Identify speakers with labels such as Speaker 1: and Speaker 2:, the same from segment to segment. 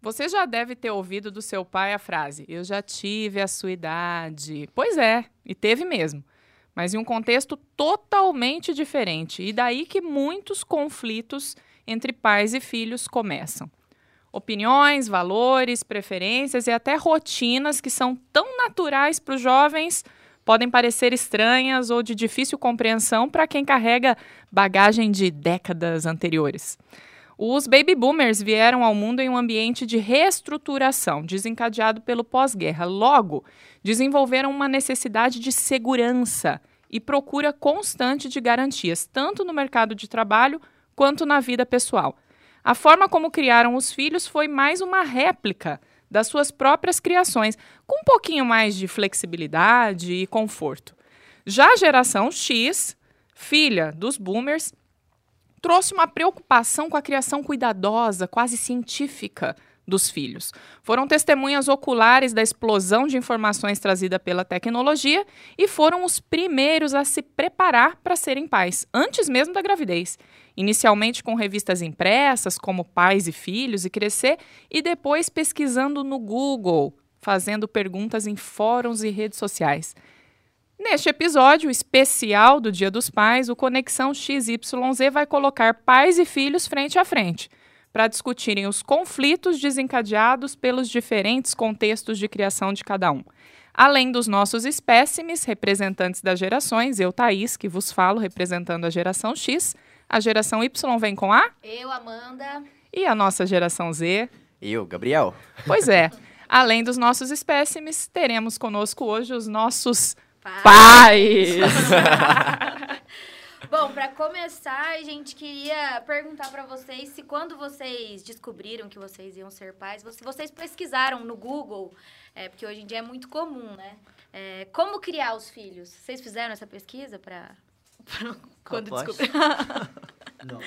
Speaker 1: Você já deve ter ouvido do seu pai a frase: Eu já tive a sua idade. Pois é, e teve mesmo. Mas em um contexto totalmente diferente. E daí que muitos conflitos entre pais e filhos começam. Opiniões, valores, preferências e até rotinas que são tão naturais para os jovens podem parecer estranhas ou de difícil compreensão para quem carrega bagagem de décadas anteriores. Os baby boomers vieram ao mundo em um ambiente de reestruturação, desencadeado pelo pós-guerra. Logo, desenvolveram uma necessidade de segurança e procura constante de garantias, tanto no mercado de trabalho quanto na vida pessoal. A forma como criaram os filhos foi mais uma réplica das suas próprias criações, com um pouquinho mais de flexibilidade e conforto. Já a geração X, filha dos boomers, trouxe uma preocupação com a criação cuidadosa, quase científica dos filhos. Foram testemunhas oculares da explosão de informações trazida pela tecnologia e foram os primeiros a se preparar para serem pais, antes mesmo da gravidez. Inicialmente com revistas impressas, como Pais e Filhos e Crescer, e depois pesquisando no Google, fazendo perguntas em fóruns e redes sociais. Neste episódio especial do Dia dos Pais, o Conexão XYZ vai colocar pais e filhos frente a frente para discutirem os conflitos desencadeados pelos diferentes contextos de criação de cada um. Além dos nossos espécimes, representantes das gerações, eu, Thaís, que vos falo representando a geração X, a geração Y vem com A
Speaker 2: Eu, Amanda.
Speaker 1: e a nossa geração Z.
Speaker 3: Eu, Gabriel.
Speaker 1: Pois é, além dos nossos espécimes, teremos conosco hoje os nossos pais.
Speaker 2: Bom, pra começar, a gente queria perguntar pra vocês se quando vocês descobriram que vocês iam ser pais, se vocês pesquisaram no Google, é, porque hoje em dia é muito comum, né? É, como criar os filhos? Vocês fizeram essa pesquisa pra... pra quando
Speaker 3: Capaz.
Speaker 2: descobriram?
Speaker 4: Não.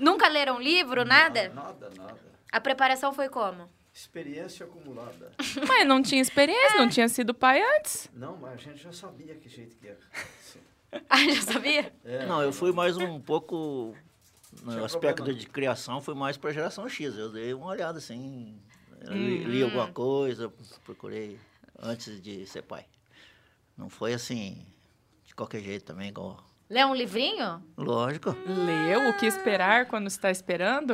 Speaker 2: Nunca leram livro, nada?
Speaker 4: Não, Nada, nada.
Speaker 2: A preparação foi como?
Speaker 4: Experiência acumulada.
Speaker 1: Mas não tinha experiência,
Speaker 2: É.
Speaker 1: não tinha sido pai antes.
Speaker 4: Não, mas a gente já sabia que jeito que era. Sim.
Speaker 2: Ah, já sabia?
Speaker 4: É,
Speaker 5: Não, eu fui mais um pouco.
Speaker 4: Tinha
Speaker 5: No aspecto
Speaker 4: problema.
Speaker 5: de criação, fui mais para a geração X. Eu dei uma olhada assim, li, li alguma coisa, procurei antes de ser pai. Não foi assim, de qualquer jeito também, igual.
Speaker 2: Lê um livrinho?
Speaker 5: Lógico,
Speaker 1: Leu
Speaker 2: Ah.
Speaker 1: o que esperar quando está esperando?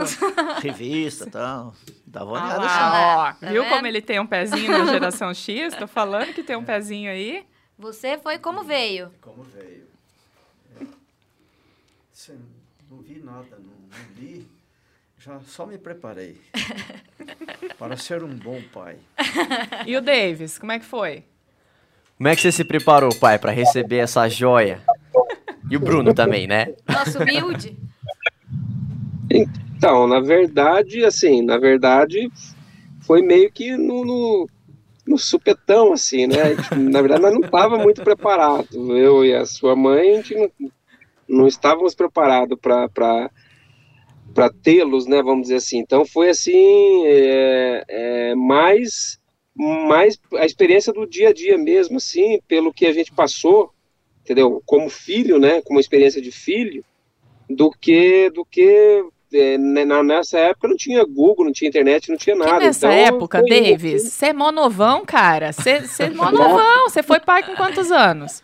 Speaker 5: revista e tal. Dava uma
Speaker 1: Ah
Speaker 5: olhada
Speaker 1: lá,
Speaker 5: assim.
Speaker 1: ó.
Speaker 2: Tá
Speaker 1: Viu
Speaker 2: vendo?
Speaker 1: como ele tem um pezinho na geração X? Tô falando que tem um pezinho aí.
Speaker 2: Você foi como veio.
Speaker 4: Como veio. É. Sim, não vi nada, não, não li. Já só me preparei para ser um bom pai.
Speaker 1: E o Davis, como é que foi?
Speaker 3: Como é que você se preparou, pai, pra receber essa joia? E o Bruno também, né?
Speaker 2: Nosso humilde.
Speaker 6: Então, na verdade, assim, na verdade, foi meio que no, no, no supetão, assim, né? Tipo, na verdade, nós não estávamos muito preparados. Eu e a sua mãe, a gente não, não estávamos preparados para tê-los, né? Vamos dizer assim. Então, foi assim, é, é, mais, mais a experiência do dia a dia mesmo, assim, pelo que a gente passou, entendeu? Como filho, né? Como experiência de filho, do que, do que é, né, na, nessa época não tinha Google, não tinha internet, não tinha nada.
Speaker 1: que nessa
Speaker 6: então,
Speaker 1: época,
Speaker 6: foi isso,
Speaker 1: Davis, você é monovão, cara. Você é monovão. Você foi pai com quantos anos?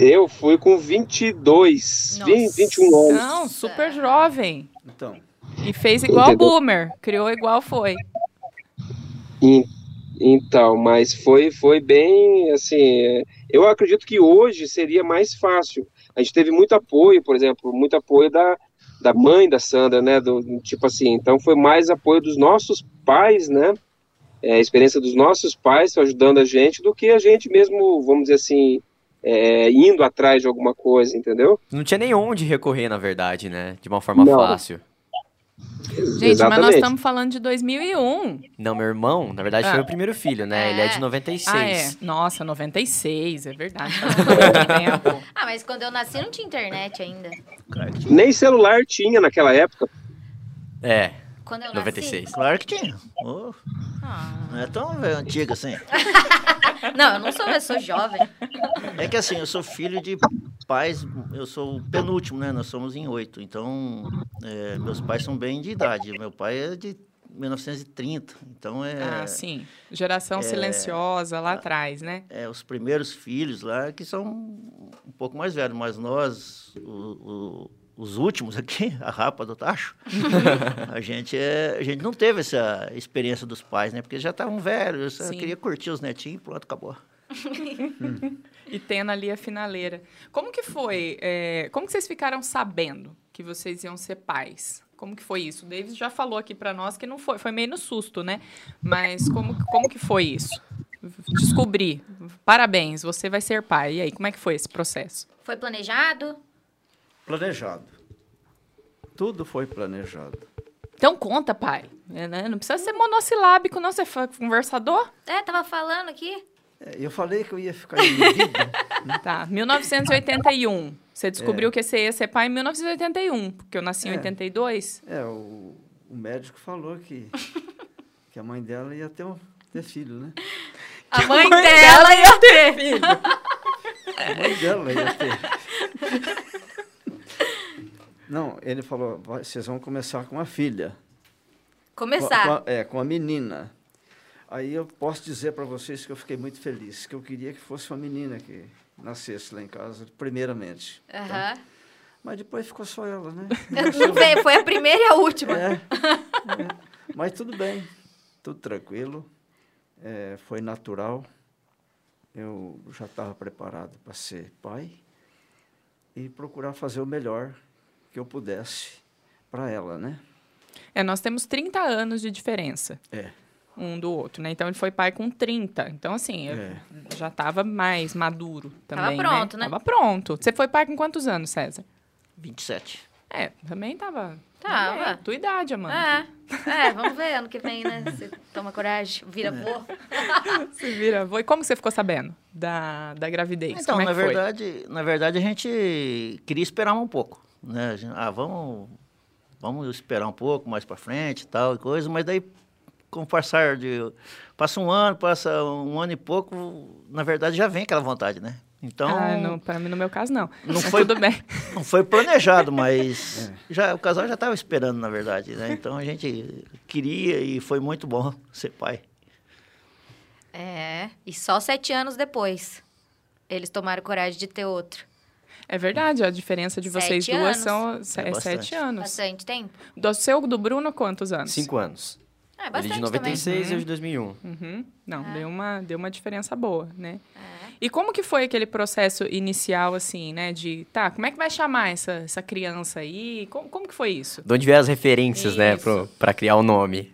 Speaker 6: Eu fui com 22,
Speaker 2: Nossa.
Speaker 6: 20, 21 anos.
Speaker 1: Não, super jovem.
Speaker 4: Então,
Speaker 1: E fez igual
Speaker 6: Entendeu?
Speaker 1: boomer. Criou igual foi.
Speaker 6: En- Então, mas foi, foi bem assim. é, Eu acredito que hoje seria mais fácil. A gente teve muito apoio, por exemplo, muito apoio da, da mãe da Sandra, né? Do, tipo assim, então foi mais apoio dos nossos pais, né? É, a experiência dos nossos pais ajudando a gente do que a gente mesmo, vamos dizer assim, é, indo atrás de alguma coisa, entendeu?
Speaker 3: Não tinha nem onde recorrer, na verdade, né? De uma forma
Speaker 6: Não.
Speaker 3: fácil.
Speaker 1: Gente, mas nós estamos falando de 2001.
Speaker 3: Não, meu irmão, na verdade,
Speaker 1: Ah.
Speaker 3: foi o primeiro filho, né? Ele é de
Speaker 2: É.
Speaker 3: 96.
Speaker 1: Ah, é. Nossa, 96. É verdade. Faz muito tempo.
Speaker 2: Ah, mas quando eu nasci não tinha internet ainda.
Speaker 5: Claro que tinha.
Speaker 6: Nem celular tinha naquela época.
Speaker 3: é.
Speaker 2: Quando eu
Speaker 3: 96.
Speaker 5: Claro que tinha. Ô,
Speaker 2: nasci. Ah.
Speaker 5: não é tão velho, antigo assim.
Speaker 2: Não, eu não sou, eu sou jovem.
Speaker 5: É que assim, eu sou filho de pais, eu sou o penúltimo, né? Nós somos em oito. Então, é, meus pais são bem de idade. Meu pai é de 1930. Então é,
Speaker 1: Ah, sim. Geração silenciosa lá atrás, né?
Speaker 5: é os primeiros filhos lá que são um pouco mais velhos, mas nós, o- o- os últimos aqui, a rapa do tacho, a gente é, a gente não teve essa experiência dos pais, né? Porque eles já estavam velhos, só
Speaker 1: Sim.
Speaker 5: queria curtir os netinhos, pronto, acabou.
Speaker 1: E tendo ali a finaleira. Como que foi? é, como que vocês ficaram sabendo que vocês iam ser pais? Como que foi isso? O Davis já falou aqui pra nós que não foi, foi meio no susto, né? Mas como, que- como que foi isso? Descobri. Parabéns, você vai ser pai. E aí, como é que foi esse processo?
Speaker 2: Foi planejado?
Speaker 4: Planejado. Tudo foi planejado.
Speaker 1: Então conta, pai. É, né? Não precisa ser monossilábico, não. Você é fa- conversador?
Speaker 2: É, tava falando aqui.
Speaker 4: É, Eu falei que eu ia ficar envolvido.
Speaker 1: Tá. 1981. Você descobriu
Speaker 5: É.
Speaker 1: que você ia ser pai em 1981, porque eu nasci em
Speaker 4: É.
Speaker 1: 82.
Speaker 4: é, o, o médico falou que, que a mãe dela ia ter, um, ter filho, né?
Speaker 2: A mãe,
Speaker 1: mãe
Speaker 2: dela,
Speaker 1: dela
Speaker 2: ia ter.
Speaker 4: A mãe dela ia ter. Não, ele falou, "Vai- vocês vão começar com a filha. Com a-
Speaker 2: Começar.
Speaker 4: com a- é, com a menina. Aí eu posso dizer para vocês que eu fiquei muito feliz, que eu queria que fosse uma menina que nascesse lá em casa, primeiramente. tá?
Speaker 2: Aham.
Speaker 4: Mas depois ficou só ela, né?
Speaker 2: Não sei, foi a primeira e a última.
Speaker 4: É, é. Mas tudo bem, tudo tranquilo, é, foi natural. Eu já estava preparado para ser pai e procurar fazer o melhor que eu pudesse para ela, né?
Speaker 1: É, nós temos 30 anos de diferença.
Speaker 4: É.
Speaker 1: Um do outro, né? Então ele foi pai com 30. Então, assim, eu
Speaker 4: É.
Speaker 1: já tava mais maduro
Speaker 2: Tava
Speaker 1: também.
Speaker 2: pronto, né?
Speaker 1: Tava pronto. Você foi pai com quantos anos, César?
Speaker 5: 27.
Speaker 1: É, também tava.
Speaker 2: Tava.
Speaker 1: É, tua idade, Amanda.
Speaker 2: É, é, vamos ver ano que vem, né? Você toma coragem, vira boa.
Speaker 1: Você vira. avó. E como que você ficou sabendo da, da gravidez?
Speaker 5: Então,
Speaker 1: como é
Speaker 5: na
Speaker 1: que foi?
Speaker 5: verdade, na verdade a gente queria esperar um pouco, né? A gente, ah, vamos vamos esperar um pouco mais para frente, e tal e coisa, mas daí com o passar de passa um ano, passa um ano e pouco, na verdade já vem aquela vontade, né? Então,
Speaker 1: Ah, não,
Speaker 5: não...
Speaker 1: pra mim, no meu caso, não.
Speaker 5: Não
Speaker 1: Mas
Speaker 5: foi-
Speaker 1: Tudo bem.
Speaker 5: foi planejado, mas
Speaker 1: É.
Speaker 5: já o casal já estava esperando, na verdade, né? Então a gente queria e foi muito bom ser pai.
Speaker 2: É, e só sete anos depois eles tomaram coragem de ter outro.
Speaker 1: É verdade, a diferença de vocês
Speaker 2: Sete
Speaker 1: duas
Speaker 2: anos.
Speaker 1: são se-
Speaker 5: É
Speaker 1: é
Speaker 5: bastante.
Speaker 1: sete anos.
Speaker 2: Bastante tempo?
Speaker 1: Do seu, do Bruno, quantos anos?
Speaker 3: Cinco anos.
Speaker 2: É,
Speaker 3: Ele
Speaker 2: bastante
Speaker 3: de
Speaker 2: também.
Speaker 3: 96 e um. eu de 2001.
Speaker 1: Uhum. Não, deu, uma, deu uma diferença boa, né? E como que foi aquele processo inicial, assim, né? De, tá, como é que vai chamar essa, essa criança aí? Como, como que foi isso?
Speaker 3: De onde vieram as referências, né,
Speaker 2: Isso.
Speaker 3: pro, pra criar o nome.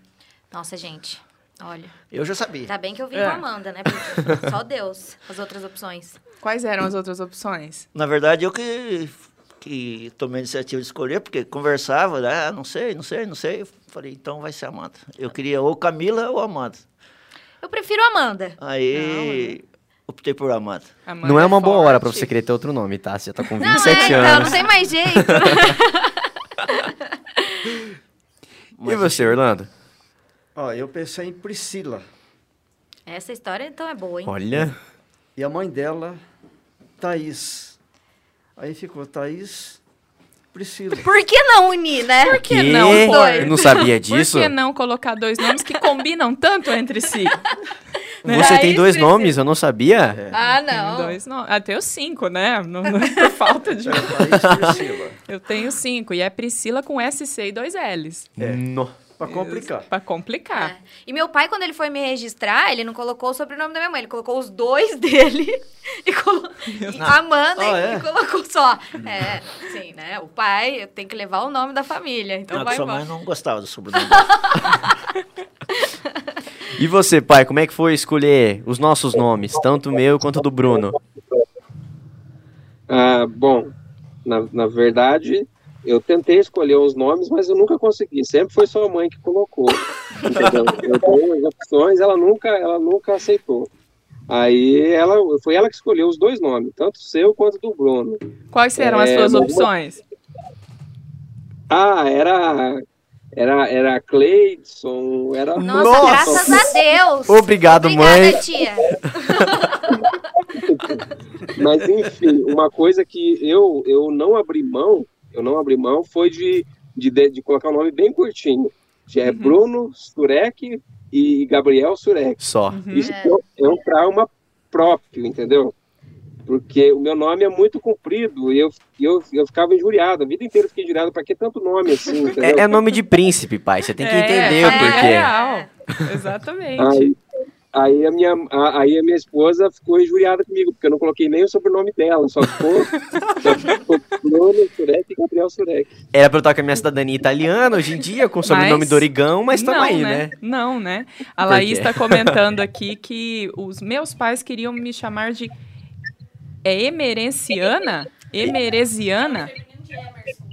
Speaker 2: Nossa, gente, olha.
Speaker 5: Eu já sabia.
Speaker 2: Tá bem que eu vim
Speaker 1: É.
Speaker 2: com a Amanda, né? Porque só Deus, as outras opções.
Speaker 1: Quais eram as outras opções?
Speaker 5: Na verdade, eu que, que tomei a iniciativa de escolher, porque conversava, né? "Ah, não sei, não sei, não sei. Eu falei, então vai ser Amanda. Eu queria ou Camila ou Amanda.
Speaker 2: Eu prefiro a Amanda.
Speaker 5: Aí optei por Amanda.
Speaker 1: Amanda
Speaker 3: não é uma boa hora pra
Speaker 1: forte.
Speaker 3: você querer ter outro nome, tá? Você já tá com
Speaker 2: Não,
Speaker 3: 27
Speaker 2: é, então, não
Speaker 3: anos.
Speaker 2: tem mais jeito.
Speaker 3: E você, Orlando?
Speaker 4: Ó, eu pensei em Priscila
Speaker 2: Essa história, então, é boa, hein?
Speaker 3: Olha,
Speaker 4: e a mãe dela, Thaís. Aí ficou Thaís, Priscila.
Speaker 2: Por que não unir, né? Por
Speaker 1: que não,
Speaker 3: que?
Speaker 1: pô?
Speaker 3: Eu não sabia disso.
Speaker 1: Por que não colocar dois nomes que combinam tanto entre si?
Speaker 3: Você
Speaker 2: Daí
Speaker 3: tem dois
Speaker 2: precisa-
Speaker 3: nomes, eu não sabia.
Speaker 2: Ah,
Speaker 1: Tem
Speaker 2: não.
Speaker 1: Dois nomes. Ah, tenho cinco, né? Não, não- por falta de...
Speaker 4: Thaís, Priscila.
Speaker 1: Eu tenho cinco. E é Priscila com SC e dois L's.
Speaker 4: É.
Speaker 3: No-
Speaker 4: Para complicar.
Speaker 1: Pra complicar.
Speaker 2: É. E meu pai, quando ele foi me registrar, ele não colocou o sobrenome da minha mãe, ele colocou os dois dele e colo... e Amanda
Speaker 4: Ah,
Speaker 2: e-
Speaker 4: é?
Speaker 2: e colocou só. É, sim, né? O pai tem que levar o nome da família, então
Speaker 5: Não, que
Speaker 2: vai
Speaker 5: Ah, sua
Speaker 2: embora.
Speaker 5: mãe não gostava do sobrenome. dela.
Speaker 3: E você, pai, como é que foi escolher os nossos nomes, tanto o meu quanto o do Bruno?
Speaker 6: Ah, bom, na, na verdade, eu tentei escolher os nomes, mas eu nunca consegui. Sempre foi sua mãe que colocou. Entendeu? Eu dei as opções, ela nunca, ela nunca aceitou. Aí ela, foi ela que escolheu os dois nomes, tanto o seu quanto do Bruno.
Speaker 1: Quais serão as
Speaker 6: É,
Speaker 1: suas
Speaker 6: mas-
Speaker 1: opções?
Speaker 6: Ah, era era era Cleidson, era
Speaker 2: Nossa,
Speaker 3: Nossa!
Speaker 2: graças a Deus!
Speaker 3: Obrigado,
Speaker 2: Obrigada,
Speaker 3: mãe.
Speaker 2: tia.
Speaker 6: Mas enfim, uma coisa que eu, eu não abri mão, eu não abri mão foi de, de, de- de colocar o nome um bem curtinho. Já é Bruno Surek e Gabriel Surek.
Speaker 3: Só.
Speaker 1: Uhum.
Speaker 6: Isso é. é um trauma próprio, entendeu? Porque o meu nome é muito comprido e eu, e eu, eu ficava injuriado. A vida inteira eu fiquei injuriado. Pra que tanto nome assim, entendeu?
Speaker 3: É, é nome de príncipe, pai. Você tem que
Speaker 1: É,
Speaker 3: entender o
Speaker 1: é
Speaker 3: porquê.
Speaker 1: real. Exatamente.
Speaker 6: Aí, aí, a minha, a- aí a minha esposa ficou injuriada comigo, porque eu não coloquei nem o sobrenome dela, só ficou, só ficou Bruno Surek e Gabriel Surek.
Speaker 3: Era pra eu estar com a minha cidadania italiana hoje em dia, com o sobrenome
Speaker 1: Mas-
Speaker 3: Dorigão, mas tamo
Speaker 1: não,
Speaker 3: aí, né?
Speaker 1: Não, né? A
Speaker 3: Por
Speaker 1: Laís
Speaker 3: quê?
Speaker 1: está comentando aqui que os meus pais queriam me chamar de. É emerenciana? Emeresiana?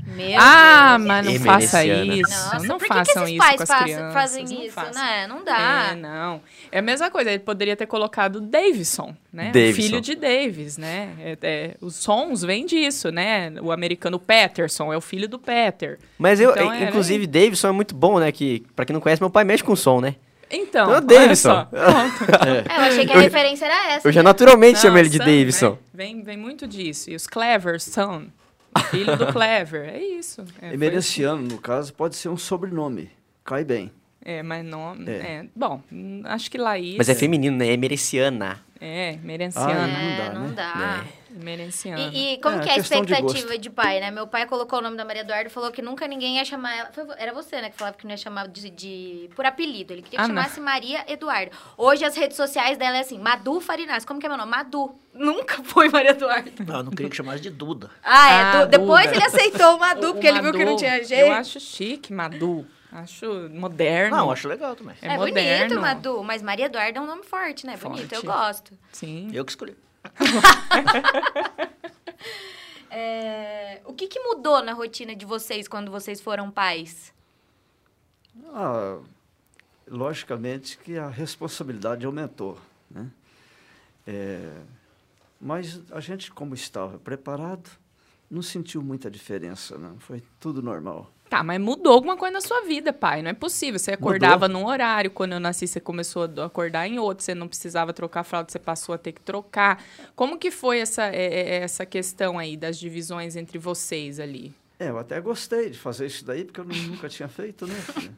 Speaker 2: Meu
Speaker 1: Ah, mas não
Speaker 3: Emeresiana.
Speaker 1: faça isso.
Speaker 2: Nossa,
Speaker 1: não
Speaker 2: por que que
Speaker 1: façam
Speaker 2: esses
Speaker 1: isso
Speaker 2: pais
Speaker 1: com as
Speaker 2: façam-
Speaker 1: crianças.
Speaker 2: fazem
Speaker 1: não
Speaker 2: isso,
Speaker 1: façam.
Speaker 2: né? Não dá.
Speaker 1: É, não. É a mesma coisa, ele poderia ter colocado Davidson, né? O
Speaker 3: Davidson.
Speaker 1: Filho de Davis, né? É, é, os sons vêm disso, né? O americano Patterson é o filho do Peter.
Speaker 3: Mas eu,
Speaker 1: Então,
Speaker 3: in-
Speaker 1: era
Speaker 3: inclusive, Davidson é muito bom, né? Que, pra quem não conhece, meu pai mexe com som, né?
Speaker 1: Então,
Speaker 3: Então é
Speaker 1: olha
Speaker 3: Davidson.
Speaker 1: só, pronto.
Speaker 2: É, eu achei que a
Speaker 3: Eu-
Speaker 2: referência era essa.
Speaker 3: Eu já
Speaker 2: né?
Speaker 3: naturalmente chamo
Speaker 1: Não,
Speaker 3: ele de
Speaker 1: são,
Speaker 3: Davidson.
Speaker 1: né? Vem, vem muito disso. E os Clevers são o filho do Clever. É isso. É, foi-
Speaker 4: Emereciano, no caso, pode ser um sobrenome. Cai bem.
Speaker 1: é, mas não...
Speaker 4: É.
Speaker 1: é, bom, hum, acho que Laís...
Speaker 3: Mas é feminino, né? É mereciana.
Speaker 1: É,
Speaker 4: Ah,
Speaker 1: merenciana.
Speaker 4: Não dá,
Speaker 2: É,
Speaker 4: né?
Speaker 2: não dá.
Speaker 1: Merenciana.
Speaker 2: E, e como
Speaker 4: É,
Speaker 2: que é a
Speaker 4: questão de
Speaker 2: expectativa de,
Speaker 4: gosto.
Speaker 2: pai, né? Meu pai colocou o nome da Maria Eduardo e falou que nunca ninguém ia chamar ela. foi vo- era você, né? Que falava que não ia chamar de, de- por apelido. Ele queria que
Speaker 1: Ah, não.
Speaker 2: chamasse Maria Eduardo. Hoje as redes sociais dela é assim, Madu Farinaz. Como que é meu nome? Madu. Nunca foi Maria Eduardo.
Speaker 5: Não, eu não queria que chamasse de Duda.
Speaker 2: Ah, é.
Speaker 1: Ah,
Speaker 2: Du- Depois
Speaker 1: Duda.
Speaker 2: ele aceitou o Madu,
Speaker 1: O
Speaker 2: porque ele viu que não
Speaker 1: Madu,
Speaker 2: tinha jeito.
Speaker 1: Eu acho chique, Madu. Acho moderno.
Speaker 5: Não, acho legal também.
Speaker 1: É,
Speaker 2: É,
Speaker 1: moderno.
Speaker 2: bonito, Madu, mas Maria Eduarda é um nome forte, né? Bonito, eu
Speaker 1: Forte.
Speaker 2: gosto.
Speaker 1: Sim.
Speaker 5: Eu que escolhi.
Speaker 2: É, O que, que mudou na rotina de vocês quando vocês foram pais?
Speaker 4: Ah, logicamente que a responsabilidade aumentou, né? É, mas a gente, como estava preparado, não sentiu muita diferença, não. Foi tudo normal.
Speaker 1: Tá, mas mudou alguma coisa na sua vida, pai. Não é possível. Você acordava num horário, quando eu nasci, você começou a do- acordar em outro, você não precisava trocar fralda, você passou a ter que trocar. Como que foi essa, é, é, essa questão aí das divisões entre vocês ali?
Speaker 4: É, eu até gostei de fazer isso daí, porque eu nu- nunca tinha feito, né? filha?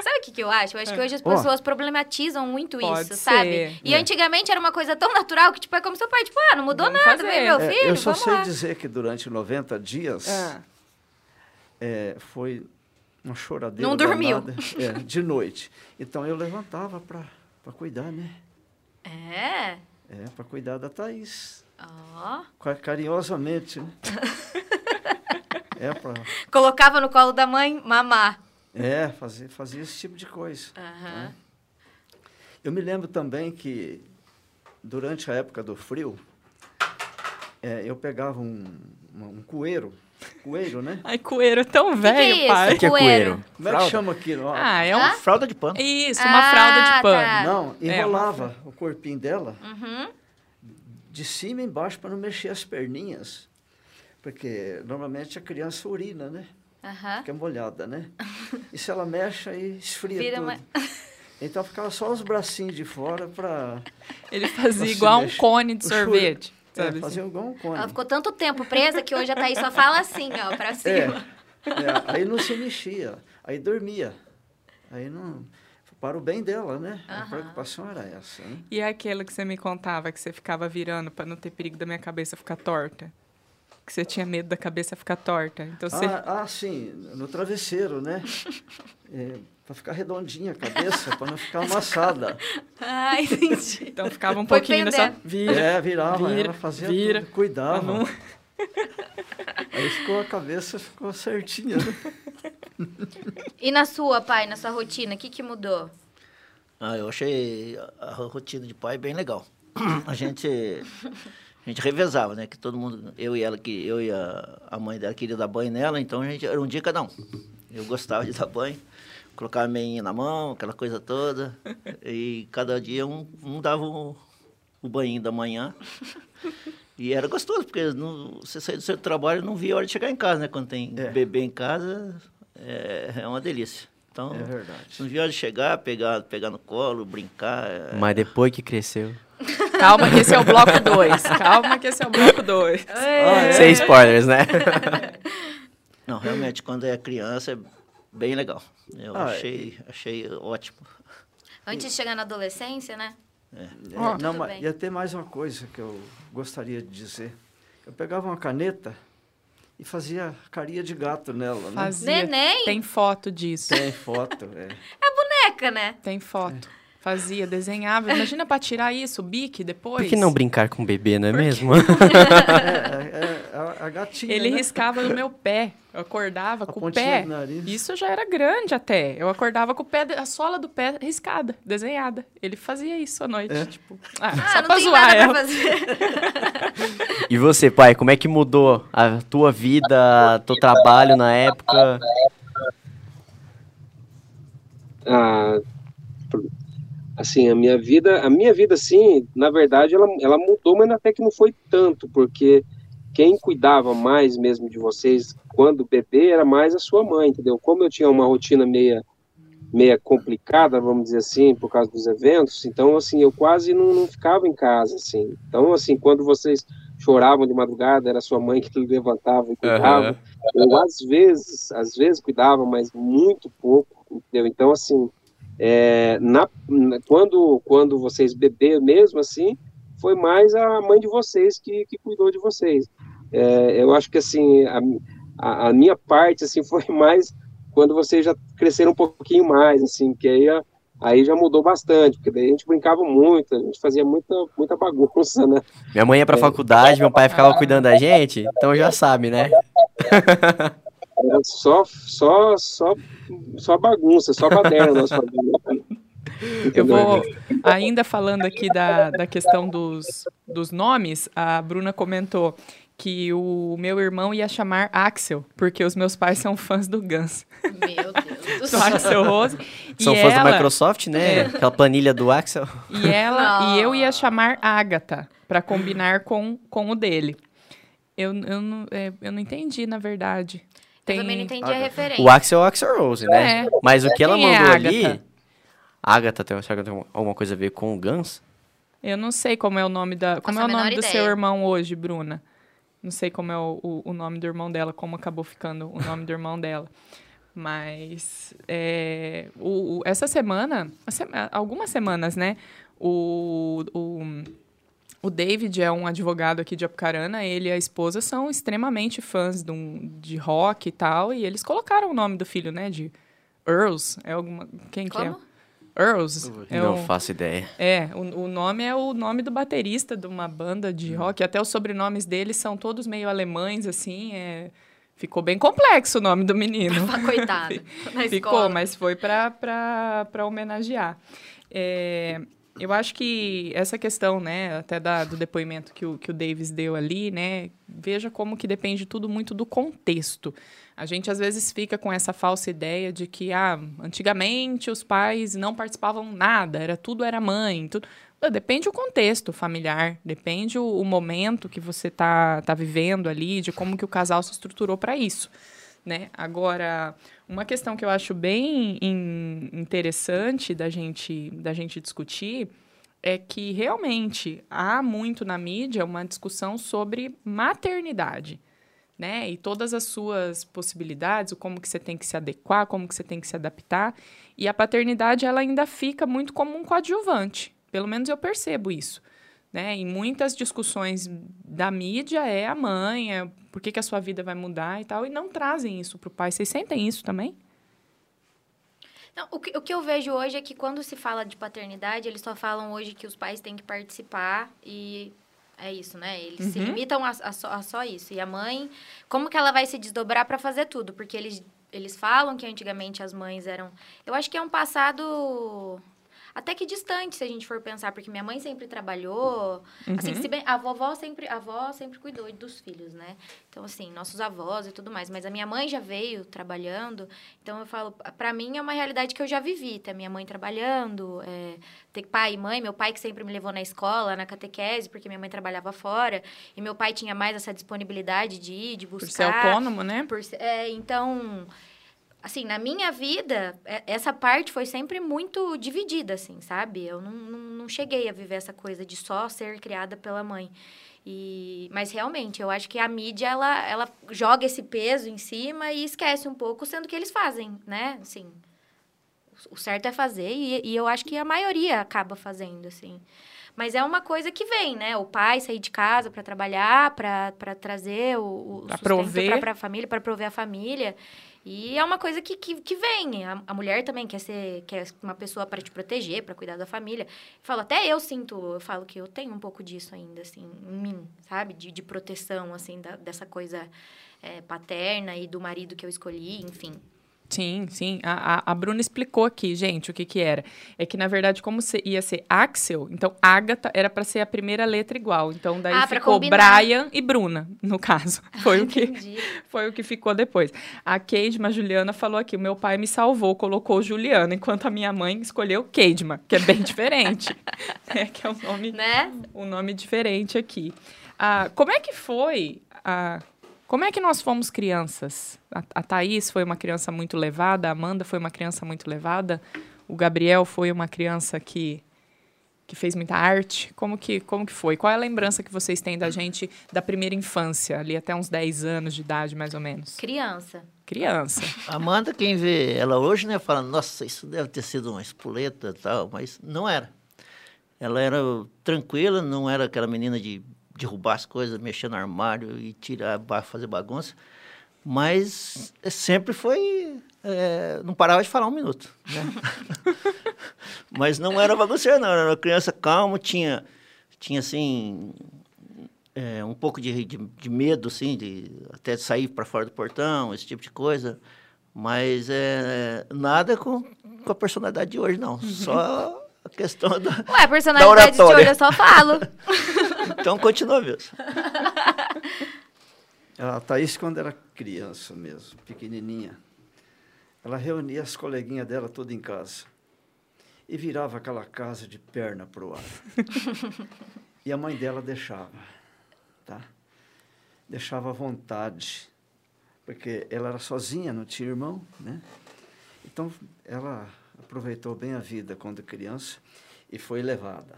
Speaker 2: Sabe o que, que eu acho? Eu acho que hoje as
Speaker 4: Ó.
Speaker 2: pessoas problematizam muito
Speaker 1: É. Pode
Speaker 2: isso, sabe?
Speaker 1: ser. É.
Speaker 2: E antigamente era uma coisa tão natural que, tipo, é como seu pai, tipo, ah, não mudou
Speaker 1: Vamos
Speaker 2: nada,
Speaker 1: fazer.
Speaker 2: vem meu
Speaker 4: É,
Speaker 2: filho,
Speaker 4: eu só
Speaker 2: vamos
Speaker 4: sei
Speaker 2: lá. Ah.
Speaker 4: dizer que durante 90 dias é, foi uma choradeira
Speaker 2: Não dormiu.
Speaker 4: danada, é, de noite. Então eu levantava para cuidar, né?
Speaker 2: É.
Speaker 4: É, para cuidar da Thaís.
Speaker 2: Ó.
Speaker 4: Ca- carinhosamente, né? é para
Speaker 2: Colocava no colo da mãe, mamá.
Speaker 4: é, fazer, fazer esse tipo de coisa.
Speaker 2: Aham.
Speaker 4: Eu me lembro também que, durante a época do frio, é, eu pegava um, uma- um coeiro, coeiro, né?
Speaker 1: Ai, coeiro é tão velho,
Speaker 2: isso?
Speaker 1: pai.
Speaker 3: Que é
Speaker 2: Coeiro.
Speaker 3: coeiro.
Speaker 4: Como é que
Speaker 5: Fralda.
Speaker 4: chama aquilo? Ó,
Speaker 1: Ah, é um...
Speaker 2: Hã?
Speaker 5: Fralda de pano.
Speaker 1: Isso, uma
Speaker 2: Ah,
Speaker 1: fralda de pano.
Speaker 2: tá.
Speaker 4: Não,
Speaker 1: É,
Speaker 4: enrolava o corpinho dela
Speaker 2: Uhum.
Speaker 4: de cima e embaixo para não mexer as perninhas. Porque normalmente a criança urina, né?
Speaker 2: Aham.
Speaker 4: fica molhada, né? E se ela mexe, aí esfria
Speaker 2: Vira
Speaker 4: tudo.
Speaker 2: uma-
Speaker 4: Então ficava só os bracinhos de fora para
Speaker 1: Ele fazia
Speaker 4: Nossa,
Speaker 1: igual um
Speaker 4: mexe.
Speaker 1: cone de
Speaker 4: O choro.
Speaker 1: sorvete.
Speaker 4: é,
Speaker 1: Sabe? assim?
Speaker 4: fazer igual um cone.
Speaker 2: Ela ficou tanto tempo presa que hoje a Thaís só fala assim, ó, pra
Speaker 4: É,
Speaker 2: cima.
Speaker 4: é, aí não se mexia, aí dormia. Aí não. Para o bem dela, né? A
Speaker 2: Aham.
Speaker 4: preocupação era essa. Né?
Speaker 1: E aquela que você me contava que você ficava virando pra não ter perigo da minha cabeça ficar torta? Que você tinha medo da cabeça ficar torta. Então você.
Speaker 4: Ah, ah, sim, no travesseiro, né? para ficar redondinha a cabeça, para não ficar amassada.
Speaker 2: Ai, Ah, entendi.
Speaker 1: Então ficava um
Speaker 2: Foi
Speaker 1: pouquinho dessa.
Speaker 2: pendendo.
Speaker 1: Vira.
Speaker 4: É, virava,
Speaker 1: vira,
Speaker 4: ela fazia
Speaker 1: vira,
Speaker 4: tudo,
Speaker 1: pra
Speaker 4: cuidava.
Speaker 1: não-
Speaker 4: Aí ficou a cabeça, ficou certinha, né?
Speaker 2: E na sua, pai, na sua rotina, o que, que mudou?
Speaker 5: Ah, eu achei a- a rotina de pai bem legal. A gente, a gente revezava, né? Que todo mundo, eu e ela, que eu e a, a mãe dela queria dar banho nela, então a gente era um dia cada um. Eu gostava de dar banho, colocava a meinha na mão, aquela coisa toda. E cada dia um, um dava o, o banho da manhã. E era gostoso, porque não, você saía do seu trabalho e não via a hora de chegar em casa, né? Quando tem
Speaker 4: É.
Speaker 5: bebê em casa, é, é uma delícia. Então,
Speaker 4: É verdade.
Speaker 5: não viu a hora de chegar, pegar, pegar no colo, brincar. é.
Speaker 3: Mas depois que cresceu.
Speaker 1: Calma que esse é o bloco 2. Calma que esse é o bloco 2. Ah, é?
Speaker 3: Sem spoilers, né?
Speaker 5: Não, realmente, quando é criança, é bem legal. Eu
Speaker 4: Ah,
Speaker 5: achei, achei ótimo.
Speaker 2: Antes de chegar na adolescência, né?
Speaker 4: É,
Speaker 1: Ó.
Speaker 4: não,
Speaker 2: Tudo
Speaker 4: mas
Speaker 2: bem.
Speaker 4: ia ter mais uma coisa que eu gostaria de dizer. Eu pegava uma caneta e fazia carinha de gato nela, né?
Speaker 1: Fazia.
Speaker 2: Neném?
Speaker 1: Tem foto disso.
Speaker 4: Tem foto, é.
Speaker 2: Boneca, né?
Speaker 1: Tem foto. Fazia, desenhava. Imagina pra tirar isso, o bique depois.
Speaker 3: Por que não brincar com o bebê, não é mesmo?
Speaker 4: É, é, a, a gatinha,
Speaker 1: Ele
Speaker 4: né?
Speaker 1: riscava no meu pé. Eu acordava
Speaker 4: A
Speaker 1: com o
Speaker 4: pontinha
Speaker 1: pé.
Speaker 4: do nariz.
Speaker 1: Isso já era grande até. Eu acordava com o pé, de- a sola do pé riscada, desenhada. Ele fazia isso à noite.
Speaker 4: É?
Speaker 1: Tipo, ah,
Speaker 2: Ah,
Speaker 1: só
Speaker 2: não
Speaker 1: pra
Speaker 2: tem
Speaker 1: zoar
Speaker 2: nada
Speaker 1: ela.
Speaker 2: pra fazer.
Speaker 3: E você, pai, como é que mudou a tua vida, teu trabalho na época?
Speaker 6: a- assim a minha vida a minha vida assim na verdade ela, ela mudou mas até que não foi tanto porque quem cuidava mais mesmo de vocês quando bebê era mais a sua mãe entendeu como eu tinha uma rotina meia meia complicada vamos dizer assim por causa dos eventos então assim eu quase não, não ficava em casa assim então assim quando vocês choravam de madrugada era sua mãe que levantava e cuidava
Speaker 3: Aham.
Speaker 6: eu, às vezes, às vezes cuidava, mas muito pouco, entendeu? Então, assim, é, na, na- quando, quando vocês beberam mesmo, assim, foi mais a mãe de vocês que, que cuidou de vocês. É, eu acho que, assim, a, mi- a- a minha parte, assim, foi mais quando vocês já cresceram um pouquinho mais, assim, que aí, a- aí já mudou bastante, porque daí a gente brincava muito, a gente fazia muita, muita bagunça, né?
Speaker 3: Minha mãe ia pra faculdade, meu pai ficava cuidando da gente, então já sabe, né?
Speaker 6: Era só, só, só, só bagunça, só baderna nós fazíamos.
Speaker 1: Eu vou, ainda falando aqui da, da questão dos, dos nomes, a Bruna comentou que o meu irmão ia chamar Axel, porque os meus pais são fãs do Guns,
Speaker 2: Meu Deus do
Speaker 1: do Axel Rose. e
Speaker 3: São fãs
Speaker 1: ela, É.
Speaker 3: da Microsoft, né? Aquela planilha do Axel.
Speaker 1: E ela e eu ia
Speaker 2: Não.
Speaker 1: chamar Agatha pra combinar com, com o dele. Eu, eu, não, é, eu não entendi, na verdade. Tem...
Speaker 2: Eu também não entendi a
Speaker 4: Agora,
Speaker 2: referência.
Speaker 3: O Axel é o Axel Rose, né?
Speaker 1: É.
Speaker 3: Mas o que ela
Speaker 1: Quem é
Speaker 3: mandou
Speaker 1: a
Speaker 3: ali.
Speaker 1: Agatha?
Speaker 3: Agatha, tem, será que tem alguma coisa a ver com o Guns?
Speaker 1: Eu não sei como é o nome da. Como
Speaker 2: Faço
Speaker 1: é
Speaker 2: a
Speaker 1: o nome
Speaker 2: menor
Speaker 1: do
Speaker 2: ideia.
Speaker 1: seu irmão hoje, Bruna? Não sei como é o, o, o nome do irmão dela, como acabou ficando o nome do irmão dela. Mas é, o- o- essa semana, a sema- algumas semanas, né? O, o, o David é um advogado aqui de Apucarana, ele e a esposa são extremamente fãs de, um- de rock e tal, e eles colocaram o nome do filho, né? De Earls. É alguma. Quem
Speaker 2: Como?
Speaker 1: que é? Earls. É
Speaker 3: não
Speaker 1: um-
Speaker 3: faço ideia.
Speaker 1: é, o, o nome é o nome do baterista de uma banda de rock. Até os sobrenomes deles são todos meio alemães, assim. é- Ficou bem complexo o nome do menino.
Speaker 2: Ah, Coitado. Na
Speaker 1: Ficou,
Speaker 2: escola.
Speaker 1: mas foi para homenagear. É, eu acho que essa questão, né, até da- do depoimento que o, que o Davis deu ali, né, veja como que depende tudo muito do contexto. A gente às vezes fica com essa falsa ideia de que, ah, antigamente os pais não participavam nada, era tudo era mãe, tudo. Ah, Depende o contexto familiar, depende o, o momento que você tá, tá vivendo ali, de como que o casal se estruturou para isso, né? Agora, uma questão que eu acho bem in- interessante da gente, da gente discutir é que realmente há muito na mídia uma discussão sobre maternidade, né? E todas as suas possibilidades, o como que você tem que se adequar, como que você tem que se adaptar. E a paternidade ela ainda fica muito como um coadjuvante. Pelo menos eu percebo isso. Né? Em muitas discussões da mídia é a mãe, é por que, que a sua vida vai mudar e tal, e não trazem isso pro pai. Vocês sentem isso também?
Speaker 2: Não, o, que, o que eu vejo hoje é que quando se fala de paternidade, eles só falam hoje que os pais têm que participar e é isso, né? Eles se
Speaker 1: Uhum.
Speaker 2: limitam a, a só, a só isso. E a mãe, como que ela vai se desdobrar para fazer tudo? Porque eles, eles falam que antigamente as mães eram. Eu acho que é um passado até que distante, se a gente for pensar, porque minha mãe sempre trabalhou. Assim,
Speaker 1: Uhum.
Speaker 2: se bem, a vovó sempre, a avó sempre cuidou dos filhos, né? Então, assim, nossos avós e tudo mais. Mas a minha mãe já veio trabalhando. Então, eu falo, pra mim é uma realidade que eu já vivi. Ter minha mãe trabalhando, é, ter pai e mãe. Meu pai que sempre me levou na escola, na catequese, porque minha mãe trabalhava fora. E meu pai tinha mais essa disponibilidade de ir, de buscar.
Speaker 1: Por ser autônomo, né?
Speaker 2: Por ser- é, então, assim, na minha vida, é- essa parte foi sempre muito dividida, assim, sabe? Eu não, não, não cheguei a viver essa coisa de só ser criada pela mãe. E, mas realmente, eu acho que a mídia ela, ela joga esse peso em cima e esquece um pouco, sendo que eles fazem, né? Assim, o certo é fazer e, e eu acho que a maioria acaba fazendo, assim. Mas é uma coisa que vem, né? O pai sair de casa para trabalhar, para trazer o, o
Speaker 1: Pra prover.
Speaker 2: para a família, para prover a família. E é uma coisa que, que, que vem. A, a mulher também quer ser quer uma pessoa para te proteger, para cuidar da família. Falo, até eu sinto, eu falo que eu tenho um pouco disso ainda, assim, em mim, sabe? De, de proteção, assim, da- dessa coisa é, paterna e do marido que eu escolhi, enfim.
Speaker 1: Sim, sim. A, a- a Bruna explicou aqui, gente, o que que era. É que, na verdade, como se- ia ser Axel, então Agatha era pra ser a primeira letra igual. Então, daí
Speaker 2: Ah, pra
Speaker 1: ficou
Speaker 2: combinar.
Speaker 1: Brian e Bruna, no caso. Foi o que
Speaker 2: Entendi.
Speaker 1: foi o que ficou depois. A Keidma Juliana falou aqui, meu pai me salvou, colocou Juliana, enquanto a minha mãe escolheu Keidma, que é bem diferente. é que é um nome,
Speaker 2: Né?
Speaker 1: um nome diferente aqui. Ah, como é que foi... a como é que nós fomos crianças? A, a Thaís foi uma criança muito levada, a Amanda foi uma criança muito levada, o Gabriel foi uma criança que, que fez muita arte. Como que, como que foi? Qual é a lembrança que vocês têm da gente da primeira infância, ali até uns 10 anos de idade, mais ou menos?
Speaker 2: Criança.
Speaker 1: Criança.
Speaker 5: Amanda, quem vê ela hoje, né, fala, nossa, isso deve ter sido uma espoleta e tal, mas não era. Ela era tranquila, não era aquela menina de derrubar as coisas, mexer no armário e tirar, ba- fazer bagunça, mas sempre foi, é, não parava de falar um minuto, né? mas não era bagunceira, não, era uma criança calma, tinha, tinha assim, é, um pouco de, de, de medo, assim, de até de sair para fora do portão, esse tipo de coisa. Mas é, nada com, com a personalidade de hoje, não. Só a questão da.
Speaker 2: Ué, a personalidade de
Speaker 5: oratória.
Speaker 2: hoje eu só falo.
Speaker 5: Então continua mesmo.
Speaker 4: A Thaís, quando era criança mesmo, pequenininha, ela reunia as coleguinhas dela toda em casa e virava aquela casa de perna para o ar. e a mãe dela deixava, tá? Deixava à vontade, porque ela era sozinha, não tinha irmão, né? Então, ela aproveitou bem a vida quando criança e foi levada.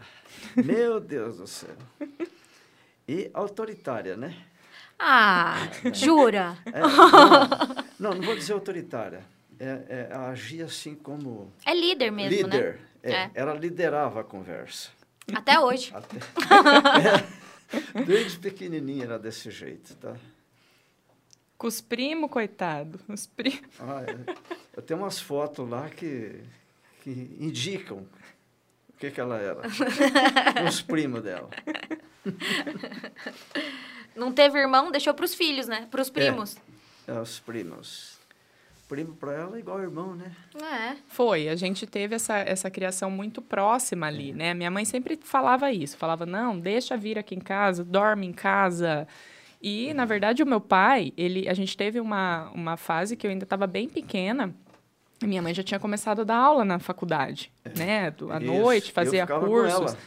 Speaker 4: Meu Deus do céu! E autoritária, né?
Speaker 2: Ah, jura?
Speaker 4: É, não, não, não vou dizer autoritária. É, é, ela agia assim como
Speaker 2: É líder mesmo,
Speaker 4: líder.
Speaker 2: né?
Speaker 4: É,
Speaker 2: É.
Speaker 4: Ela liderava a conversa.
Speaker 2: Até hoje.
Speaker 4: Até- É, desde pequenininha era desse jeito, tá?
Speaker 1: Com os primos, coitado. Os primos.
Speaker 4: Ah, é. eu tenho umas fotos lá que, que indicam o que, que ela era. Os primos dela.
Speaker 2: Não teve irmão, deixou pros filhos, né? Pros primos.
Speaker 4: É, os primos. Primo para ela é igual irmão, né?
Speaker 2: É.
Speaker 1: Foi, a gente teve essa, essa criação muito próxima
Speaker 4: É.
Speaker 1: ali, né? Minha mãe sempre falava isso, falava, não, deixa vir aqui em casa, dorme em casa.
Speaker 4: Uhum.
Speaker 1: E, na verdade, o meu pai, ele, a gente teve uma, uma fase que eu ainda estava bem pequena, e minha mãe já tinha começado a dar aula na faculdade, né? Do- À
Speaker 4: É. Isso.
Speaker 1: noite,
Speaker 4: Eu
Speaker 1: fazia
Speaker 4: ficava com
Speaker 1: cursos.
Speaker 4: ela.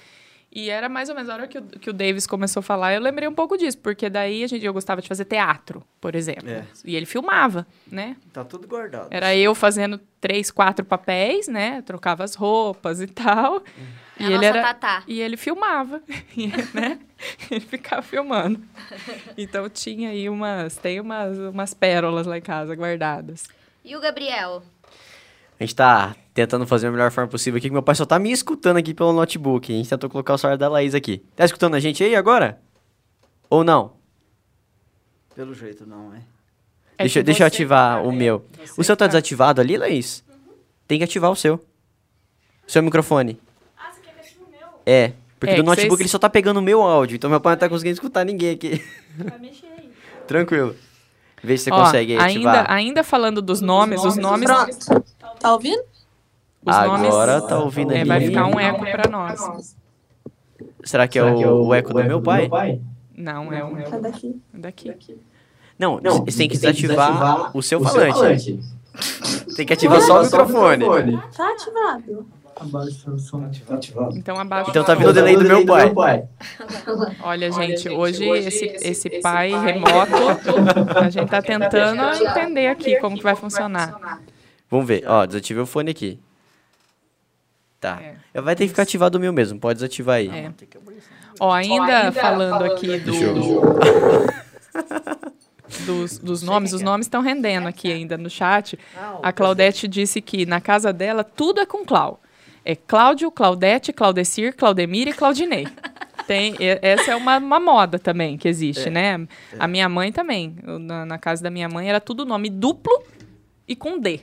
Speaker 1: E era mais ou menos a hora que o, que o Davis começou a falar, eu lembrei um pouco disso, porque daí a gente, eu gostava de fazer teatro, por exemplo.
Speaker 4: É.
Speaker 1: E ele filmava, né?
Speaker 4: Tá tudo guardado.
Speaker 1: Era eu fazendo três, quatro papéis, né? Trocava as roupas e tal.
Speaker 2: É
Speaker 1: E
Speaker 2: a
Speaker 1: ele
Speaker 2: nossa
Speaker 1: era
Speaker 2: Tatá.
Speaker 1: e ele filmava, e, né? Ele ficava filmando. Então tinha aí umas, tem umas, umas pérolas lá em casa guardadas.
Speaker 2: E o Gabriel?
Speaker 3: A gente tá tentando fazer a melhor forma possível aqui, que meu pai só tá me escutando aqui pelo notebook. A gente tentou colocar o celular da Laís aqui. Tá escutando a gente aí agora? Ou não?
Speaker 4: Pelo jeito não, hein?
Speaker 1: É
Speaker 3: deixa
Speaker 1: que
Speaker 3: deixa eu
Speaker 1: você-
Speaker 3: ativar o
Speaker 1: é,
Speaker 3: meu.
Speaker 1: você
Speaker 3: O seu
Speaker 1: tá-
Speaker 3: tá
Speaker 1: Uhum.
Speaker 3: desativado ali, Laís? Tem que ativar o seu. Seu microfone. Ah, você quer que ative o meu? É. Porque
Speaker 1: É,
Speaker 3: do
Speaker 1: que vocês-
Speaker 3: notebook ele só tá pegando o meu áudio, então meu pai não tá conseguindo escutar ninguém aqui. Tranquilo. Vê se você
Speaker 1: Ó,
Speaker 3: consegue aí ativar.
Speaker 1: ainda, ainda falando dos nomes, os nomes,
Speaker 7: Pronto. Tá ouvindo?
Speaker 1: os
Speaker 3: Agora
Speaker 1: nomes
Speaker 3: tá ouvindo
Speaker 1: é,
Speaker 3: ali.
Speaker 1: vai ficar um eco pra nós.
Speaker 3: Será que é o, o eco do meu pai?
Speaker 1: Não, é um
Speaker 7: Tá daqui.
Speaker 1: daqui.
Speaker 3: Não,
Speaker 8: Não,
Speaker 3: você tem que desativar, o seu
Speaker 8: o seu
Speaker 3: falante.
Speaker 8: falante.
Speaker 3: Tem que ativar só o microfone.
Speaker 7: Tá ativado.
Speaker 1: Então abaixo.
Speaker 3: Então tá vindo o
Speaker 4: é
Speaker 3: delay do meu pai.
Speaker 1: Olha, gente, hoje, esse, esse, pai, remoto, a gente tá tentando entender aqui como que vai funcionar.
Speaker 3: Vamos ver. Ó, desativei o fone aqui. Tá.
Speaker 1: É.
Speaker 3: Vai ter que ficar ativado o meu mesmo, pode desativar aí.
Speaker 1: É.
Speaker 5: Tem que abrir isso.
Speaker 1: Ó, ainda,
Speaker 8: ainda
Speaker 1: falando,
Speaker 8: falando
Speaker 1: aqui do- dos, dos nomes, os nomes estão rendendo aqui ainda no chat.
Speaker 2: Ah,
Speaker 1: A Claudete disse que na casa dela tudo é com Clau. É Cláudio, Claudete, Claudecir, Claudemir e Claudinei. Tem, e- essa é uma, uma moda também que existe,
Speaker 2: É.
Speaker 1: né? A minha mãe também. Eu, na, na casa da minha mãe era tudo nome duplo e com D.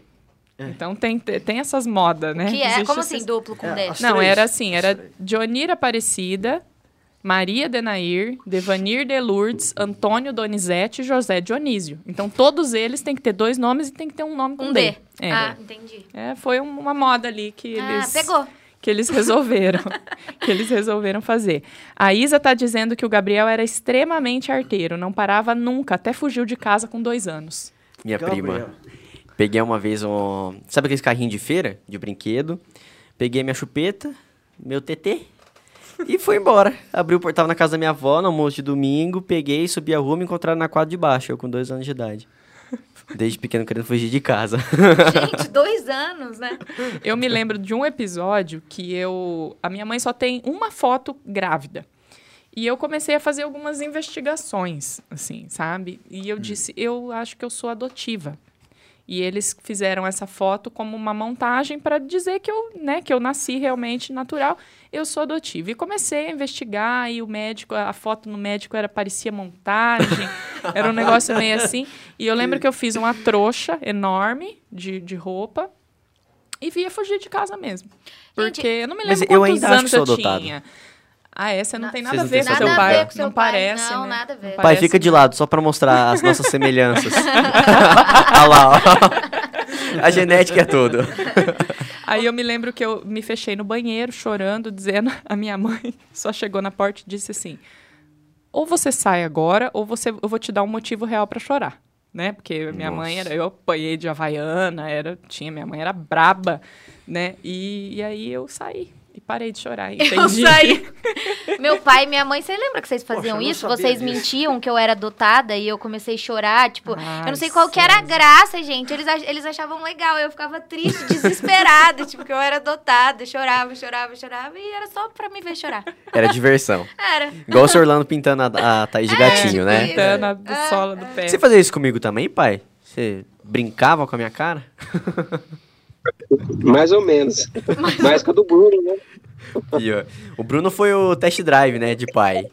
Speaker 1: Então tem, tem essas modas, né?
Speaker 2: É. Que é,
Speaker 1: Existe
Speaker 2: como
Speaker 1: essas-
Speaker 2: assim, duplo com
Speaker 4: É,
Speaker 2: D?
Speaker 4: as-
Speaker 1: não,
Speaker 4: três.
Speaker 1: era assim, era
Speaker 4: As três.
Speaker 1: Dionira Aparecida, Maria Denair, Devanir de Lourdes, Antônio Donizete e José Dionísio. Então, todos eles têm que ter dois nomes e tem que ter um nome com
Speaker 2: Um D.
Speaker 1: É.
Speaker 2: Ah, entendi.
Speaker 1: É, foi um- uma moda ali que
Speaker 2: Ah,
Speaker 1: eles
Speaker 2: pegou.
Speaker 1: que eles resolveram, que eles resolveram fazer. A Isa tá dizendo que o Gabriel era extremamente arteiro, não parava nunca, até fugiu de casa com dois anos.
Speaker 3: Minha prima.
Speaker 4: Gabriel.
Speaker 3: Peguei uma vez um. Sabe aqueles carrinhos de feira? De brinquedo. Peguei minha chupeta, meu TT. E fui embora. Abri o portal na casa da minha avó, no almoço de domingo. Peguei, subi a rua, me encontraram na quadra de baixo, eu com dois anos de idade. Desde pequeno querendo fugir de casa.
Speaker 2: Gente, dois anos, né?
Speaker 1: Eu me lembro de um episódio que eu. A minha mãe só tem uma foto grávida. E eu comecei a fazer algumas investigações, assim, sabe? E
Speaker 3: Hum.
Speaker 1: eu disse, eu acho que eu sou adotiva. E eles fizeram essa foto como uma montagem para dizer que eu, né, que eu nasci realmente natural, eu sou adotiva. E comecei a investigar e o médico, a foto no médico era parecia montagem, era um negócio meio assim. E eu lembro que eu fiz uma trouxa enorme de, de roupa e via fugir de casa mesmo. Porque eu não me
Speaker 3: mas
Speaker 1: lembro
Speaker 3: eu
Speaker 1: quantos
Speaker 3: ainda acho
Speaker 1: anos
Speaker 3: que sou
Speaker 1: eu
Speaker 3: adotado.
Speaker 1: tinha. Ah, essa não
Speaker 2: Na-
Speaker 1: tem
Speaker 3: Vocês
Speaker 1: nada a
Speaker 3: não
Speaker 1: ver
Speaker 3: têm
Speaker 1: com seu
Speaker 3: nada a
Speaker 1: pai.
Speaker 3: ver com
Speaker 2: seu
Speaker 1: não
Speaker 2: pai,
Speaker 1: parece,
Speaker 2: não,
Speaker 1: né?
Speaker 2: nada a ver.
Speaker 1: Não
Speaker 3: Pai,
Speaker 1: parece,
Speaker 3: fica de
Speaker 1: né?
Speaker 3: lado, só pra mostrar as nossas semelhanças. Olha lá, ó. A genética é tudo.
Speaker 1: Aí eu me lembro que eu me fechei no banheiro chorando, dizendo a minha mãe só chegou na porta e disse assim: ou você sai agora, ou você, eu vou te dar um motivo real pra chorar, né? Porque minha mãe
Speaker 3: Nossa.
Speaker 1: era, eu apanhei de havaiana, era, tinha minha mãe era braba, né? E, e aí eu saí e parei de chorar. Entendi.
Speaker 2: Eu saí. Meu pai e minha mãe, você lembra que vocês faziam
Speaker 4: eu não
Speaker 2: isso?
Speaker 4: sabia
Speaker 2: Vocês
Speaker 4: disso.
Speaker 2: mentiam que eu era adotada e eu comecei a chorar, tipo, eu não sei qual que
Speaker 1: Nossa.
Speaker 2: era a graça, gente. Eles, ach- eles achavam legal, eu ficava triste, desesperada, tipo, que eu era adotada, chorava, chorava, chorava e era só pra me ver chorar.
Speaker 3: Era diversão.
Speaker 2: Era.
Speaker 3: Igual o Sr. Orlando pintando a, a Thaís de gatinho, né?
Speaker 1: Pintando a do
Speaker 2: Ah,
Speaker 1: sola do pé.
Speaker 3: Você fazia isso comigo também, pai? Você brincava com a minha cara?
Speaker 6: Mais ou menos. Mais que a do Bruno, né?
Speaker 3: Pior. O Bruno foi o test drive, né, de pai.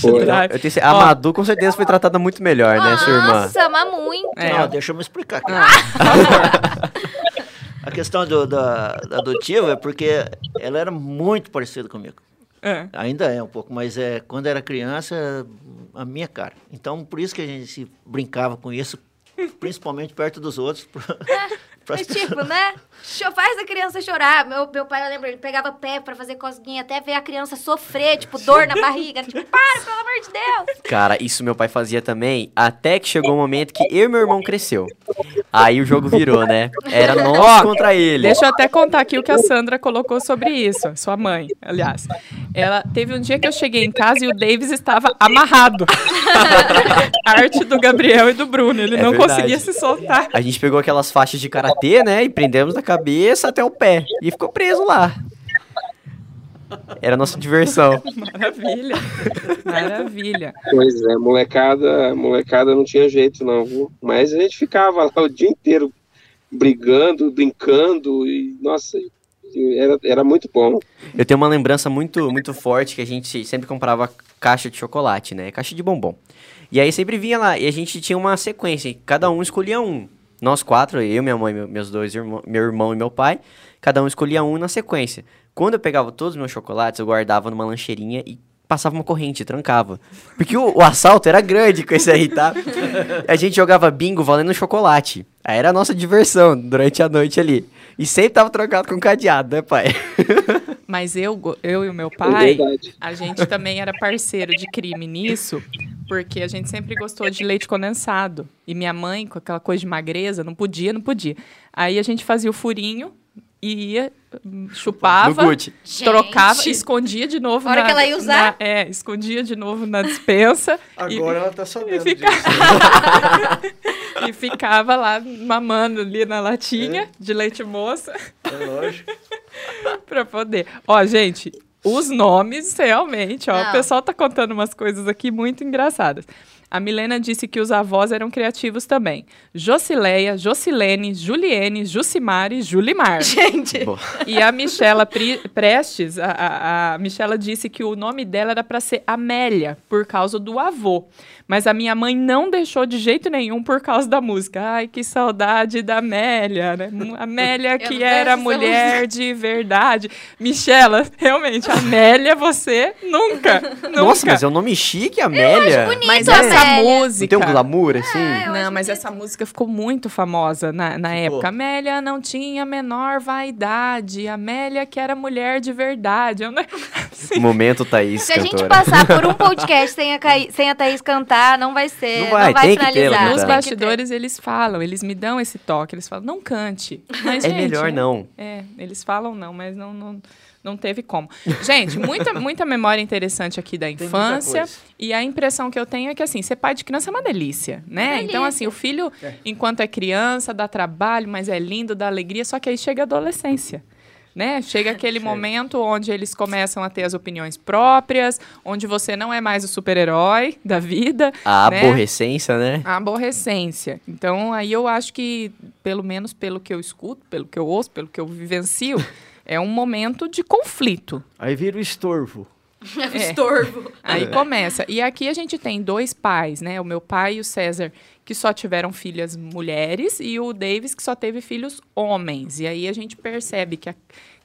Speaker 6: Foi.
Speaker 3: Então, eu tenho cer- a
Speaker 1: Ó.
Speaker 3: Madu com certeza foi tratada muito melhor, né, sua irmã?
Speaker 2: Nossa, mas muito.
Speaker 1: É,
Speaker 5: Não,
Speaker 1: ó,
Speaker 5: deixa eu me explicar aqui.
Speaker 1: ah,
Speaker 5: A questão do- da, da adotiva é porque ela era muito parecida comigo.
Speaker 1: é.
Speaker 5: Ainda é um pouco, mas é, quando era criança, a minha cara. Então, por isso que a gente se brincava com isso, principalmente perto dos outros. pra- pra-
Speaker 2: Mas, tipo, né? Cho- Faz a criança chorar. Meu, meu pai, eu lembro, ele pegava pé pra fazer cosguinha até ver a criança sofrer, tipo, dor na barriga. Tipo, para, pelo amor de Deus.
Speaker 3: Cara, isso meu pai fazia também, até que chegou o momento que eu e meu irmão cresceu. Aí o jogo virou, né? Era nós contra ele.
Speaker 1: Deixa eu até contar aqui o que a Sandra colocou sobre isso, sua mãe, aliás. Ela teve um dia que eu cheguei em casa e o Davis estava amarrado. A Arte do Gabriel e do Bruno, ele
Speaker 3: É
Speaker 1: não
Speaker 3: verdade.
Speaker 1: conseguia se soltar.
Speaker 3: A gente pegou aquelas faixas de karatê, né? E prendemos da cabeça até o pé. E ficou preso lá. Era a nossa diversão.
Speaker 1: Maravilha. Maravilha.
Speaker 6: Pois é, molecada, molecada não tinha jeito não, viu? Mas a gente ficava lá o dia inteiro brigando, brincando e nossa, era, era muito bom. É
Speaker 3: Eu tenho uma lembrança muito, muito forte que a gente sempre comprava caixa de chocolate, né? Caixa de bombom. E aí sempre vinha lá e a gente tinha uma sequência. Cada um escolhia um. Nós quatro, eu, minha mãe, meu- meus dois irmãos, meu irmão e meu pai, cada um escolhia um na sequência. Quando eu pegava todos os meus chocolates, eu guardava numa lancheirinha e passava uma corrente, trancava. Porque o, o assalto era grande com esse aí, tá? A gente jogava bingo valendo chocolate. Aí era a nossa diversão durante a noite ali. E sempre tava trancado com cadeado, né, pai?
Speaker 1: Mas eu, go- eu e o meu
Speaker 6: É
Speaker 1: pai,
Speaker 6: verdade.
Speaker 1: a gente também era parceiro de crime nisso, porque a gente sempre gostou de leite condensado. E minha mãe, com aquela coisa de magreza, não podia, não podia. Aí a gente fazia o furinho e ia, hum,
Speaker 3: No
Speaker 1: chupava,
Speaker 3: Gucci.
Speaker 2: Gente,
Speaker 1: trocava, escondia de novo.
Speaker 2: A hora
Speaker 1: na-
Speaker 2: que ela ia usar.
Speaker 1: na- é, escondia de novo na dispensa
Speaker 4: Agora ela tá sabendo
Speaker 1: fica-
Speaker 4: disso.
Speaker 1: e ficava lá mamando ali na latinha de leite moça
Speaker 4: É lógico.
Speaker 1: pra poder. Ó, gente, os nomes realmente, ó,
Speaker 2: Não.
Speaker 1: o pessoal tá contando umas coisas aqui muito engraçadas. A Milena disse que os avós eram criativos também. Jocileia, Jocilene, Juliene, Jucimar e Julimar.
Speaker 2: Gente,
Speaker 3: Boa.
Speaker 1: E a Michela Pri- Prestes, a, a, a Michela disse que o nome dela era para ser Amélia, por causa do avô. Mas a minha mãe não deixou de jeito nenhum por causa da música. Ai, que saudade da Amélia, né? Mu- Amélia
Speaker 2: não
Speaker 1: que
Speaker 2: vejo
Speaker 1: era
Speaker 2: essa
Speaker 1: mulher de verdade. Michela, realmente, Amélia, você nunca, nunca.
Speaker 3: Nossa, mas é um nome chique, Amélia. é.
Speaker 1: Mas essa
Speaker 2: Bonito, Amélia.
Speaker 3: Não
Speaker 1: música...
Speaker 3: tem um glamour, assim?
Speaker 2: É, eu
Speaker 1: Não,
Speaker 2: acho
Speaker 1: mas
Speaker 2: bonito.
Speaker 1: essa música ficou muito famosa na, na época. Amélia não tinha a menor vaidade. Amélia que era mulher de verdade. Eu não- Assim,
Speaker 3: Momento Thaís,
Speaker 2: se a gente
Speaker 3: cantora.
Speaker 2: passar por um podcast sem a, Caí- sem a Thaís cantar, não vai ser.
Speaker 3: Não vai, tem que ter ela
Speaker 2: finalizar.
Speaker 3: cantando.
Speaker 1: nos
Speaker 3: tá.
Speaker 1: bastidores eles falam, eles me dão esse toque. Eles falam, não cante. Mas,
Speaker 3: É
Speaker 1: gente,
Speaker 3: melhor não.
Speaker 1: É, eles falam não, mas não, não, não teve como. Gente, muita, muita memória interessante aqui da
Speaker 4: Tem muita
Speaker 1: infância.
Speaker 4: coisa.
Speaker 1: E a impressão que eu tenho é que, assim, ser pai de criança é uma delícia, né?
Speaker 2: delícia.
Speaker 1: Então, assim, o filho, enquanto é criança, dá trabalho, mas é lindo, dá alegria, só que aí chega a adolescência. Né? Chega aquele momento onde eles começam a ter as opiniões próprias, onde você não é mais o super-herói da vida.
Speaker 3: A
Speaker 1: né?
Speaker 3: aborrecência, né?
Speaker 1: A aborrecência. Então, aí eu acho que, pelo menos pelo que eu escuto, pelo que eu ouço, pelo que eu vivencio, é um momento de conflito.
Speaker 4: Aí vira o estorvo.
Speaker 1: É.
Speaker 2: Estorvo.
Speaker 1: Aí começa. E aqui a gente tem dois pais, né? O meu pai e o César, que só tiveram filhas mulheres, e o Davis, que só teve filhos homens. E aí a gente percebe que a-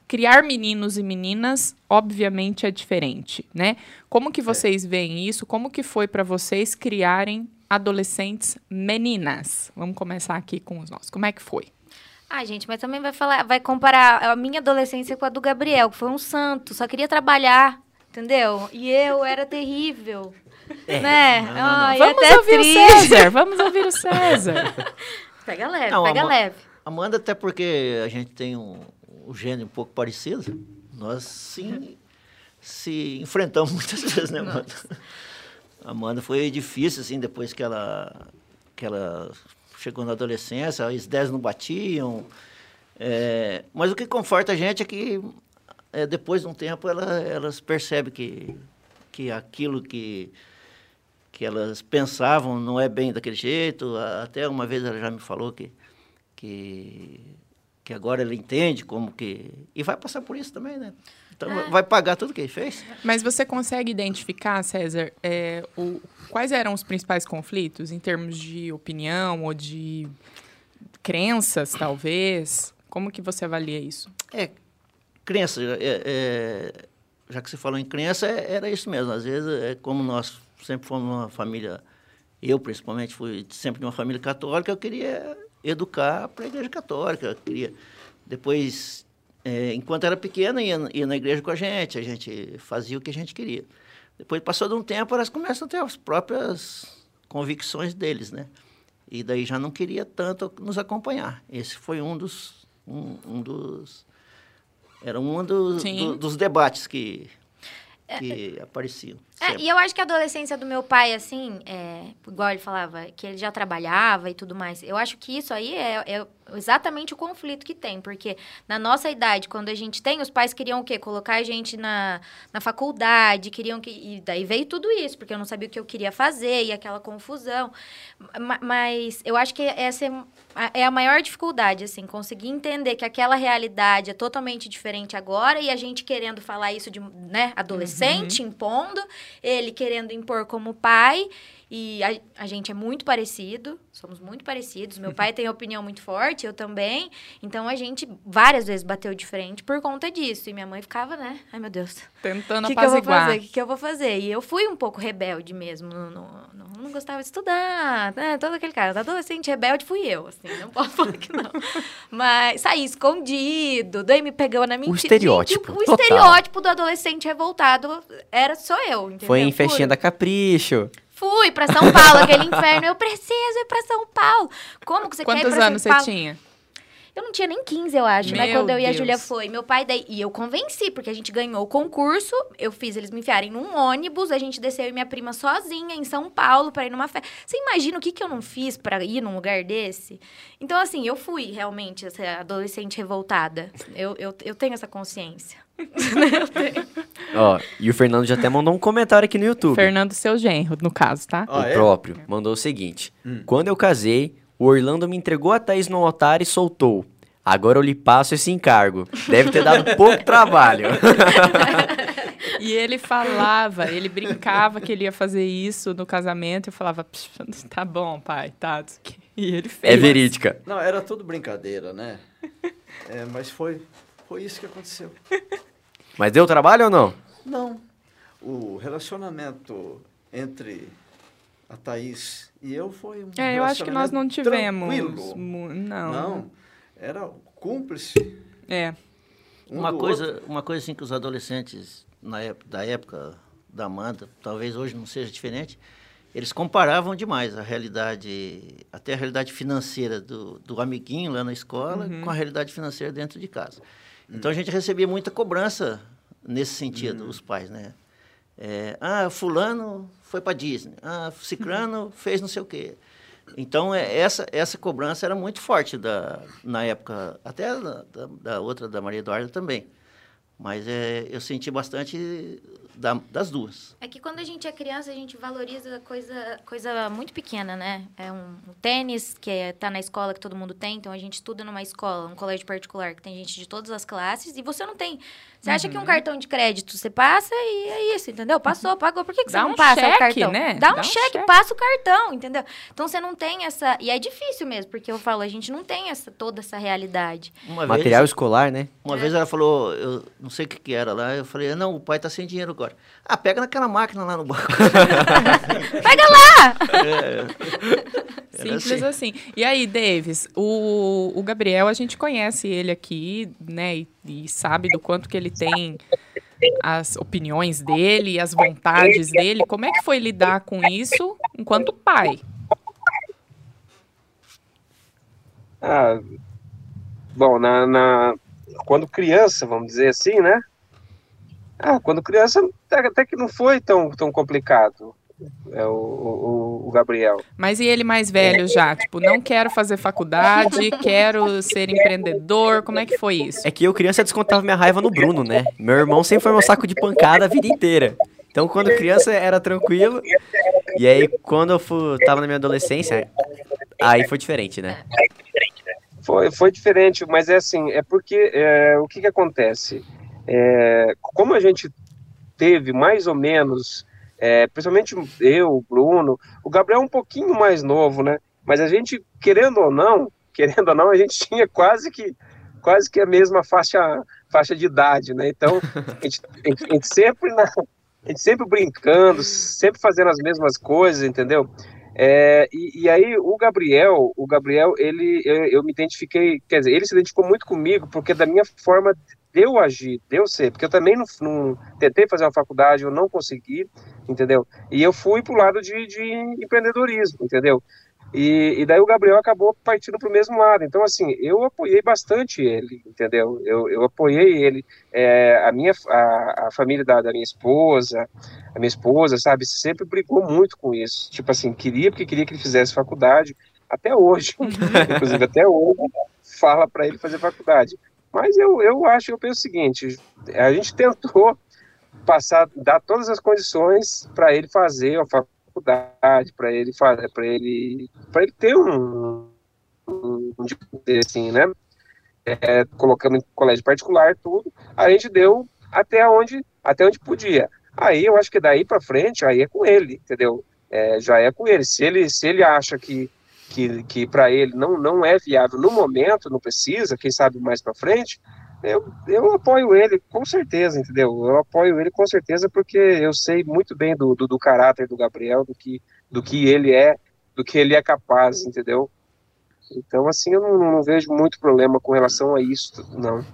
Speaker 1: criar meninos e meninas, obviamente, é diferente, né? Como que vocês veem isso? Como que foi para vocês criarem adolescentes meninas? Vamos começar aqui com os nossos. Como é que foi?
Speaker 2: Ah, gente, mas também vai falar, vai comparar a minha adolescência com a do Gabriel, que foi um santo, só queria trabalhar, entendeu? E eu era terrível. né?
Speaker 5: É. não, não, não.
Speaker 2: Ai,
Speaker 1: Vamos
Speaker 2: até
Speaker 1: ouvir o
Speaker 2: triste.
Speaker 1: César! Vamos ouvir o César!
Speaker 2: Pega leve,
Speaker 5: Não,
Speaker 2: pega
Speaker 5: amor.
Speaker 2: leve.
Speaker 5: Amanda, até porque a gente tem um, um gênio um pouco parecido, nós sim se enfrentamos muitas vezes, né, Amanda? A Amanda foi difícil, assim, depois que ela, que ela chegou na adolescência, os 10 não batiam. é, mas o que conforta a gente é que é, depois de um tempo ela, elas percebem que, que aquilo que que elas pensavam não é bem daquele jeito. A- Até uma vez ela já me falou que que que agora ela entende como que e vai passar por isso também, né? Então vai pagar tudo que ele fez.
Speaker 1: Mas você consegue identificar, César, é, o- quais eram os principais conflitos em termos de opinião ou de crenças, talvez? Como que você avalia isso?
Speaker 5: É, crença. é- é- já que você falou em crença, é- era isso mesmo. Às vezes, é como nós sempre fomos uma família, eu principalmente fui sempre de uma família católica, eu queria educar para a igreja católica. Eu queria. Depois, é, enquanto era pequena, ia, na- ia na igreja com a gente, a gente fazia o que a gente queria. Depois, passou de um tempo, elas começam a ter as próprias convicções deles, né? E daí já não queria tanto nos acompanhar. Esse foi um dos. Um, um dos era um dos,
Speaker 1: Sim.
Speaker 5: do- dos debates que, que apareciam.
Speaker 2: É,
Speaker 5: sempre.
Speaker 2: e eu acho que a adolescência do meu pai, assim, é, igual ele falava, que ele já trabalhava e tudo mais, eu acho que isso aí é, é exatamente o conflito que tem, porque na nossa idade, quando a gente tem, os pais queriam o quê? Colocar a gente na, na faculdade, queriam que. E daí veio tudo isso, porque eu não sabia o que eu queria fazer e aquela confusão. Ma- mas eu acho que essa é, a- é a maior dificuldade, assim, conseguir entender que aquela realidade é totalmente diferente agora e a gente querendo falar isso de, né, adolescente, impondo, ele querendo impor como pai. E a, a gente é muito parecido, somos muito parecidos. Meu pai tem opinião muito forte, eu também. Então a gente várias vezes bateu de frente por conta disso. E minha mãe ficava, né? Ai meu Deus,
Speaker 1: Tentando
Speaker 2: que, que eu vou
Speaker 1: apaziguar.
Speaker 2: fazer? O que, que eu vou fazer? E eu fui um pouco rebelde mesmo. Não, não, não, não gostava de estudar. Né? Todo aquele cara. Adolescente rebelde fui eu, assim. Não posso falar que não. Mas saí escondido. Daí me pegou na mentira. Gente,
Speaker 3: estereótipo,
Speaker 2: o
Speaker 3: total.
Speaker 2: estereótipo do adolescente revoltado era só eu, entendeu?
Speaker 3: Foi em
Speaker 2: Fui.
Speaker 3: festinha da Capricho.
Speaker 2: Fui pra São Paulo, aquele inferno. Eu preciso ir pra São Paulo. Como que você quer ir
Speaker 1: Quantos
Speaker 2: pra
Speaker 1: anos
Speaker 2: São Paulo?
Speaker 1: você tinha?
Speaker 2: Eu não tinha nem 15, eu acho, né?
Speaker 1: Meu
Speaker 2: Quando eu e a
Speaker 1: Deus.
Speaker 2: Júlia foi. Meu pai daí. E eu convenci, porque a gente ganhou o concurso. Eu fiz eles me enfiarem num ônibus. A gente desceu eu e minha prima sozinha em São Paulo pra ir numa festa. Você imagina o que, que eu não fiz pra ir num lugar desse? Então, assim, eu fui realmente essa adolescente revoltada. Eu, eu, eu tenho essa consciência. eu tenho.
Speaker 3: Ó, e o Fernando já até mandou um comentário aqui no YouTube.
Speaker 1: Fernando, seu genro, no caso, tá?
Speaker 4: Ah,
Speaker 3: o
Speaker 4: é? Hum.
Speaker 3: próprio mandou o seguinte: Quando eu casei, o Orlando me entregou a Thaís no altar e soltou. Agora eu lhe passo esse encargo. Deve ter dado pouco trabalho.
Speaker 1: E ele falava, ele brincava que ele ia fazer isso no casamento. Eu falava, "Psh, tá bom, pai, tá. E ele fez.
Speaker 3: é verídica.
Speaker 4: Não, era tudo brincadeira, né? É, mas foi, foi isso que aconteceu.
Speaker 3: Mas deu trabalho ou não?
Speaker 4: Não. O relacionamento entre a Thaís e eu foi um
Speaker 1: É, eu acho que nós não
Speaker 4: relacionamento
Speaker 1: tivemos.
Speaker 4: Tranquilo.
Speaker 1: mu- Não. né?
Speaker 4: Não, era cúmplice.
Speaker 1: É.
Speaker 4: um
Speaker 5: uma
Speaker 4: do
Speaker 5: coisa,
Speaker 4: outro.
Speaker 5: uma coisa assim que os adolescentes na época, da época da Amanda, talvez hoje não seja diferente, eles comparavam demais a realidade, até a realidade financeira do, do amiguinho lá na escola
Speaker 4: Uhum.
Speaker 5: com a realidade financeira dentro de casa. Então a gente recebia muita cobrança nesse
Speaker 4: Uhum.
Speaker 5: sentido, os pais, né? É, ah, fulano foi para Disney. Ah,
Speaker 4: Uhum.
Speaker 5: ciclano fez não sei o quê. Então, é, essa, essa cobrança era muito forte da, na época, até da, da- da outra, da Maria Eduarda também. Mas é, eu senti bastante da- das duas.
Speaker 2: É que quando a gente é criança, a gente valoriza coisa, coisa muito pequena, né? É um, um tênis que é, tá na escola que todo mundo tem, então a gente estuda numa escola, um colégio particular que tem gente de todas as classes e você não tem. Você acha
Speaker 1: Uhum.
Speaker 2: que um cartão de crédito você passa e é isso, entendeu? Passou, pagou. Por que, que você
Speaker 1: Dá
Speaker 2: não
Speaker 1: um
Speaker 2: passa
Speaker 1: cheque,
Speaker 2: o cartão?
Speaker 1: né?
Speaker 2: Dá um
Speaker 1: Dá um
Speaker 2: cheque,
Speaker 1: cheque.
Speaker 2: passa o cartão, entendeu? Então você não tem essa. E é difícil mesmo, porque eu falo, a gente não tem essa, toda essa realidade.
Speaker 5: Uma
Speaker 3: Material
Speaker 5: vez,
Speaker 3: escolar, né?
Speaker 5: uma vez ela falou, eu não sei o que, que era lá, eu falei, não, o pai está sem dinheiro agora. Ah, pega naquela máquina lá no banco.
Speaker 2: Pega lá!
Speaker 5: Era
Speaker 1: Simples assim. E aí, Davis, o, o Gabriel, a gente conhece ele aqui, né? E, e sabe do quanto que ele tem as opiniões dele, as vontades dele. Como é que foi lidar com isso enquanto pai?
Speaker 6: Ah, bom, na, na- quando criança, vamos dizer assim, né? Ah, quando criança até, até que não foi tão, tão complicado é, o, o, o Gabriel.
Speaker 1: Mas e ele mais velho já? Tipo, não quero fazer faculdade, quero ser empreendedor. Como é que foi isso?
Speaker 3: É que eu, criança, descontava minha raiva no Bruno, né? Meu irmão sempre foi meu saco de pancada a vida inteira. Então, quando criança, era tranquilo. E aí, quando eu fu- tava na minha adolescência, aí foi diferente, né?
Speaker 6: Foi, foi diferente, mas é assim, é porque é, o que, que acontece? É, como a gente teve mais ou menos, é, principalmente eu, o Bruno, o Gabriel é um pouquinho mais novo, né? Mas a gente, querendo ou não, querendo ou não, a gente tinha quase que quase que a mesma faixa, faixa de idade, né? Então, a gente, a gente- a gente sempre na- a gente sempre brincando, sempre fazendo as mesmas coisas, entendeu? É, e, e aí o Gabriel, o Gabriel, ele eu, eu me identifiquei, quer dizer, ele se identificou muito comigo porque da minha forma de eu agir, de eu ser, porque eu também não, não- tentei fazer uma faculdade, eu não consegui, entendeu? E eu fui pro lado de, de empreendedorismo, entendeu? E, e daí o Gabriel acabou partindo pro mesmo lado. Então, assim, eu apoiei bastante ele, entendeu? Eu, eu apoiei ele, é, a minha a, a família da, da minha esposa, a minha esposa, sabe, sempre brigou muito com isso. Tipo assim, queria porque queria que ele fizesse faculdade, até hoje. Inclusive, até hoje, fala para ele fazer faculdade. Mas eu, eu acho, eu penso o seguinte: a gente tentou passar, dar todas as condições para ele fazer uma faculdade, para ele fazer, para ele, para ele ter um, um, um diploma, assim, né? É, colocando em colégio particular tudo, a gente deu até onde, até onde podia. Aí eu acho que daí para frente, aí é com ele, entendeu? É, já é com ele. Se ele, se ele acha que, que, que para ele não, não é viável no momento, não precisa, quem sabe mais para frente, eu, eu apoio ele com certeza, entendeu? Eu apoio ele com certeza porque eu sei muito bem do, do, do caráter do Gabriel, do que, do que ele é, do que ele é capaz, entendeu? Então, assim, eu não, não vejo muito problema com relação a isso, não.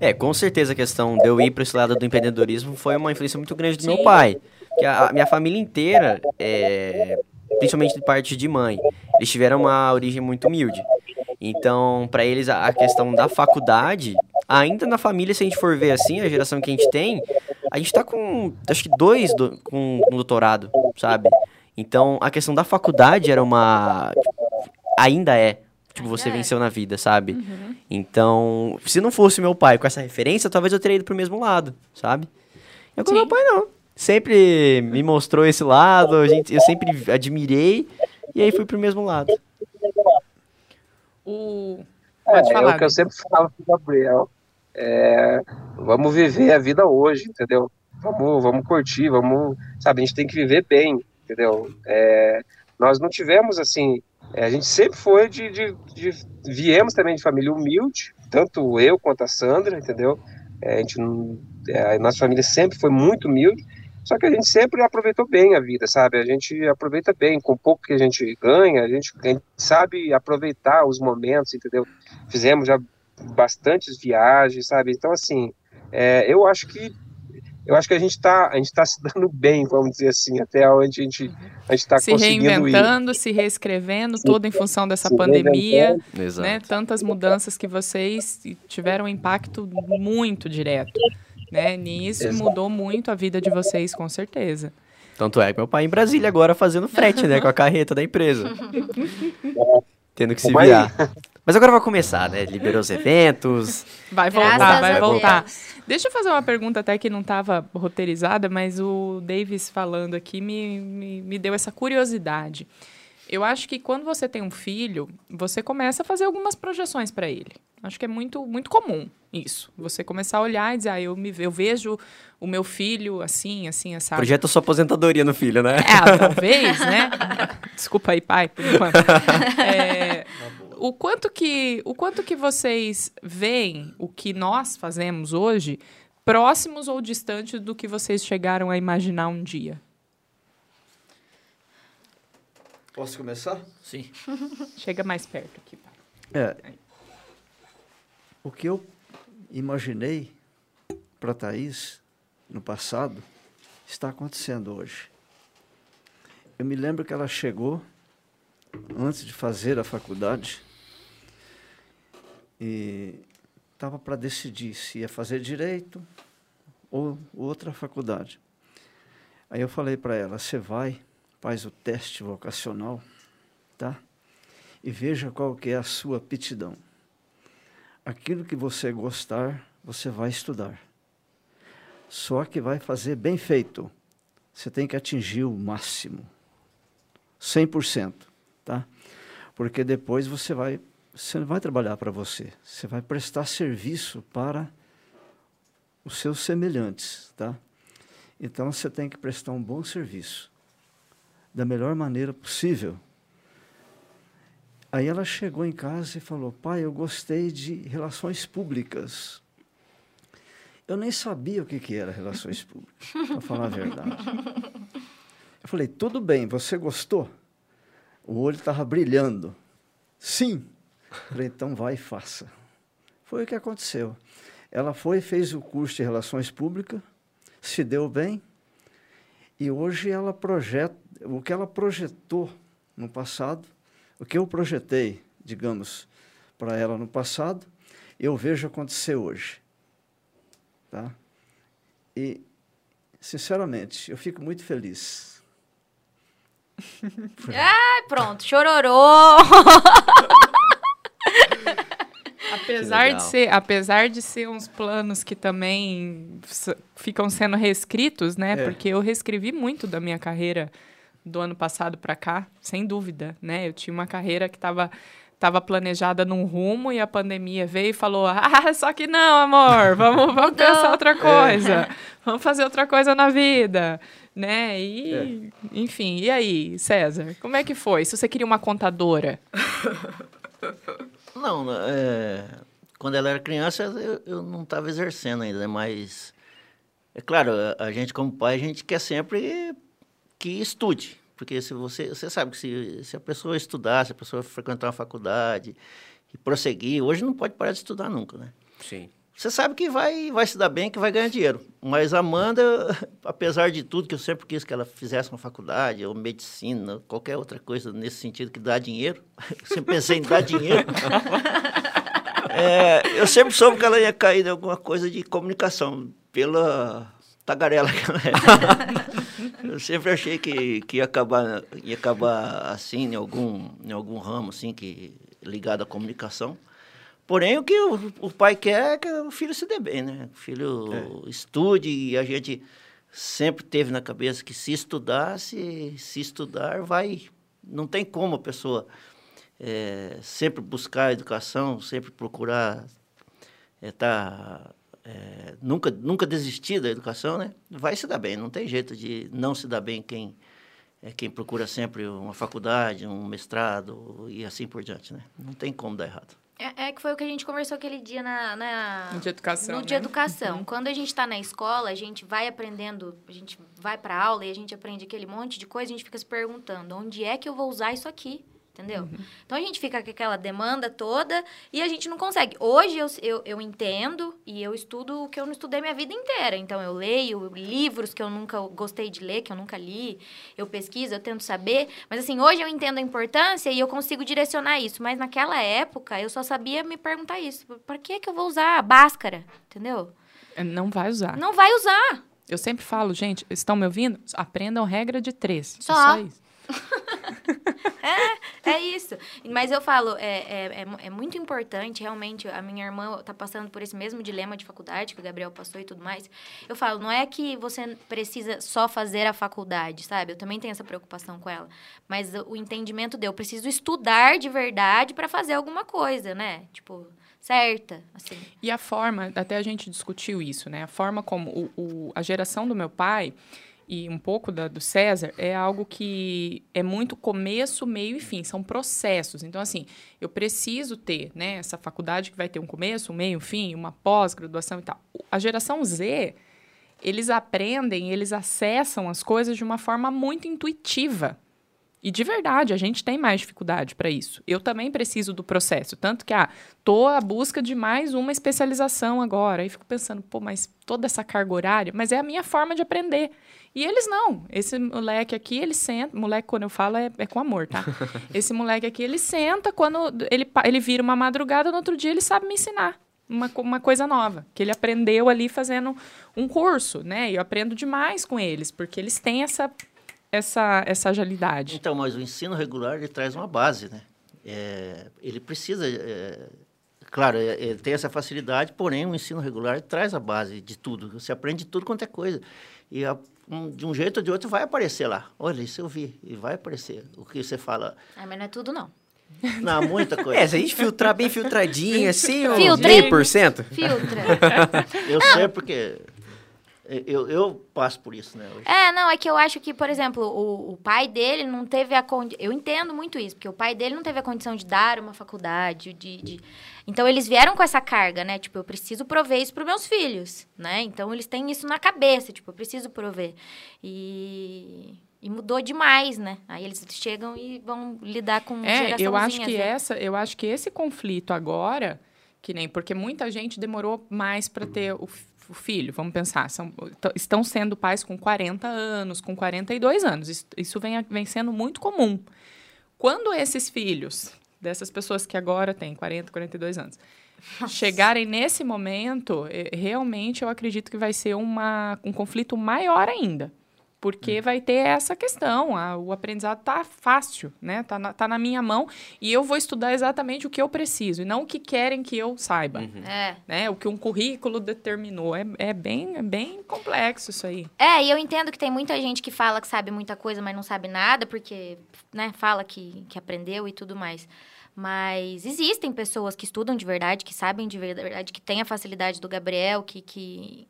Speaker 3: É, com certeza a questão de eu ir pra esse lado do empreendedorismo foi uma influência muito grande do meu
Speaker 1: Sim.
Speaker 3: pai. Que a, a minha família inteira, é, principalmente de parte de mãe, eles tiveram uma origem muito humilde. Então, para eles, a a questão da faculdade, ainda na família, se a gente for ver assim, a geração que a gente tem, a gente tá com, acho que dois do, com um doutorado, sabe? Então, a questão da faculdade era uma. Ainda é. Tipo, você
Speaker 2: Ainda é.
Speaker 3: venceu na vida, sabe?
Speaker 1: Uhum.
Speaker 3: Então, se não fosse meu pai com essa referência, talvez eu teria ido pro mesmo lado, sabe? Eu com
Speaker 1: Sim.
Speaker 3: meu pai não. Sempre me mostrou esse lado, a gente, eu sempre admirei e aí fui pro mesmo lado.
Speaker 1: O... Pode
Speaker 6: é,
Speaker 1: falar.
Speaker 6: o que eu
Speaker 1: Gabi.
Speaker 6: sempre falo pro Gabriel. É, vamos viver a vida hoje, entendeu? Vamos, vamos curtir, vamos. Sabe, a gente tem que viver bem, entendeu? É, nós não tivemos assim. é, a gente sempre foi de, de, de- Viemos também de família humilde, tanto eu quanto a Sandra, entendeu? É, a gente não- é, a nossa família sempre foi muito humilde. Só que a gente sempre aproveitou bem a vida, sabe? A gente aproveita bem, com o pouco que a gente ganha, a gente, a gente sabe aproveitar os momentos, entendeu? Fizemos já bastantes viagens, sabe? Então, assim, é, eu acho que eu acho que a gente tá, a gente tá se dando bem, vamos dizer assim, até onde a gente a gente tá
Speaker 1: se
Speaker 6: conseguindo ir.
Speaker 1: reinventando, se reescrevendo, tudo em função dessa
Speaker 6: Se
Speaker 1: pandemia,
Speaker 6: reinventando.
Speaker 3: Exato.
Speaker 1: né? Tantas mudanças que vocês tiveram um impacto muito direto, né? Nisso
Speaker 6: Exato.
Speaker 1: mudou muito a vida de vocês, com certeza.
Speaker 3: Tanto é que meu pai em Brasília agora fazendo frete, né? Com a carreta da empresa. Tendo que se
Speaker 6: Mas-
Speaker 3: virar. Mas agora vai começar, né? Liberou os eventos.
Speaker 1: Vai
Speaker 2: Graças
Speaker 1: voltar,
Speaker 2: a
Speaker 1: vai
Speaker 2: Deus.
Speaker 1: voltar. Deixa eu fazer uma pergunta até que não estava roteirizada, mas o Davis falando aqui me, me, me deu essa curiosidade. Eu acho que quando você tem um filho, você começa a fazer algumas projeções para ele. Acho que é muito, muito comum isso. Você começar a olhar e dizer, ah, eu, me, eu vejo o meu filho assim, assim, essa.
Speaker 3: Projeta sua aposentadoria no filho, né?
Speaker 1: É, talvez, né? Desculpa aí, pai, por enquanto. É, o quanto que o quanto que vocês veem o que nós fazemos hoje próximos ou distantes do que vocês chegaram a imaginar um dia?
Speaker 4: Posso começar?
Speaker 5: Sim.
Speaker 1: Chega mais perto aqui, pai.
Speaker 4: O que eu imaginei para Thaís no passado está acontecendo hoje. Eu me lembro que ela chegou antes de fazer a faculdade e estava para decidir se ia fazer direito ou outra faculdade. Aí eu falei para ela: você vai, faz o teste vocacional, tá? E veja qual que é a sua aptidão aquilo que você gostar, você vai estudar. Só que vai fazer bem feito. Você tem que atingir o máximo. 100%, tá? Porque depois você vai você não vai trabalhar para você, você vai prestar serviço para os seus semelhantes, tá? Então você tem que prestar um bom serviço da melhor maneira possível. Aí ela chegou em casa e falou: Pai, eu gostei de relações públicas. Eu nem sabia o que, que era relações públicas, para falar a verdade. Eu falei: Tudo bem, você gostou? O olho estava brilhando. Sim. Eu falei: Então vai e faça. Foi o que aconteceu. Ela foi, fez o curso de relações públicas, se deu bem, e hoje ela projeta, o que ela projetou no passado, o que eu projetei, digamos, para ela no passado, eu vejo acontecer hoje. Tá? E, sinceramente, eu fico muito feliz.
Speaker 2: Ai, pronto, chororô!
Speaker 1: Apesar
Speaker 3: legal.
Speaker 1: de ser, apesar de ser uns planos que também s- ficam sendo reescritos, né?
Speaker 4: É.
Speaker 1: Porque eu reescrevi muito da minha carreira do ano passado para cá, sem dúvida, né? Eu tinha uma carreira que estava tava planejada num rumo e a pandemia veio e falou: "Ah, só que não, amor, vamos, vamos pensar outra coisa. Vamos fazer outra coisa na vida." Né? E enfim, e aí, César, como é que foi? Se você queria uma contadora,
Speaker 5: Não, é, quando ela era criança, eu, eu não estava exercendo ainda, né? mas... É claro, a, a gente como pai, a gente quer sempre que estude. Porque se você, você sabe que se, se a pessoa estudar, se a pessoa frequentar uma faculdade e prosseguir... Hoje não pode parar de estudar nunca, né?
Speaker 3: Sim.
Speaker 5: Você sabe que vai, vai se dar bem, que vai ganhar dinheiro. Mas a Amanda, apesar de tudo, que eu sempre quis que ela fizesse uma faculdade, ou medicina, qualquer outra coisa nesse sentido que dá dinheiro. Eu sempre pensei em dar dinheiro. É, eu sempre soube que ela ia cair em alguma coisa de comunicação, pela tagarela que ela é. Eu sempre achei que, que ia, acabar, ia acabar assim, em algum, em algum ramo assim, que, ligado à comunicação. Porém, o que o, o pai quer é que o filho se dê bem, né? O filho estude e a gente sempre teve na cabeça que se estudar, se, se estudar, vai. Não tem como a pessoa é, sempre buscar educação, sempre procurar é, tá, é, nunca, nunca desistir da educação, né? Vai se dar bem, não tem jeito de não se dar bem quem é quem procura sempre uma faculdade, um mestrado e assim por diante, né? Não tem como dar errado.
Speaker 2: É, é que foi o que a gente conversou aquele dia na, na-
Speaker 1: De educação.
Speaker 2: no
Speaker 1: né?
Speaker 2: de educação. Quando a gente está na escola, a gente vai aprendendo, a gente vai para aula e a gente aprende aquele monte de coisa, a gente fica se perguntando, onde é que eu vou usar isso aqui? Entendeu?
Speaker 1: Uhum.
Speaker 2: Então a gente fica com aquela demanda toda e a gente não consegue. Hoje eu, eu, eu entendo e eu estudo o que eu não estudei minha vida inteira. Então eu leio livros que eu nunca gostei de ler, que eu nunca li, eu pesquiso, eu tento saber. Mas assim, hoje eu entendo a importância e eu consigo direcionar isso. Mas naquela época eu só sabia me perguntar isso. Pra que que eu vou usar a báscara? Entendeu?
Speaker 1: Não vai usar.
Speaker 2: Não vai usar.
Speaker 1: Eu sempre falo, gente, estão me ouvindo? Aprendam regra de três. É
Speaker 2: Só.
Speaker 1: isso.
Speaker 2: É isso. Mas eu falo, é, é, é mu- é muito importante, realmente, a minha irmã tá passando por esse mesmo dilema de faculdade que o Gabriel passou e tudo mais. Eu falo, não é que você precisa só fazer a faculdade, sabe? Eu também tenho essa preocupação com ela. Mas o o entendimento deu, eu preciso estudar de verdade para fazer alguma coisa, né? Tipo, certa, assim.
Speaker 1: E a forma, até a gente discutiu isso, né? A forma como o- o- a geração do meu pai e um pouco da do César é algo que é muito começo, meio e fim, são processos. Então, assim, eu preciso ter, né, essa faculdade que vai ter um começo, um meio, um fim, uma pós-graduação e tal. O- A geração Z, eles aprendem, eles acessam as coisas de uma forma muito intuitiva. E de verdade, a gente tem mais dificuldade para isso. Eu também preciso do processo. Tanto que, ah, tô à busca de mais uma especialização agora. E fico pensando, pô, mas toda essa carga horária, mas é a minha forma de aprender. E eles não. Esse moleque aqui, ele senta. Moleque, quando eu falo, é, é com amor, tá? Esse moleque aqui, ele senta, quando ele, pa- ele vira uma madrugada, no outro dia ele sabe me ensinar. Uma, co- uma coisa nova, que ele aprendeu ali fazendo um curso, né? E eu aprendo demais com eles, porque eles têm essa, essa, essa agilidade.
Speaker 5: Então, mas o ensino regular ele traz uma base, né? É, ele precisa, é, claro, é, ele tem essa facilidade, porém o ensino regular traz a base de tudo. Você aprende tudo quanto é coisa e a- um- de um jeito ou de outro vai aparecer lá. Olha isso eu vi e vai aparecer. O que você fala?
Speaker 2: Ah, mas não é tudo, não.
Speaker 5: Não, muita coisa.
Speaker 3: É, se a gente filtrar bem filtradinho, assim, uns
Speaker 2: Filtrinho.
Speaker 3: 10%.
Speaker 2: Filtra.
Speaker 5: Eu sei porque eu, eu passo por isso, né? hoje.
Speaker 2: É, não, é que eu acho que, por exemplo, o, o pai dele não teve a condição. Eu entendo muito isso, porque o pai dele não teve a condição de dar uma faculdade, de. de- Então eles vieram com essa carga, né? Tipo, eu preciso prover isso para meus filhos, né? Então eles têm isso na cabeça, tipo, eu preciso prover. E. E mudou demais, né? Aí eles chegam e vão lidar com
Speaker 1: É, eu acho
Speaker 2: geraçãozinhas,
Speaker 1: que
Speaker 2: né?
Speaker 1: essa, eu acho que esse conflito agora, que nem porque muita gente demorou mais para ter o, f- o filho, vamos pensar, são- t- estão sendo pais com 40 anos, com 42 anos. Isso, isso vem, a- vem sendo muito comum. Quando esses filhos dessas pessoas que agora têm 40, 42 anos, chegarem nesse momento, eh, realmente eu acredito que vai ser uma, um conflito maior ainda. Porque vai ter essa questão, a- o aprendizado tá fácil, né? Tá na, tá na minha mão e eu vou estudar exatamente o que eu preciso e não o que querem que eu saiba,
Speaker 2: É.
Speaker 1: né? O que um currículo determinou. É, é bem, é bem complexo isso aí.
Speaker 2: É, e eu entendo que tem muita gente que fala que sabe muita coisa, mas não sabe nada, porque, né, fala que, que aprendeu e tudo mais. Mas existem pessoas que estudam de verdade, que sabem de verdade, que têm a facilidade do Gabriel, que. que...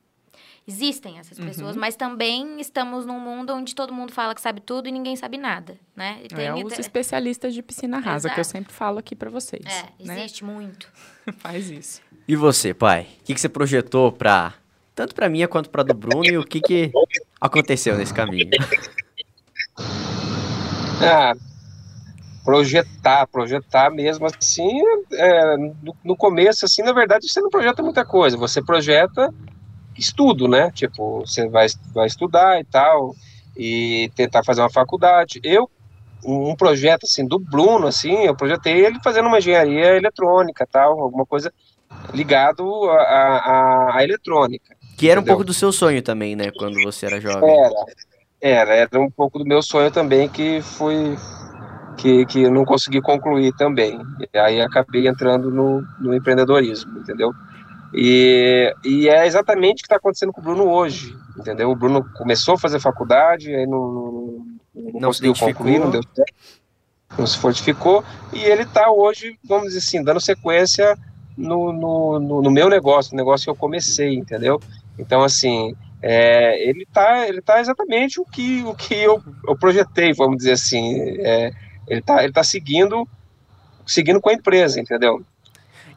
Speaker 2: Existem essas
Speaker 1: Uhum.
Speaker 2: pessoas, mas também estamos num mundo onde todo mundo fala que sabe tudo e ninguém sabe nada, né? E
Speaker 1: é os especialistas de piscina rasa que eu
Speaker 2: Exato.
Speaker 1: sempre falo aqui para vocês,
Speaker 2: é,
Speaker 1: né?
Speaker 2: existe muito.
Speaker 1: Faz isso.
Speaker 3: E você, pai? O que, que você projetou pra. Tanto pra minha quanto pra do Bruno e o que, que aconteceu nesse caminho?
Speaker 6: Ah, É, projetar, projetar mesmo assim, é, no, no começo, assim, na verdade, você não projeta muita coisa, você projeta estudo, né? Tipo, você vai, vai estudar e tal, e tentar fazer uma faculdade. Eu, um um projeto, assim, do Bruno, assim, eu projetei ele fazendo uma engenharia eletrônica, tal, alguma coisa ligado à- à à- à eletrônica.
Speaker 3: Que era um
Speaker 6: Entendeu?
Speaker 3: pouco do seu sonho também, né? Quando você era jovem.
Speaker 6: Era, era, era um pouco do meu sonho também que fui que, que eu não consegui concluir também. E aí acabei entrando no, no empreendedorismo, entendeu? E, e é exatamente o que está acontecendo com o Bruno hoje, entendeu? O Bruno começou a fazer faculdade, aí não, não, não
Speaker 3: Não se
Speaker 6: conseguiu
Speaker 3: identificou.
Speaker 6: concluir, não deu certo, não se fortificou, e ele está hoje, vamos dizer assim, dando sequência no, no, no, no meu negócio, no negócio que eu comecei, entendeu? Então, assim, é, ele tá, ele tá exatamente o que, o que eu, eu projetei, vamos dizer assim. É, ele tá, ele tá seguindo, seguindo com a empresa, entendeu?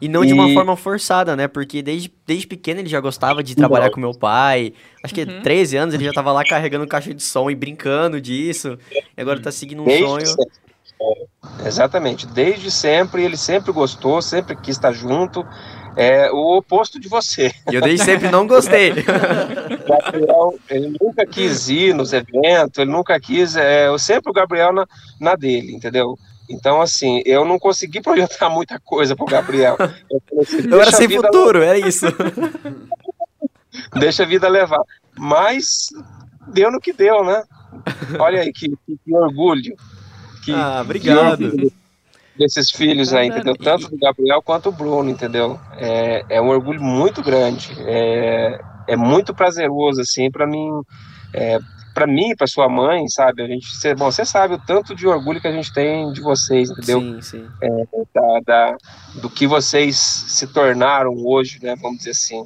Speaker 3: E não de uma
Speaker 6: E-
Speaker 3: forma forçada, né? Porque desde, desde pequeno ele já gostava de trabalhar com meu pai. Acho que
Speaker 1: Uhum.
Speaker 3: 13 anos ele já tava lá carregando um caixa de som e brincando disso. E agora tá seguindo um sonho.
Speaker 6: sempre. É, exatamente, desde sempre ele sempre gostou, sempre quis estar junto. É o oposto de você.
Speaker 3: E eu desde sempre não gostei.
Speaker 6: Gabriel, ele nunca quis ir nos eventos, ele nunca quis. É, eu sempre o Gabriel na, na dele, entendeu? Então, assim, eu não consegui projetar muita coisa pro Gabriel. Eu, falei assim,
Speaker 3: Eu era
Speaker 6: "Deixa a
Speaker 3: sem
Speaker 6: vida
Speaker 3: futuro, era isso.
Speaker 6: deixa a vida levar. Mas deu no que deu, né? Olha aí que, que- que orgulho. Que,
Speaker 3: Ah, obrigado.
Speaker 6: que orgulho desses filhos aí,
Speaker 1: Bacana.
Speaker 6: entendeu? Tanto do Gabriel quanto o Bruno, entendeu? É, é um orgulho muito grande. É, é muito prazeroso, assim, para mim. É, para mim, para sua mãe, sabe? A gente, cê, bom, você sabe o tanto de orgulho que a gente tem de vocês, entendeu?
Speaker 3: Sim, sim.
Speaker 6: Da, da- do que vocês se tornaram hoje, né? Vamos dizer assim.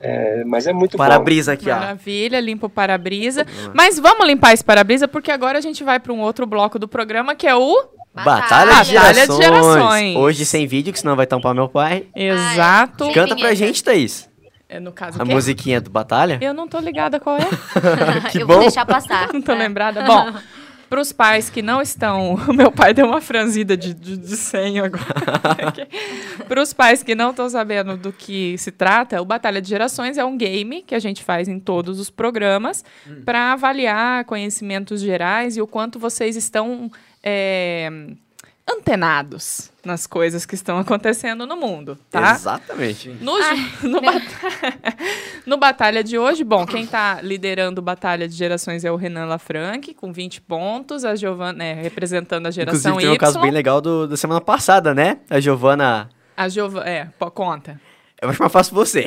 Speaker 6: É, mas é muito bom.
Speaker 3: Para-brisa aqui, ó.
Speaker 1: Maravilha, limpa o para-brisa. Mas vamos limpar esse para-brisa, porque agora a gente vai para um outro bloco do programa, que é o...
Speaker 3: Batalha de
Speaker 1: Batalha de
Speaker 3: gerações.
Speaker 1: gerações.
Speaker 3: Hoje sem vídeo, que senão vai tampar meu pai.
Speaker 1: Exato.
Speaker 2: Sem
Speaker 3: Canta pra
Speaker 2: vinheta.
Speaker 3: gente, Thaís.
Speaker 1: É, No caso,
Speaker 3: A
Speaker 1: o quê?
Speaker 3: musiquinha do Batalha.
Speaker 1: Eu não tô ligada qual é.
Speaker 3: Que
Speaker 2: eu
Speaker 3: bom.
Speaker 2: vou deixar passar.
Speaker 1: Não tô
Speaker 2: É.
Speaker 1: lembrada. Bom, pros pais que não estão. O meu pai deu uma franzida de, de, de senho agora. pros pais que não estão sabendo do que se trata, o Batalha de Gerações é um game que a gente faz em todos os programas para avaliar conhecimentos gerais e o quanto vocês estão. é, antenados nas coisas que estão acontecendo no mundo, tá?
Speaker 3: Exatamente.
Speaker 1: No, ju- no, bata- no Batalha de hoje, bom, quem tá liderando o Batalha de Gerações é o Renan Lafranc, com 20 pontos, a Giovana é, representando a
Speaker 3: Inclusive,
Speaker 1: geração
Speaker 3: tem um
Speaker 1: Y.
Speaker 3: caso bem legal do, da semana passada, né? A Giovana.
Speaker 1: A Giovana. É, pô, conta.
Speaker 3: Eu acho É mais fácil você.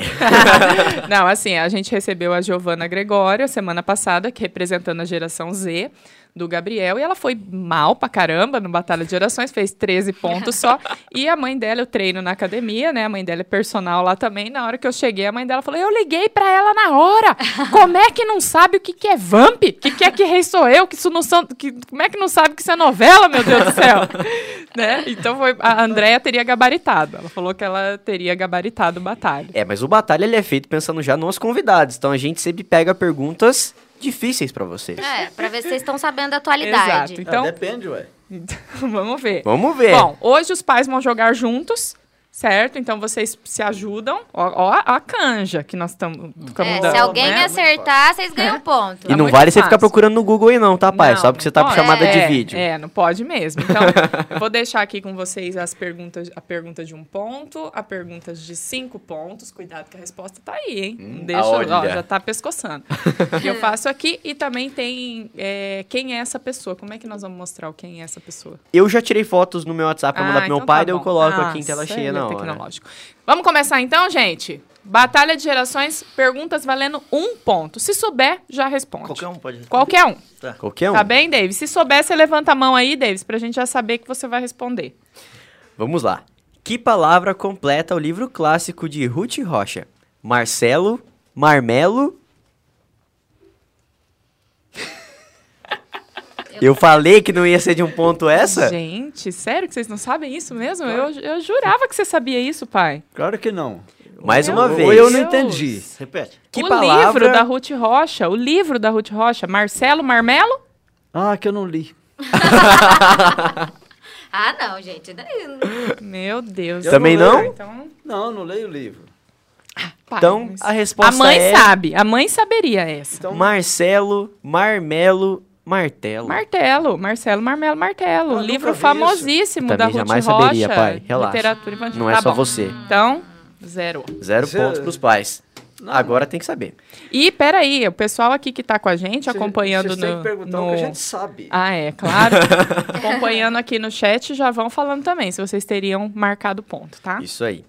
Speaker 1: Não, assim, a gente recebeu a Giovana Gregório semana passada, que representando a geração Z do Gabriel, e ela foi mal pra caramba no Batalha de Gerações, fez 13 pontos só. E a mãe dela, eu treino na academia, né? A mãe dela é personal lá também. Na hora que eu cheguei, a mãe dela falou: Eu liguei pra ela na hora. Como é que não sabe o que, que é Vamp? O que, que é que rei sou eu? Que isso não são. Que, como é que não sabe que isso é novela, meu Deus do céu? né? Então foi, a Andrea teria gabaritado. Ela falou que ela teria gabaritado o batalha.
Speaker 3: É, mas o Batalha ele é feito pensando já nos convidados. Então a gente sempre pega perguntas difíceis pra vocês.
Speaker 2: É, pra ver se vocês estão sabendo da atualidade.
Speaker 1: Exato. Então,
Speaker 4: Ah, depende, ué.
Speaker 1: vamos ver.
Speaker 3: Vamos ver.
Speaker 1: Bom, hoje os pais vão jogar juntos, certo? Então vocês se ajudam. Ó, ó a canja que nós estamos
Speaker 2: É,
Speaker 1: dando.
Speaker 2: se alguém
Speaker 1: né?
Speaker 2: acertar, vocês ganham ponto.
Speaker 3: e
Speaker 1: tá
Speaker 3: não
Speaker 1: muito
Speaker 3: vale você
Speaker 1: fácil.
Speaker 3: ficar procurando no Google aí, não, tá, pai?
Speaker 1: Não,
Speaker 3: Só porque você tá
Speaker 1: não
Speaker 3: com
Speaker 1: pode.
Speaker 3: chamada
Speaker 1: É,
Speaker 3: de vídeo.
Speaker 1: É, não pode mesmo. Então, eu vou deixar aqui com vocês as perguntas, a pergunta de um ponto, a pergunta de cinco pontos. Cuidado que a resposta tá aí, hein? Não Deixa, ó,
Speaker 3: Hum, olha.
Speaker 1: já tá pescoçando. E eu faço aqui e também tem é, quem é essa pessoa. Como é que nós vamos mostrar o quem é essa pessoa?
Speaker 3: Eu já tirei fotos no meu WhatsApp pra mandar pro meu
Speaker 1: então
Speaker 3: pai,
Speaker 1: tá
Speaker 3: daí eu
Speaker 1: bom.
Speaker 3: coloco
Speaker 1: Ah,
Speaker 3: aqui em tela
Speaker 1: isso aí
Speaker 3: cheia
Speaker 1: é
Speaker 3: na hora.
Speaker 1: tecnológico. Vamos começar então, gente? Batalha de gerações, perguntas valendo um ponto. Se souber, já responde.
Speaker 5: Qualquer um pode.
Speaker 1: Qualquer um.
Speaker 3: Qualquer um.
Speaker 1: Tá bem, Davis? Se souber, você levanta a mão aí, Davis, pra gente já saber que você vai responder.
Speaker 3: Vamos lá. Que palavra completa o livro clássico de Ruth Rocha? Marcelo, Marmelo. Eu falei que não ia ser de um ponto essa?
Speaker 1: Gente, sério que vocês não sabem isso mesmo? Eu, eu jurava que você sabia isso, pai.
Speaker 4: Claro que não.
Speaker 3: Mais
Speaker 1: Meu
Speaker 3: uma
Speaker 1: Deus.
Speaker 4: Ou
Speaker 3: vez.
Speaker 4: eu não entendi.
Speaker 5: Repete.
Speaker 3: Que
Speaker 1: o
Speaker 3: palavra-
Speaker 1: livro da Ruth Rocha, o livro da Ruth Rocha, Marcelo Marmelo?
Speaker 4: Ah, que eu não li.
Speaker 2: Ah, não, gente. Daí-
Speaker 1: Meu Deus.
Speaker 4: Eu
Speaker 3: Também
Speaker 4: não
Speaker 3: não?
Speaker 4: leio.
Speaker 1: Então,
Speaker 4: Não, não leio o livro.
Speaker 1: pá,
Speaker 3: Então,
Speaker 1: mas-
Speaker 3: a
Speaker 1: a
Speaker 3: resposta
Speaker 1: mãe
Speaker 3: é
Speaker 1: sabe. A mãe saberia essa.
Speaker 4: Então,
Speaker 3: Marcelo, Marmelo, Martelo.
Speaker 1: Martelo, Marcelo Marmelo Martelo.
Speaker 4: Ah,
Speaker 1: livro
Speaker 4: nunca vi isso.
Speaker 1: famosíssimo da
Speaker 3: Também
Speaker 1: Ruth
Speaker 3: jamais
Speaker 1: Rocha.
Speaker 3: saberia, pai. Relaxa.
Speaker 1: Literatura infantil.
Speaker 3: Não é
Speaker 1: Tá
Speaker 3: só
Speaker 1: bom.
Speaker 3: você.
Speaker 1: Então, zero.
Speaker 3: Zero
Speaker 4: Você-
Speaker 3: pontos pros pais. Agora tem que saber.
Speaker 1: E peraí, o pessoal aqui que tá com a gente, acompanhando
Speaker 4: vocês
Speaker 1: no.
Speaker 4: têm que perguntar
Speaker 1: no...
Speaker 4: o que a gente sabe.
Speaker 1: Ah, é, claro. acompanhando aqui no chat, já vão falando também, se vocês teriam marcado ponto, tá?
Speaker 3: Isso aí.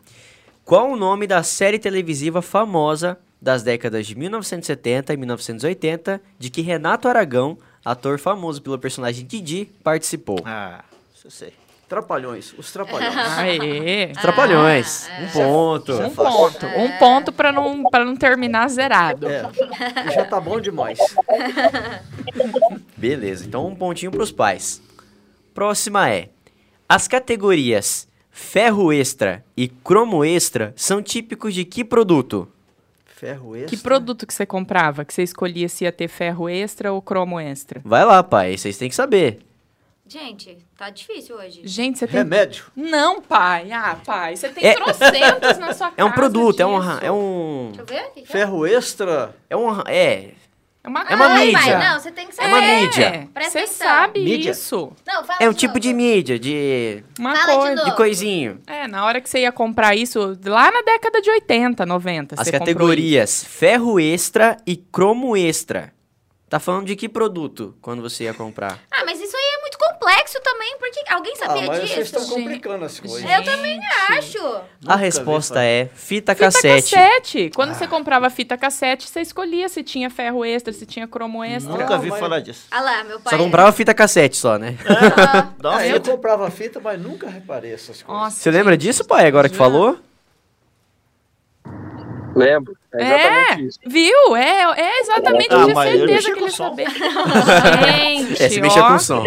Speaker 3: Qual o nome da série televisiva famosa das décadas de 1970 e 1980 de que Renato Aragão, ator famoso pelo personagem Didi, participou?
Speaker 5: Ah, isso eu sei.
Speaker 4: Trapalhões, os trapalhões.
Speaker 1: Ah. Aê!
Speaker 3: Os Trapalhões. Um ponto.
Speaker 4: é
Speaker 1: Um ponto. Um ponto pra não, pra não terminar zerado.
Speaker 4: É, já tá bom demais.
Speaker 3: Beleza, então um pontinho pros pais. Próxima é: as categorias ferro extra e cromo extra são típicos de que produto?
Speaker 4: Ferro extra.
Speaker 1: Que produto que você comprava? Que você escolhia se ia ter ferro extra ou cromo extra?
Speaker 3: Vai lá, pai, vocês têm que saber.
Speaker 2: Gente, tá difícil hoje.
Speaker 1: Gente, você
Speaker 4: É
Speaker 1: tem.
Speaker 4: Remédio.
Speaker 1: Não, pai. Ah, pai, você tem
Speaker 3: É.
Speaker 1: trocentos na sua casa.
Speaker 3: É um produto, é um,
Speaker 1: disso.
Speaker 3: ra- é um.
Speaker 2: Deixa eu ver. o que que é?
Speaker 4: Ferro extra.
Speaker 3: É um. ra- É.
Speaker 1: É uma,
Speaker 2: Ah,
Speaker 3: uma
Speaker 2: vai,
Speaker 3: mídia.
Speaker 2: Não, você tem que
Speaker 3: É
Speaker 2: saber.
Speaker 3: uma mídia.
Speaker 2: Presta
Speaker 1: Você
Speaker 2: atenção.
Speaker 1: sabe
Speaker 4: Mídia.
Speaker 1: isso.
Speaker 2: Não, fala
Speaker 3: É um
Speaker 2: de
Speaker 3: tipo
Speaker 2: novo.
Speaker 3: de mídia, de.
Speaker 1: Uma
Speaker 2: Fala de
Speaker 1: coisa.
Speaker 2: novo.
Speaker 3: De coisinho.
Speaker 1: É, na hora que você ia comprar isso, lá na década de 80, 90,
Speaker 3: As
Speaker 1: você comprou
Speaker 3: categorias ferro extra e cromo extra. Tá falando de que produto quando você ia comprar?
Speaker 2: Ah, mas isso aí é muito complexo também, porque alguém sabia
Speaker 4: ah, mas
Speaker 2: disso?
Speaker 4: vocês estão
Speaker 1: gente?
Speaker 4: complicando as
Speaker 1: isso.
Speaker 4: coisas.
Speaker 2: Eu também acho.
Speaker 3: A resposta é fita,
Speaker 1: Fita cassete.
Speaker 3: cassete. Ah.
Speaker 1: Quando você comprava fita cassete, você escolhia se tinha ferro extra, se tinha cromo
Speaker 3: é
Speaker 1: extra.
Speaker 5: Nunca vi
Speaker 4: mas-
Speaker 5: falar disso.
Speaker 2: Ah lá, meu pai.
Speaker 3: Só comprava fita cassete só, né?
Speaker 5: Dá uma
Speaker 4: Ah, eu
Speaker 5: fita.
Speaker 4: comprava fita, mas nunca reparei essas coisas.
Speaker 1: Nossa,
Speaker 3: Você lembra disso, pai, agora que
Speaker 1: já.
Speaker 3: falou?
Speaker 6: Lembro. É
Speaker 1: É,
Speaker 6: exatamente isso.
Speaker 1: viu? É, é exatamente
Speaker 5: Ah,
Speaker 1: de
Speaker 5: mas ele
Speaker 1: certeza
Speaker 5: mexia
Speaker 1: que
Speaker 5: com
Speaker 1: ele
Speaker 5: som.
Speaker 1: sabia. Gente,
Speaker 3: É, se mexer
Speaker 1: ó.
Speaker 3: com som.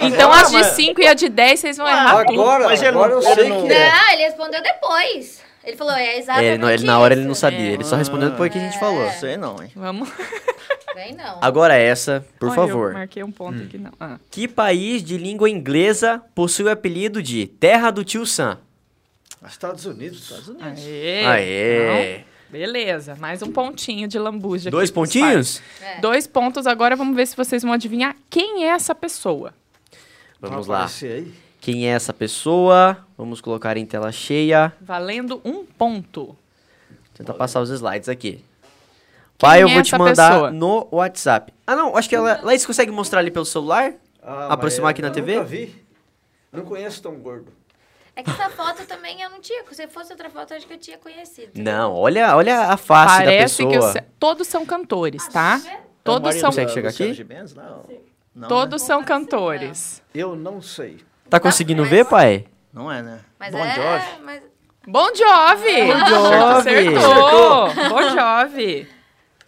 Speaker 1: Então
Speaker 5: Ah,
Speaker 1: as de
Speaker 5: mas-
Speaker 1: 5 e a de 10 vocês vão errar tudo.
Speaker 4: Agora,
Speaker 5: Mas ele não-
Speaker 4: agora eu
Speaker 5: ele
Speaker 4: sei
Speaker 5: não-
Speaker 4: que é.
Speaker 2: Não, ele respondeu depois. Ele falou, é
Speaker 1: tá
Speaker 3: É,
Speaker 2: exatamente
Speaker 3: ele, não- ele- na hora ele não
Speaker 2: isso.
Speaker 3: sabia, ele só respondeu depois que a gente falou.
Speaker 5: Ah, Não sei não, hein?
Speaker 1: Vamos.
Speaker 2: Vem não.
Speaker 3: Agora essa, por
Speaker 1: Olha,
Speaker 3: favor.
Speaker 1: Eu marquei um ponto aqui, não. Ah.
Speaker 3: Que país de língua inglesa possui o apelido de Terra do Tio Sam?
Speaker 4: Estados Unidos.
Speaker 5: Estados Unidos.
Speaker 1: Aê.
Speaker 3: Aê!
Speaker 1: Então, beleza, mais um pontinho de lambuja. aqui
Speaker 3: Dois
Speaker 1: pros pais.
Speaker 3: pontinhos?
Speaker 2: É.
Speaker 1: Dois pontos, agora vamos ver se vocês vão adivinhar quem é essa pessoa.
Speaker 3: Vamos
Speaker 4: Vai
Speaker 3: lá.
Speaker 4: aparecer aí.
Speaker 3: Quem é essa pessoa? Vamos colocar em tela cheia.
Speaker 1: Valendo um ponto.
Speaker 3: Tentar passar os slides aqui. Pai, eu
Speaker 1: é
Speaker 3: vou te
Speaker 1: essa
Speaker 3: mandar
Speaker 1: pessoa?
Speaker 3: no WhatsApp. Ah, não, acho que ela. Laís, consegue mostrar ali pelo celular?
Speaker 4: Ah,
Speaker 3: Aproximar
Speaker 4: mas
Speaker 3: aqui na
Speaker 4: eu
Speaker 3: TV?
Speaker 4: Nunca vi. Não conheço tão gordo.
Speaker 2: É que essa foto também eu não tinha. Se fosse outra foto, eu acho que eu tinha conhecido.
Speaker 3: Não, olha, olha a face
Speaker 1: Parece
Speaker 3: da
Speaker 1: que
Speaker 3: pessoa.
Speaker 1: os- todos são cantores, tá? Todos
Speaker 5: Maria
Speaker 1: são,
Speaker 3: Consegue
Speaker 5: do-
Speaker 3: chegar
Speaker 5: do Sérgio
Speaker 3: aqui?
Speaker 5: Gimenez, não. Não, né?
Speaker 1: todos são cantores.
Speaker 4: Eu não sei.
Speaker 3: Tá conseguindo ver, pai?
Speaker 5: Né? Não é, né?
Speaker 2: Mas
Speaker 4: Bon
Speaker 2: é.
Speaker 4: Jovi.
Speaker 2: Mas...
Speaker 1: Bom Jovi!
Speaker 3: Bon Jovi!
Speaker 1: Acertou! Bom Jovi!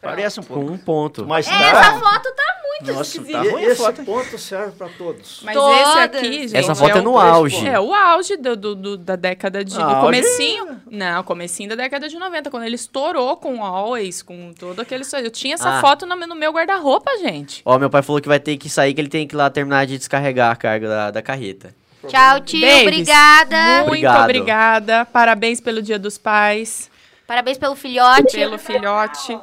Speaker 5: Parece um
Speaker 3: Com
Speaker 5: pouco.
Speaker 3: um ponto.
Speaker 5: Mas
Speaker 2: É, essa
Speaker 5: tá...
Speaker 2: foto tá muito
Speaker 5: Nossa,
Speaker 2: esquisita.
Speaker 5: tá
Speaker 4: E
Speaker 5: ruim a
Speaker 4: esse
Speaker 5: foto. hein?
Speaker 4: ponto serve pra todos.
Speaker 1: Mas
Speaker 2: Todas.
Speaker 1: esse aqui, gente.
Speaker 3: Essa foto é
Speaker 1: o-
Speaker 3: no auge.
Speaker 1: É, o auge do, do- do- da década de.
Speaker 5: Auge?
Speaker 1: Do comecinho. Não, comecinho da década de 90, quando ele estourou com Always, com todo aquele. Eu tinha essa
Speaker 3: Ah.
Speaker 1: foto no, meu- no meu guarda-roupa, gente.
Speaker 3: Ó, meu pai falou que vai ter que sair, que ele tem que ir lá terminar de descarregar a carga da, da carreta.
Speaker 2: Tchau, tio.
Speaker 1: Davis.
Speaker 2: Obrigada.
Speaker 1: Muito
Speaker 3: Obrigado.
Speaker 1: obrigada. Parabéns pelo Dia dos Pais,
Speaker 2: Parabéns pelo filhote.
Speaker 1: pelo filhote.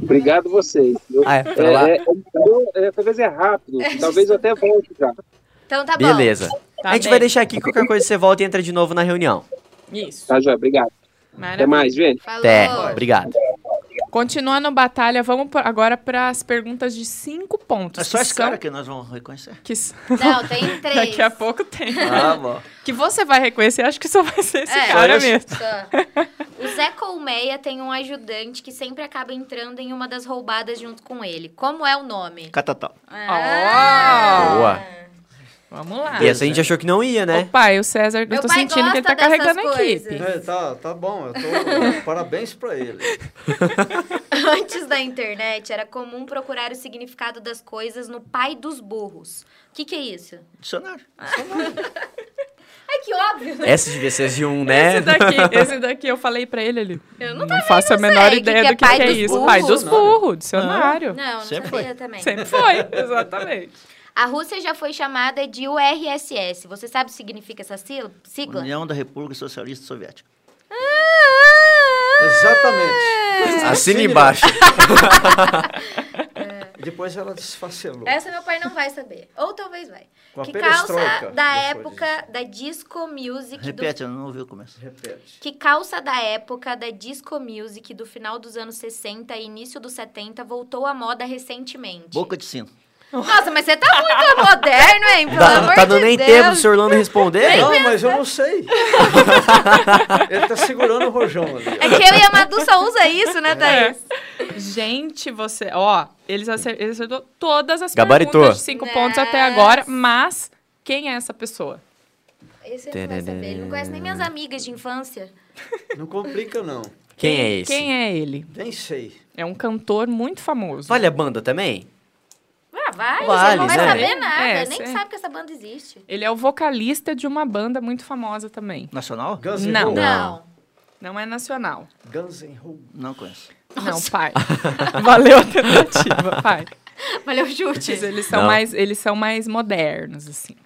Speaker 6: Obrigado vocês. Eu-
Speaker 3: Ah, é?
Speaker 6: É,
Speaker 3: Pra lá?
Speaker 6: é, eu- é, talvez é rápido, talvez eu até volte já.
Speaker 2: Então tá bom.
Speaker 3: Beleza.
Speaker 1: Tá
Speaker 3: a gente
Speaker 1: bem?
Speaker 3: vai deixar aqui, qualquer coisa você volta e entra de novo na reunião.
Speaker 1: Isso.
Speaker 6: Tá, Joia? Obrigado. Até
Speaker 1: Maravilha.
Speaker 6: mais, gente.
Speaker 2: Falou.
Speaker 3: Até, obrigado.
Speaker 1: Continuando a batalha, vamos pra- agora para as perguntas de cinco pontos.
Speaker 5: É só
Speaker 1: que
Speaker 5: esse
Speaker 1: são-
Speaker 5: cara que nós vamos reconhecer.
Speaker 1: que s-
Speaker 2: Não, tem três.
Speaker 1: Daqui a pouco tem.
Speaker 5: Ah, bom.
Speaker 1: Que você vai reconhecer, acho que só vai ser esse
Speaker 2: É.
Speaker 1: cara
Speaker 5: Só
Speaker 1: mesmo.
Speaker 2: Só. O Zé Colmeia tem um ajudante que sempre acaba entrando em uma das roubadas junto com ele. Como é o nome? Ah.
Speaker 5: Catatal.
Speaker 3: Boa.
Speaker 1: Ah! Vamos lá.
Speaker 3: E essa a gente achou que não ia,
Speaker 1: Ô
Speaker 3: né?
Speaker 1: pai, o César, eu
Speaker 2: Meu
Speaker 1: tô
Speaker 2: pai
Speaker 1: sentindo que ele tá
Speaker 2: gosta dessas
Speaker 1: carregando a
Speaker 2: coisas.
Speaker 1: equipe.
Speaker 4: É, tá, tá bom, eu tô. parabéns pra ele.
Speaker 2: Antes da internet, era comum procurar o significado das coisas no pai dos burros. O que, que é isso?
Speaker 5: Dicionário.
Speaker 2: Ai, que óbvio!
Speaker 1: né?
Speaker 3: Essa devia ser de um, né?
Speaker 1: Esse daqui, esse daqui eu falei pra ele ali.
Speaker 2: Eu
Speaker 1: Não, faço a
Speaker 2: sei
Speaker 1: menor
Speaker 2: o que
Speaker 1: ideia
Speaker 2: que é
Speaker 1: do que,
Speaker 2: pai
Speaker 1: que é
Speaker 2: dos
Speaker 1: isso.
Speaker 2: burros.
Speaker 1: Pai dos
Speaker 4: Dicionário.
Speaker 1: burros, dicionário.
Speaker 2: Não, não
Speaker 5: Sempre
Speaker 2: sabia também.
Speaker 1: Sempre foi, exatamente.
Speaker 2: A Rússia já foi chamada de URSS. Você sabe o que significa essa síla- sigla? Ah,
Speaker 5: União da República Socialista Soviética.
Speaker 4: Exatamente.
Speaker 3: Assina embaixo.
Speaker 4: Depois ela desfacelou.
Speaker 2: Essa meu pai não vai saber. Ou talvez vai.
Speaker 4: Com a
Speaker 2: É que
Speaker 4: perestroika,
Speaker 2: calça da
Speaker 4: depois
Speaker 2: época da disco music do
Speaker 5: Repete, eu não ouvi o começo.
Speaker 4: Repete.
Speaker 2: Que calça da época da disco music do final dos anos 60 e início dos 70 voltou à moda recentemente.
Speaker 5: Boca de sino.
Speaker 2: Nossa, mas você tá muito moderno, hein? Pelo
Speaker 3: Dá-
Speaker 2: amor
Speaker 3: tá
Speaker 2: de
Speaker 3: dando nem
Speaker 2: Deus.
Speaker 3: tempo do senhor Orlando responder?
Speaker 4: Não, mas eu não sei. Ele tá segurando o rojão ali.
Speaker 2: É que eu e a Madu só usa isso,
Speaker 3: É.
Speaker 2: né, Thaís?
Speaker 1: Gente, você. Ó, eles acer- ele acertou todas as
Speaker 3: Gabaritou.
Speaker 1: perguntas de cinco pontos até agora,
Speaker 2: Nossa.
Speaker 1: mas quem é essa pessoa?
Speaker 2: Esse ele não vai saber. Ele não conhece nem minhas amigas de infância.
Speaker 4: Não complica, não.
Speaker 3: Quem é esse?
Speaker 1: Quem é ele?
Speaker 4: Nem sei.
Speaker 1: É um cantor muito famoso.
Speaker 3: Vale a banda também?
Speaker 2: Ah, vai,
Speaker 3: Vale,
Speaker 2: você não vai
Speaker 3: né?
Speaker 2: saber nada.
Speaker 1: É,
Speaker 2: nem
Speaker 1: cê-
Speaker 2: sabe que essa banda existe.
Speaker 1: Ele é o vocalista de uma banda muito famosa também.
Speaker 5: Nacional?
Speaker 4: Guns N'
Speaker 1: Não.
Speaker 4: Roses.
Speaker 2: Não.
Speaker 1: Não é nacional.
Speaker 4: Guns N' Roses.
Speaker 5: Não conheço.
Speaker 1: Não, pai. Valeu a alternativa, pai.
Speaker 2: Valeu, chute.
Speaker 1: Mas Eles são,
Speaker 3: Não.
Speaker 1: mais, eles são mais modernos, assim.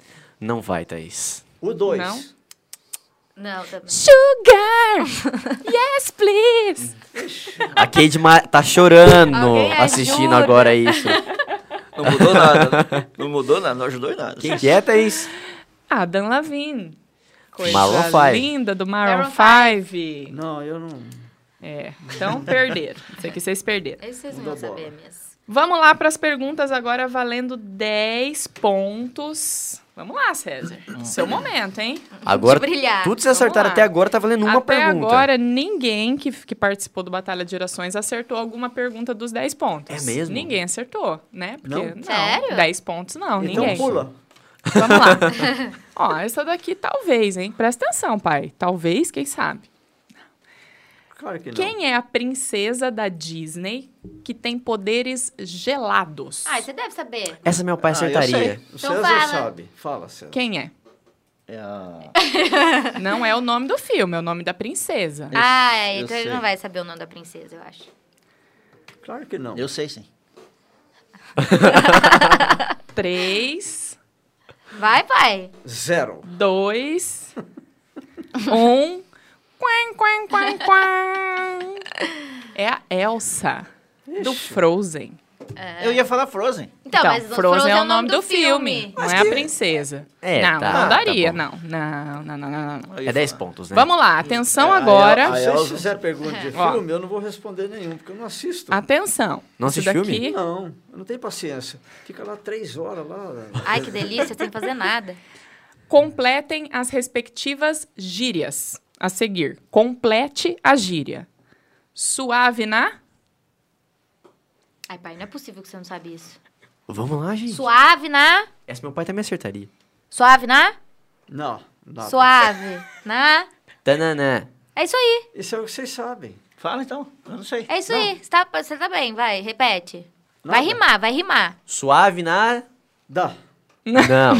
Speaker 3: Não vai, Thaís.
Speaker 4: O 2.
Speaker 1: Não?
Speaker 2: Não, tá também.
Speaker 1: Sugar! yes, please!
Speaker 3: A Cade Ma- tá chorando
Speaker 2: Alguém
Speaker 3: assistindo
Speaker 2: ajuda.
Speaker 3: agora isso.
Speaker 5: Não mudou nada. né? Não mudou nada, não ajudou em nada.
Speaker 3: Quem que é, Thaís?
Speaker 1: Adam Levine. Ah, Coisa
Speaker 3: Maroon five.
Speaker 1: linda do Maroon
Speaker 2: Maroon
Speaker 1: 5.
Speaker 4: Não, eu não.
Speaker 1: É, então perderam. Isso aqui vocês perderam.
Speaker 2: Esse vocês não
Speaker 4: Não
Speaker 2: vão
Speaker 4: dá bola.
Speaker 2: saber mesmo.
Speaker 1: Vamos lá para as perguntas agora valendo 10 pontos. Vamos lá, César. Seu momento, hein?
Speaker 3: Agora,
Speaker 2: brilhar.
Speaker 3: tudo se acertaram
Speaker 1: lá.
Speaker 3: até agora, tá valendo uma
Speaker 1: Até
Speaker 3: pergunta.
Speaker 1: agora, ninguém que, que participou do Batalha de Gerações acertou alguma pergunta dos 10 pontos.
Speaker 3: É mesmo?
Speaker 1: Ninguém acertou, né? Porque,
Speaker 5: Não?
Speaker 2: Sério?
Speaker 1: 10 pontos não,
Speaker 4: Então
Speaker 1: ninguém.
Speaker 4: pula.
Speaker 1: Vamos lá. Ó, essa daqui talvez, hein? Presta atenção, pai. Talvez, quem sabe.
Speaker 4: Claro que não.
Speaker 1: Quem é a princesa da Disney que tem poderes gelados?
Speaker 2: Ah, você deve saber.
Speaker 3: Essa meu pai
Speaker 5: Ah, eu
Speaker 3: acertaria.
Speaker 4: O
Speaker 2: Então
Speaker 4: César
Speaker 2: fala.
Speaker 4: sabe. Fala, César.
Speaker 1: Quem é?
Speaker 5: É a-
Speaker 1: Não é o nome do filme, é o nome da princesa.
Speaker 2: Ah, é,
Speaker 5: eu
Speaker 2: então ele
Speaker 5: sei.
Speaker 2: não vai saber o nome da princesa, eu acho.
Speaker 4: Claro que não.
Speaker 5: Eu sei sim.
Speaker 1: Três,
Speaker 2: Vai, pai.
Speaker 4: Zero.
Speaker 1: dois, um. Quen, quen, quen, quen. É a Elsa, do Frozen.
Speaker 2: É.
Speaker 5: Eu ia falar Frozen.
Speaker 2: Então, mas o
Speaker 1: Frozen é o nome do filme, não
Speaker 3: Mas
Speaker 1: é a
Speaker 3: que-
Speaker 1: princesa.
Speaker 3: É,
Speaker 1: não,
Speaker 3: tá,
Speaker 1: não
Speaker 3: tá
Speaker 1: daria,
Speaker 3: bom.
Speaker 1: não. Não, não, não, não, não.
Speaker 5: Eu ia
Speaker 3: É 10
Speaker 5: falar.
Speaker 3: pontos, né?
Speaker 1: Vamos lá, atenção
Speaker 5: É,
Speaker 1: agora.
Speaker 5: aí
Speaker 4: Ah, Se vocês
Speaker 5: Elsa.
Speaker 4: fizerem pergunta de
Speaker 1: Ó.
Speaker 4: filme, eu não vou responder nenhum, porque eu não assisto.
Speaker 2: Ah,
Speaker 1: Atenção.
Speaker 3: Não
Speaker 1: Isso
Speaker 3: assiste
Speaker 1: daqui
Speaker 3: filme?
Speaker 4: Não, eu não tenho paciência. Fica lá três horas lá.
Speaker 2: Ai, que delícia, sem fazer nada.
Speaker 1: Completem as respectivas gírias. A seguir, complete a gíria. Suave na
Speaker 2: Ai, pai, não é possível que você não sabe isso.
Speaker 3: Vamos lá, gente.
Speaker 2: Suave na...
Speaker 3: Essa meu pai também acertaria.
Speaker 2: Suave na...
Speaker 4: Não, nada.
Speaker 2: Suave na...
Speaker 3: Tananã.
Speaker 2: É isso aí,
Speaker 4: Isso é o que vocês sabem.
Speaker 5: Fala então. Eu não sei.
Speaker 2: é isso
Speaker 4: Não.
Speaker 2: aí. Você tá, você tá bem, vai, repete.
Speaker 4: Nada.
Speaker 2: Vai rimar, vai rimar.
Speaker 3: Suave na...
Speaker 4: Dá.
Speaker 3: Não.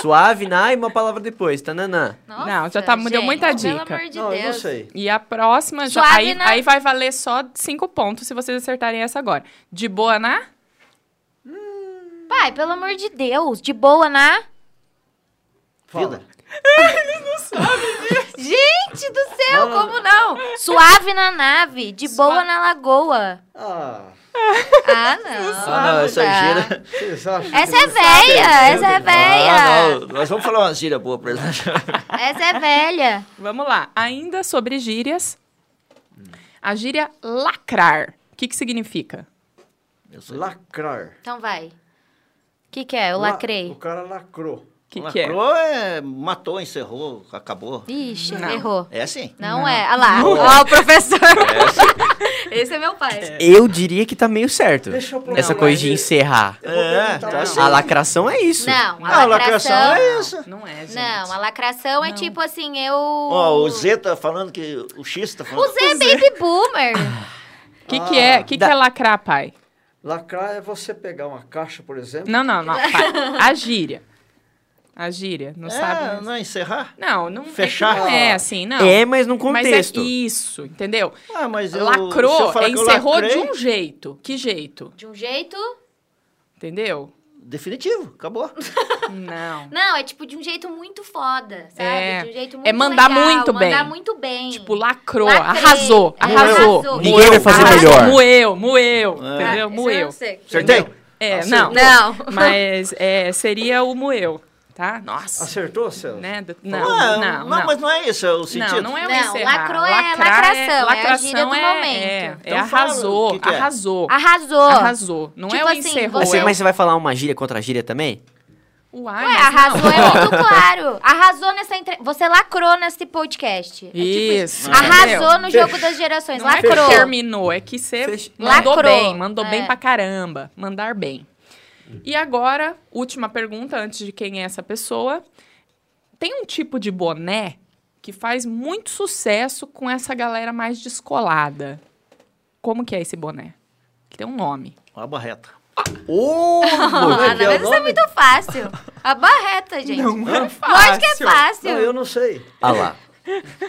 Speaker 3: Suave na e uma palavra depois. Tananã.
Speaker 2: Nossa,
Speaker 1: Não, já tá-
Speaker 2: gente,
Speaker 1: deu muita dica.
Speaker 2: Pelo amor de
Speaker 4: não,
Speaker 2: Deus.
Speaker 4: eu não sei.
Speaker 1: e a próxima já
Speaker 2: Suave né?
Speaker 1: aí,
Speaker 2: na-
Speaker 1: aí vai valer só cinco pontos se vocês acertarem essa agora. De boa né? na
Speaker 2: Pai, pelo amor de Deus, de boa na...
Speaker 4: Fala.
Speaker 5: Vida.
Speaker 2: Gente do céu,
Speaker 4: Não, não,
Speaker 2: como não? Suave na nave, de boa na lagoa.
Speaker 4: Ah,
Speaker 2: Ah, não.
Speaker 5: Ah, não, essa
Speaker 2: dá.
Speaker 5: gíria.
Speaker 4: vocês acham
Speaker 2: Essa
Speaker 4: que
Speaker 2: é
Speaker 4: não sabem,
Speaker 2: velha,
Speaker 4: entendem?
Speaker 2: essa é
Speaker 5: Ah,
Speaker 2: velha.
Speaker 5: não. Nós vamos falar uma gíria boa pra eles.
Speaker 2: Essa é velha.
Speaker 1: Vamos lá. Ainda sobre gírias. A gíria lacrar. O que, que significa?
Speaker 5: Eu sei.
Speaker 4: Lacrar.
Speaker 2: Então vai. O que, que é? Eu
Speaker 4: La-
Speaker 2: lacrei.
Speaker 4: O cara lacrou.
Speaker 1: O que, que é?
Speaker 5: Lacrou é... matou, encerrou, acabou.
Speaker 2: Ixi,
Speaker 1: Não.
Speaker 2: errou.
Speaker 5: É assim.
Speaker 2: Não,
Speaker 1: Não.
Speaker 2: é. Olha lá. Ó, o professor. Esse é meu pai.
Speaker 3: Eu diria que tá meio certo.
Speaker 4: Deixa eu
Speaker 3: Essa
Speaker 4: procurar
Speaker 3: coisa de
Speaker 4: aqui.
Speaker 3: encerrar.
Speaker 4: Eu vou
Speaker 5: É,
Speaker 4: perguntar
Speaker 5: tá
Speaker 4: pra
Speaker 5: certo.
Speaker 3: A
Speaker 4: ele.
Speaker 3: lacração é isso.
Speaker 2: Não,
Speaker 5: Ah,
Speaker 2: a
Speaker 5: a lacração
Speaker 2: lacração.
Speaker 5: é isso.
Speaker 1: Não é, gente.
Speaker 2: Não, a lacração é
Speaker 1: Não.
Speaker 2: tipo assim, eu.
Speaker 5: Ó, o Z tá falando que... O X tá falando...
Speaker 2: O Z é baby boomer.
Speaker 1: O que, que
Speaker 5: Ah.
Speaker 1: é? O que, que é lacrar, pai?
Speaker 4: Lacrar é você pegar uma caixa, por exemplo.
Speaker 1: Não, não, não. Pai. A gíria. A gíria.
Speaker 2: Ah,
Speaker 1: Não
Speaker 5: É,
Speaker 1: sabe?
Speaker 5: não é encerrar?
Speaker 1: Não, não, é que
Speaker 5: Fechar?
Speaker 1: não é assim, não.
Speaker 3: É, mas num
Speaker 1: Mas
Speaker 3: contexto.
Speaker 1: é isso, entendeu?
Speaker 5: Ah, mas eu... se eu
Speaker 1: Lacrou,
Speaker 5: falar
Speaker 1: é
Speaker 5: que eu
Speaker 1: encerrou de
Speaker 5: lacrei-
Speaker 1: um jeito. Que jeito?
Speaker 2: De um jeito.
Speaker 1: Entendeu?
Speaker 5: Definitivo, acabou.
Speaker 1: Não.
Speaker 2: Não, é tipo de um jeito muito foda, sabe?
Speaker 1: É.
Speaker 2: de um jeito muito
Speaker 1: É mandar
Speaker 2: legal,
Speaker 1: muito bem.
Speaker 2: Mandar muito bem.
Speaker 1: Tipo, lacrou,
Speaker 2: Lacrei.
Speaker 1: arrasou,
Speaker 2: É,
Speaker 1: arrasou.
Speaker 2: arrasou.
Speaker 1: moeu,
Speaker 3: Ninguém vai fazer
Speaker 1: arrasou,
Speaker 3: melhor.
Speaker 1: Moeu, moeu,
Speaker 5: É.
Speaker 2: Ah,
Speaker 1: entendeu?
Speaker 2: isso eu
Speaker 1: Moeu.
Speaker 2: não sei.
Speaker 5: Acertei?
Speaker 1: É,
Speaker 4: Acertou.
Speaker 1: não.
Speaker 2: Não.
Speaker 1: Mas é, seria o moeu, tá? Nossa.
Speaker 4: Acertou, Celso?
Speaker 1: Né? Do-
Speaker 5: Ah,
Speaker 1: Não, não, não.
Speaker 5: mas não é isso é o sentido.
Speaker 1: Não, não é o
Speaker 2: Não,
Speaker 1: encerrar.
Speaker 2: lacrou é
Speaker 1: Lacrar
Speaker 2: lacração, é a gíria do
Speaker 1: é-
Speaker 2: momento.
Speaker 1: É, é
Speaker 5: Então fala
Speaker 1: arrasou,
Speaker 5: o que que é.
Speaker 1: arrasou.
Speaker 2: Arrasou.
Speaker 1: Arrasou. Não é
Speaker 2: Tipo
Speaker 1: o
Speaker 2: assim,
Speaker 1: encerrou.
Speaker 3: Mas
Speaker 2: você-
Speaker 1: é
Speaker 3: você,
Speaker 1: o-
Speaker 3: mas você vai falar uma gíria contra gíria também?
Speaker 1: Uai,
Speaker 2: Ué,
Speaker 1: mas
Speaker 2: arrasou
Speaker 1: não.
Speaker 2: é muito claro. Arrasou nessa entre... Você lacrou nesse podcast. É tipo
Speaker 1: Isso.
Speaker 2: Arrasou no jogo das gerações.
Speaker 1: Não é que
Speaker 2: Lacrou.
Speaker 1: terminou, é que você
Speaker 3: Fech-
Speaker 1: mandou
Speaker 2: Lacrou.
Speaker 1: bem, mandou bem
Speaker 2: É.
Speaker 1: pra caramba, mandar bem. E agora, última pergunta antes de quem é essa pessoa. Tem um tipo de boné que faz muito sucesso com essa galera mais descolada. Como que é esse boné? Tem um nome.
Speaker 5: Uma barreta.
Speaker 3: Ô,
Speaker 2: Ah,
Speaker 4: Como é
Speaker 2: não,
Speaker 4: que é
Speaker 2: mas
Speaker 4: o
Speaker 2: isso é
Speaker 4: nome?
Speaker 2: muito fácil. A barreta, gente.
Speaker 1: é
Speaker 2: Lógico que é fácil.
Speaker 4: Não, eu não sei.
Speaker 3: Ah lá.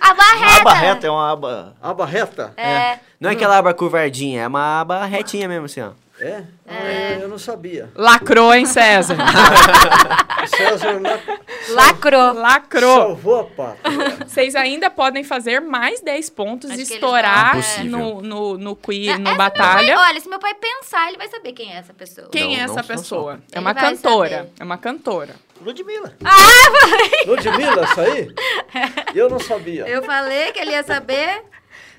Speaker 2: A barreta.
Speaker 5: A barreta é uma aba.
Speaker 4: A barreta?
Speaker 2: É.
Speaker 3: Não é aquela aba curvadinha, é uma aba retinha mesmo, assim, ó.
Speaker 5: Tá,
Speaker 4: É? Eu não sabia.
Speaker 1: Lacrou, hein, César?
Speaker 4: O César lá
Speaker 2: Lacrou.
Speaker 1: Lacrou.
Speaker 4: salvou a pátria.
Speaker 1: Vocês ainda podem fazer mais 10 pontos
Speaker 2: Acho
Speaker 1: e
Speaker 2: que eles
Speaker 1: estourar
Speaker 3: vão- É.
Speaker 1: no, no, no
Speaker 2: Não, é
Speaker 1: quiz,
Speaker 2: essa
Speaker 1: no
Speaker 2: meu
Speaker 1: batalha.
Speaker 2: pai- olha, se meu pai pensar, ele vai saber quem é essa pessoa.
Speaker 1: Quem
Speaker 3: Não,
Speaker 1: é
Speaker 3: não
Speaker 1: essa
Speaker 3: sou
Speaker 1: pessoa? É
Speaker 2: Ele
Speaker 1: uma
Speaker 2: vai
Speaker 1: cantora.
Speaker 2: saber.
Speaker 1: É uma cantora.
Speaker 5: Ludmilla.
Speaker 4: Ludmilla, isso aí? Eu não sabia.
Speaker 2: Eu falei que ele ia saber.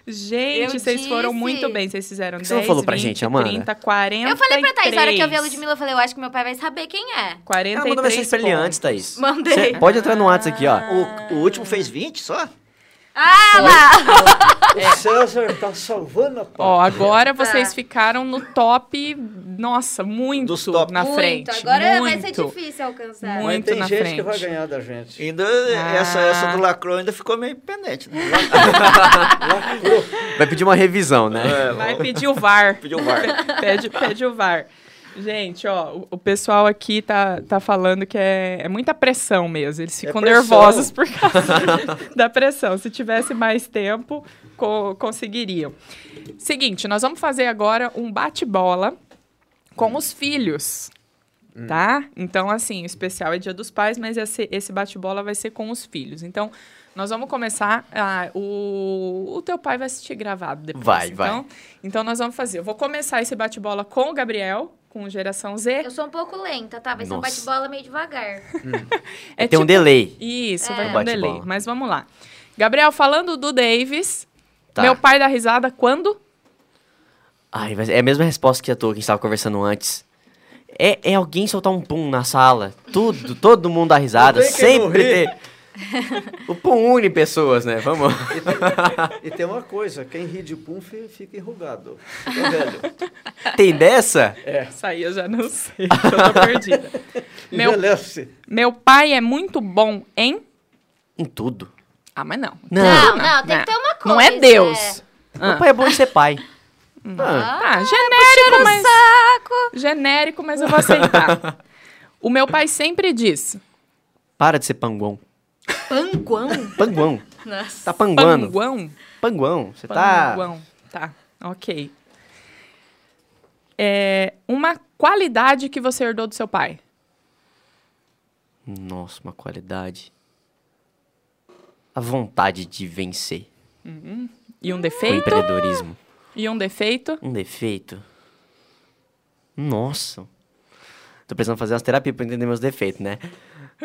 Speaker 1: Gente,
Speaker 2: Eu
Speaker 1: vocês foram
Speaker 2: disse.
Speaker 1: muito bem. Vocês fizeram
Speaker 3: que
Speaker 1: 10,
Speaker 3: você não falou pra
Speaker 1: 20,
Speaker 3: gente, Amanda?
Speaker 1: 30, 40.
Speaker 2: Eu falei pra Thaís, na hora que eu vi a Ludmilla, eu falei, eu acho que meu pai vai saber quem é.
Speaker 3: Ela
Speaker 1: 43
Speaker 5: um
Speaker 3: mandou mensagem pra ele
Speaker 1: pontos.
Speaker 3: antes, Thaís.
Speaker 2: Mandei.
Speaker 3: Cê pode entrar no WhatsApp aqui, ó.
Speaker 5: O, o último fez 20 só?
Speaker 2: Ah lá!
Speaker 4: O César tá salvando a pátria.
Speaker 1: Ó, agora vocês
Speaker 2: Tá.
Speaker 1: ficaram no top, nossa, muito
Speaker 5: Dos top.
Speaker 1: na
Speaker 2: Muito,
Speaker 1: frente.
Speaker 2: agora vai ser
Speaker 1: muito.
Speaker 2: difícil alcançar.
Speaker 1: Muito.
Speaker 4: Mas tem
Speaker 1: na
Speaker 4: gente
Speaker 1: frente.
Speaker 4: que vai ganhar da gente.
Speaker 5: Ainda,
Speaker 1: Ah.
Speaker 5: essa, essa do Lacrou ainda ficou meio pendente. Né?
Speaker 3: Vai pedir uma revisão,
Speaker 5: É.
Speaker 3: né?
Speaker 1: Vai pedir o VAR.
Speaker 5: Pediu o VAR.
Speaker 1: pede, pede o VAR. Gente, ó, o, o pessoal aqui tá, tá falando que é, é muita pressão mesmo. Eles ficam
Speaker 4: pressão.
Speaker 1: nervosos por causa da pressão. Se tivesse mais tempo, co- conseguiriam. Seguinte, nós vamos fazer agora um bate-bola com os filhos. Tá? Então, assim, o especial é Dia dos Pais, mas esse, esse bate-bola vai ser com os filhos. Então, nós vamos começar. ah, o, o teu pai vai assistir gravado depois.
Speaker 3: Vai,
Speaker 1: então,
Speaker 3: vai.
Speaker 1: então nós vamos fazer. Eu vou começar esse bate-bola com o Gabriel, com o Geração Z.
Speaker 2: Eu sou um pouco lenta, tá? Vai ser um
Speaker 3: Nossa.
Speaker 2: bate-bola meio devagar.
Speaker 1: É
Speaker 3: Tem um delay.
Speaker 1: Isso,
Speaker 2: É.
Speaker 1: vai
Speaker 3: O
Speaker 1: com
Speaker 3: bate-bola.
Speaker 1: delay. Mas vamos lá. Gabriel, falando do Davis,
Speaker 3: Tá.
Speaker 1: meu pai dá risada quando?
Speaker 3: Ai, mas é a mesma resposta que a tua que a gente tava conversando antes. É, é alguém soltar um pum na sala. Tudo, todo mundo dá risada.
Speaker 4: Não tem quem não
Speaker 3: Sempre
Speaker 4: ri.
Speaker 3: tem. O pum une pessoas, né? Vamos.
Speaker 4: E tem uma coisa, quem ri de pum fi- fica enrugado. Tá Fica velho.
Speaker 3: Tem dessa?
Speaker 1: Isso aí eu já não sei, eu tô perdida. Meu-
Speaker 4: Envelhece.
Speaker 1: meu pai é muito bom em...
Speaker 3: Em tudo.
Speaker 1: Ah, mas não.
Speaker 3: Não.
Speaker 2: Não, não, tem que ter uma
Speaker 1: Não é
Speaker 2: coisa,
Speaker 1: Deus.
Speaker 3: Meu pai é bom de ser pai. Ah,
Speaker 1: Tá, genérico, mas... Genérico, mas eu vou aceitar. o meu pai sempre diz...
Speaker 3: para de ser panguão.
Speaker 2: Panguão?
Speaker 3: Panguão.
Speaker 2: Nossa.
Speaker 3: Tá panguando.
Speaker 1: Panguão?
Speaker 3: Panguão. Você tá.
Speaker 1: Panguão. Tá, ok. É, uma qualidade que você herdou do seu pai.
Speaker 3: Nossa, uma qualidade. A vontade de vencer.
Speaker 1: E um
Speaker 3: O
Speaker 1: defeito?
Speaker 3: empreendedorismo.
Speaker 1: E um defeito?
Speaker 3: Um defeito. Nossa. Tô precisando fazer umas terapias pra entender meus defeitos, né?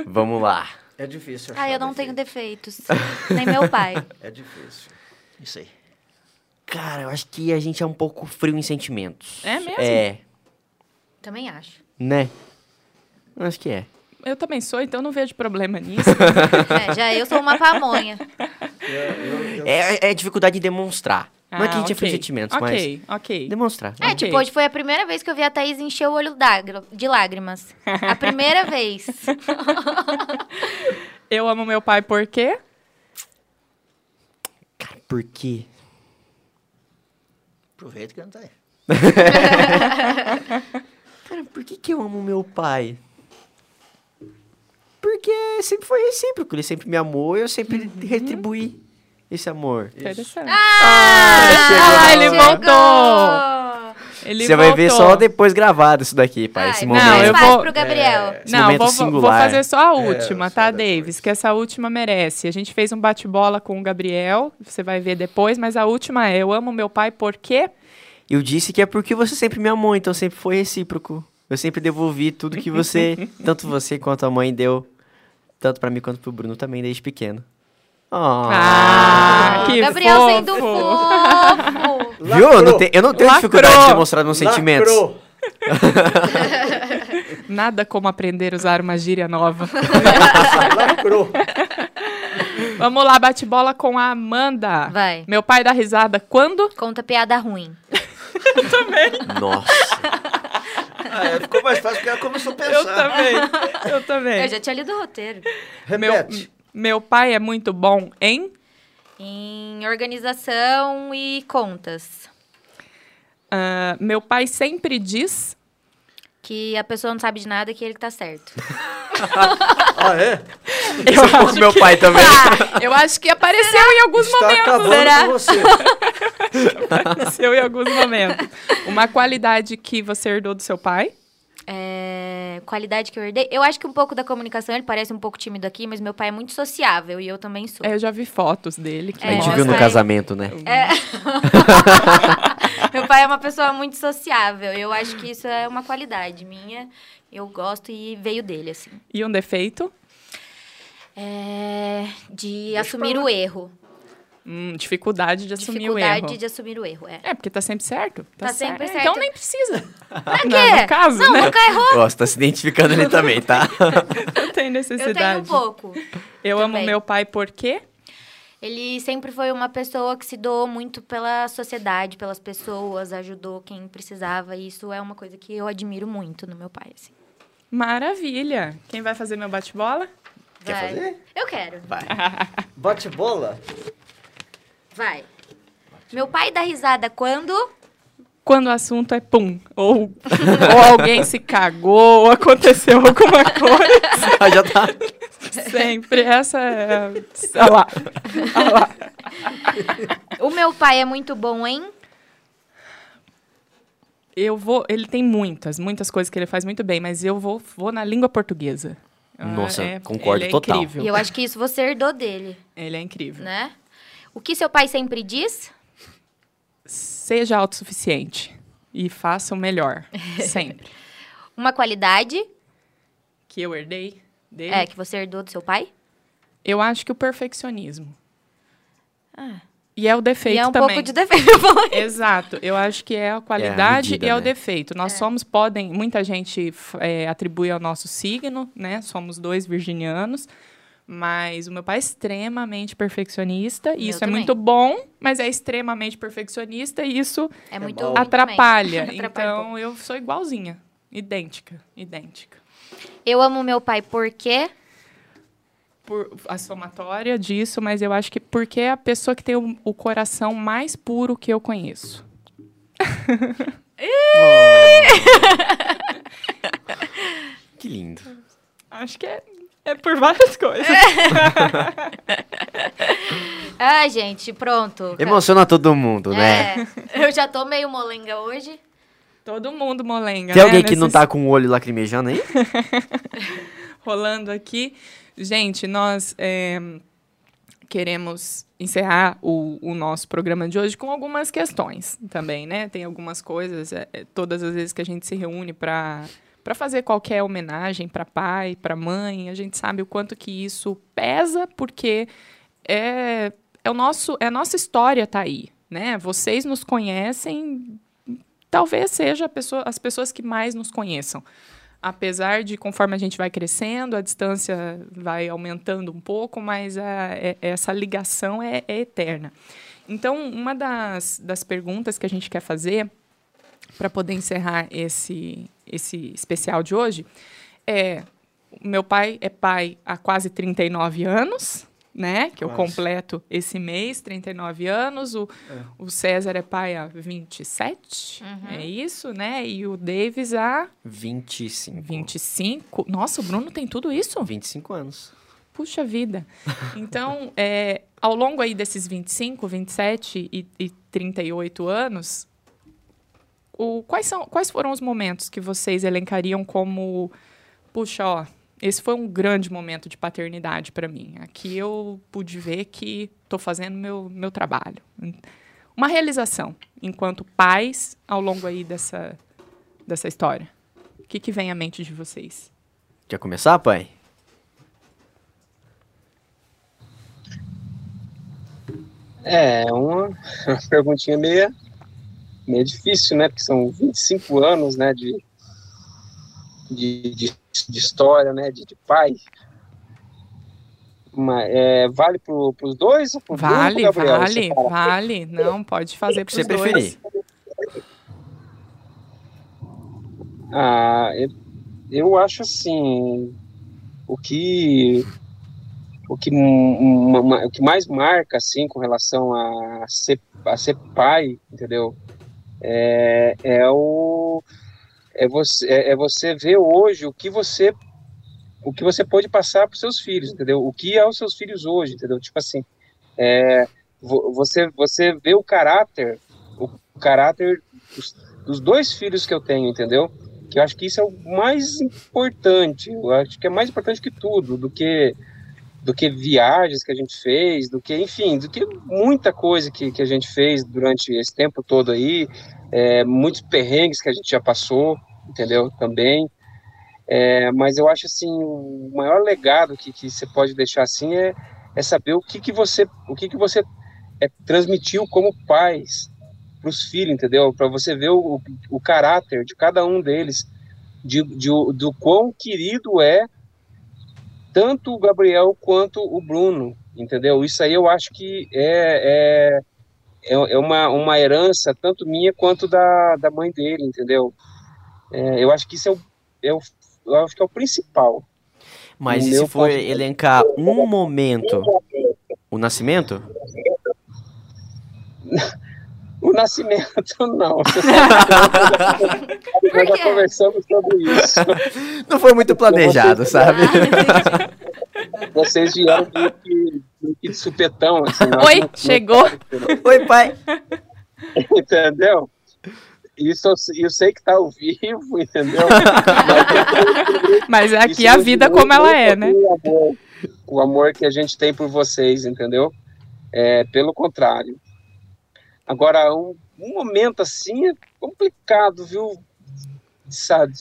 Speaker 3: Vamos lá.
Speaker 4: É difícil achar
Speaker 2: Ah, eu não tenho
Speaker 4: defeito.
Speaker 2: defeitos. Nem meu pai.
Speaker 4: É difícil.
Speaker 5: Isso aí.
Speaker 3: Cara, eu acho que a gente é um pouco frio em sentimentos.
Speaker 1: É mesmo?
Speaker 3: É,
Speaker 2: Também acho.
Speaker 3: né? Eu Acho que é.
Speaker 1: Eu também sou, então não vejo problema nisso.
Speaker 2: É, já eu sou uma pamonha.
Speaker 4: Eu- eu- eu-
Speaker 3: É, é dificuldade de demonstrar. Não é que a
Speaker 1: Ah,
Speaker 3: gente é frio em
Speaker 1: ok.
Speaker 3: sentimentos,
Speaker 1: Ok, ok.
Speaker 3: mas demonstrar.
Speaker 2: É,
Speaker 1: Ok.
Speaker 2: tipo, hoje foi a primeira vez que eu vi a Thaís encher o olho d'ágr- de lágrimas. A primeira vez.
Speaker 1: Eu amo meu pai por quê?
Speaker 3: Cara, por quê?
Speaker 5: Aproveita que não tá aí.
Speaker 3: Cara, por que, que eu amo meu pai? Porque sempre foi recíproco. Ele sempre me amou e eu sempre
Speaker 1: Uhum.
Speaker 3: retribuí esse amor. Ah!
Speaker 1: Interessante.
Speaker 2: Ah,
Speaker 3: chegou.
Speaker 1: ele voltou. Ele
Speaker 3: Você vai ver
Speaker 1: voltou.
Speaker 3: só depois gravado isso daqui, pai.
Speaker 2: Ai,
Speaker 3: esse
Speaker 2: não,
Speaker 3: momento.
Speaker 1: eu
Speaker 2: faz
Speaker 1: vou-
Speaker 2: pro Gabriel.
Speaker 5: É.
Speaker 3: Esse
Speaker 1: Não,
Speaker 3: momento
Speaker 1: vou, vou- vou
Speaker 3: singular.
Speaker 1: fazer só a
Speaker 5: É,
Speaker 1: última,
Speaker 5: só
Speaker 1: tá,
Speaker 5: depois.
Speaker 1: Davis? Que essa última merece. A gente fez um bate-bola com o Gabriel, você vai ver depois, mas a última é: Eu amo meu pai porque.
Speaker 3: Eu disse que é porque você sempre me amou, então sempre foi recíproco. Eu sempre devolvi tudo que você, tanto você quanto a mãe deu, tanto pra mim quanto pro Bruno também desde pequeno.
Speaker 1: Ah,
Speaker 3: Ah.
Speaker 1: que
Speaker 2: Gabriel
Speaker 1: fofo.
Speaker 2: sendo fofo.
Speaker 3: Viu? Eu não,
Speaker 4: Lacrou.
Speaker 3: te- eu não tenho
Speaker 1: Lacrou.
Speaker 3: dificuldade de demonstrar meus sentimentos.
Speaker 4: Lacrou.
Speaker 1: Nada como aprender a usar uma gíria nova.
Speaker 4: Lacrou.
Speaker 1: Vamos lá, bate-bola com a Amanda.
Speaker 2: Vai.
Speaker 1: Meu pai dá risada quando?
Speaker 2: Conta piada ruim.
Speaker 3: Nossa.
Speaker 5: Ah, é, ficou mais fácil porque ela começou a pensar.
Speaker 1: também. Eu também.
Speaker 2: Eu já tinha lido o roteiro.
Speaker 1: Meu,
Speaker 4: Repete.
Speaker 1: meu pai é muito bom em.
Speaker 2: Em organização e contas.
Speaker 1: Ah, meu pai sempre diz.
Speaker 2: Que a pessoa não sabe de nada que ele que tá certo.
Speaker 4: Ah, é?
Speaker 3: Eu amo meu pai também.
Speaker 1: Eu acho que apareceu em alguns
Speaker 4: Está
Speaker 1: momentos.
Speaker 4: acabando
Speaker 1: será?
Speaker 4: com você.
Speaker 1: Apareceu em alguns momentos. Uma qualidade que você herdou do seu pai.
Speaker 2: É, qualidade que eu herdei. Eu acho que um pouco da comunicação, ele parece um pouco tímido aqui, mas meu pai é muito sociável e eu também sou.
Speaker 1: É, Eu já vi fotos dele. Que
Speaker 3: a gente
Speaker 2: É,
Speaker 3: viu no
Speaker 2: mas-
Speaker 3: casamento, né?
Speaker 2: Meu pai é uma pessoa muito sociável. Eu acho que isso é uma qualidade minha. Eu gosto e veio dele, assim.
Speaker 1: E um defeito.
Speaker 2: É, de assumir o erro.
Speaker 1: Hum, dificuldade de assumir
Speaker 2: Dificuldade
Speaker 1: o erro.
Speaker 2: de assumir o erro, é.
Speaker 1: É, porque tá sempre certo.
Speaker 2: Tá sempre certo.
Speaker 1: Então nem precisa. Pra
Speaker 2: quê?
Speaker 1: No caso,
Speaker 2: Não,
Speaker 1: né?
Speaker 2: nunca errou.
Speaker 3: Ó, você tá se identificando ali também, tá?
Speaker 1: Não tem
Speaker 2: Eu tenho um
Speaker 1: necessidade.
Speaker 2: pouco.
Speaker 1: Eu amo
Speaker 2: também.
Speaker 1: meu pai porque...
Speaker 2: Ele sempre foi uma pessoa que se doou muito pela sociedade, pelas pessoas, ajudou quem precisava. E isso é uma coisa que eu admiro muito no meu pai, assim.
Speaker 1: Maravilha. Quem vai fazer meu bate-bola?
Speaker 5: Quer
Speaker 2: Vai.
Speaker 5: fazer?
Speaker 2: Eu quero.
Speaker 5: Vai.
Speaker 4: Bate bola.
Speaker 2: Vai. Meu pai dá risada quando.
Speaker 1: Quando o assunto é pum, ou, ou alguém se cagou, ou aconteceu alguma coisa,
Speaker 3: Ah, já tá.
Speaker 1: sempre. Essa é. Olha lá. Olha lá.
Speaker 2: O meu pai é muito bom em.
Speaker 1: Eu vou. Ele tem muitas, muitas coisas que ele faz muito bem, mas eu vou, vou na língua portuguesa. Ah,
Speaker 3: Nossa, concordo
Speaker 1: ele é
Speaker 3: total.
Speaker 2: E
Speaker 1: Incrível.
Speaker 2: eu acho que isso você herdou dele,
Speaker 1: Ele é incrível.
Speaker 2: né? O que seu pai sempre diz?
Speaker 1: Seja autossuficiente e faça o melhor. Sempre.
Speaker 2: Uma qualidade
Speaker 1: que eu herdei dele.
Speaker 2: é que você herdou do seu pai?
Speaker 1: Eu acho que o perfeccionismo.
Speaker 2: Ah.
Speaker 1: E é o defeito
Speaker 2: e é um
Speaker 1: também.
Speaker 2: pouco de defeito.
Speaker 1: Exato, eu acho que é a qualidade
Speaker 3: medida,
Speaker 1: e é o
Speaker 3: né?
Speaker 1: defeito. Nós somos, podem, muita gente f- é, atribui ao nosso signo, né? Somos dois virginianos, mas o meu pai é extremamente perfeccionista, e
Speaker 2: Meu
Speaker 1: isso
Speaker 2: também.
Speaker 1: é muito bom, mas é extremamente perfeccionista e isso
Speaker 2: É muito
Speaker 4: bom.
Speaker 2: ruim também.
Speaker 1: atrapalha.
Speaker 2: Atrapalha um
Speaker 1: então eu sou igualzinha, idêntica, idêntica.
Speaker 2: Eu amo meu pai porque
Speaker 1: Por a somatória disso, mas eu acho que porque é a pessoa que tem o, o coração mais puro que eu conheço.
Speaker 3: Que lindo.
Speaker 1: Acho que é, é por várias coisas.
Speaker 2: Ah, gente, pronto.
Speaker 3: Emociona todo mundo, né?
Speaker 2: É, eu já tô meio molenga hoje.
Speaker 1: Todo mundo molenga.
Speaker 3: Tem
Speaker 1: né?
Speaker 3: alguém que não
Speaker 1: Nesses-
Speaker 3: tá com o olho lacrimejando aí?
Speaker 1: rolando aqui. Gente, nós é, queremos encerrar o, o nosso programa de hoje com algumas questões também, né? Tem algumas coisas, é, é, todas as vezes que a gente se reúne para para fazer qualquer homenagem para pai, para mãe, a gente sabe o quanto que isso pesa, porque é, é o nosso, é a nossa história tá aí, né? Vocês nos conhecem, talvez seja a pessoa- as pessoas que mais nos conheçam apesar de conforme a gente vai crescendo, a distância vai aumentando um pouco, mas a- é- essa ligação é, é eterna. Então, uma das, das perguntas que a gente quer fazer para poder encerrar esse, esse especial de hoje é: o meu pai é pai há quase 39 anos. Né? Que eu
Speaker 4: Quase.
Speaker 1: completo esse mês, 39 anos. O, o César é pai há 27, é isso, né? E o Davis há
Speaker 3: 25.
Speaker 1: 25? Nossa, o Bruno tem tudo isso?
Speaker 3: 25 anos.
Speaker 1: Puxa vida. Então, é, ao longo aí desses 25, 27 e, e 38 anos, o, quais, são, quais foram os momentos que vocês elencariam como, puxa, ó, esse foi um grande momento de paternidade para mim. Aqui eu pude ver que estou fazendo meu, meu trabalho. Uma realização enquanto pais ao longo aí dessa, dessa história. O que, que vem à mente de vocês?
Speaker 3: Quer começar, pai?
Speaker 6: É, uma, uma perguntinha meia, meio difícil, né? Porque são 25 anos, né? De, de, de, de história, né? De, de pai. Mas, é, vale pro, pros dois ou pro
Speaker 1: Vale,
Speaker 6: Bruno, pro Gabriel?
Speaker 1: vale,
Speaker 6: Separar.
Speaker 1: vale. Não, pode fazer
Speaker 3: que
Speaker 1: pros
Speaker 3: você
Speaker 1: dois.
Speaker 3: preferir.
Speaker 6: Ah, eu, eu acho assim, o que o que, m- uma- uma- o que mais marca assim com relação a ser, a ser pai, entendeu? É, é o é você é é você ver hoje o que você o que você pode passar para os seus filhos, entendeu? O que é os seus filhos hoje, entendeu? Tipo assim, é, vo- você você vê o caráter o caráter dos, dos dois filhos que eu tenho, entendeu? que eu acho que isso é o mais importante. Eu acho que é mais importante que tudo, do que do que viagens que a gente fez, do que, enfim, do que muita coisa que, que a gente fez durante esse tempo todo aí, é, muitos perrengues que a gente já passou, entendeu? Também. É, mas eu acho assim, o maior legado que, que você pode deixar assim é, é saber o que, que você o que, que você é, transmitiu como pais para os filhos, entendeu? Para você ver o, o caráter de cada um deles, de, de o- do quão querido é tanto o Gabriel quanto o Bruno, entendeu? Isso aí eu acho que é, é, é é uma, uma herança tanto minha quanto da, da mãe dele, entendeu? É, eu acho que isso é o, é o- eu acho que é o principal.
Speaker 3: Mas
Speaker 6: O
Speaker 3: e se
Speaker 6: meu
Speaker 3: for
Speaker 6: ponto-
Speaker 3: elencar um momento, o nascimento?
Speaker 6: O nascimento, não.
Speaker 2: Por
Speaker 6: Nós já
Speaker 2: quê?
Speaker 6: conversamos sobre isso.
Speaker 3: Não foi muito planejado, sabe?
Speaker 6: Vocês vieram meio que, meio que de supetão, assim. nós
Speaker 1: Oi,
Speaker 6: não-
Speaker 1: chegou.
Speaker 3: Oi, pai.
Speaker 6: entendeu? Isso eu, se- eu sei que tá ao vivo, entendeu? Mas
Speaker 1: Mas é
Speaker 6: isso
Speaker 1: aqui a
Speaker 6: nos
Speaker 1: vida
Speaker 6: une
Speaker 1: como ela
Speaker 6: muito
Speaker 1: é, né?
Speaker 6: O amor, o amor que a gente tem por vocês, entendeu? É, pelo contrário. Agora, um, um momento assim é complicado, viu? Sabe?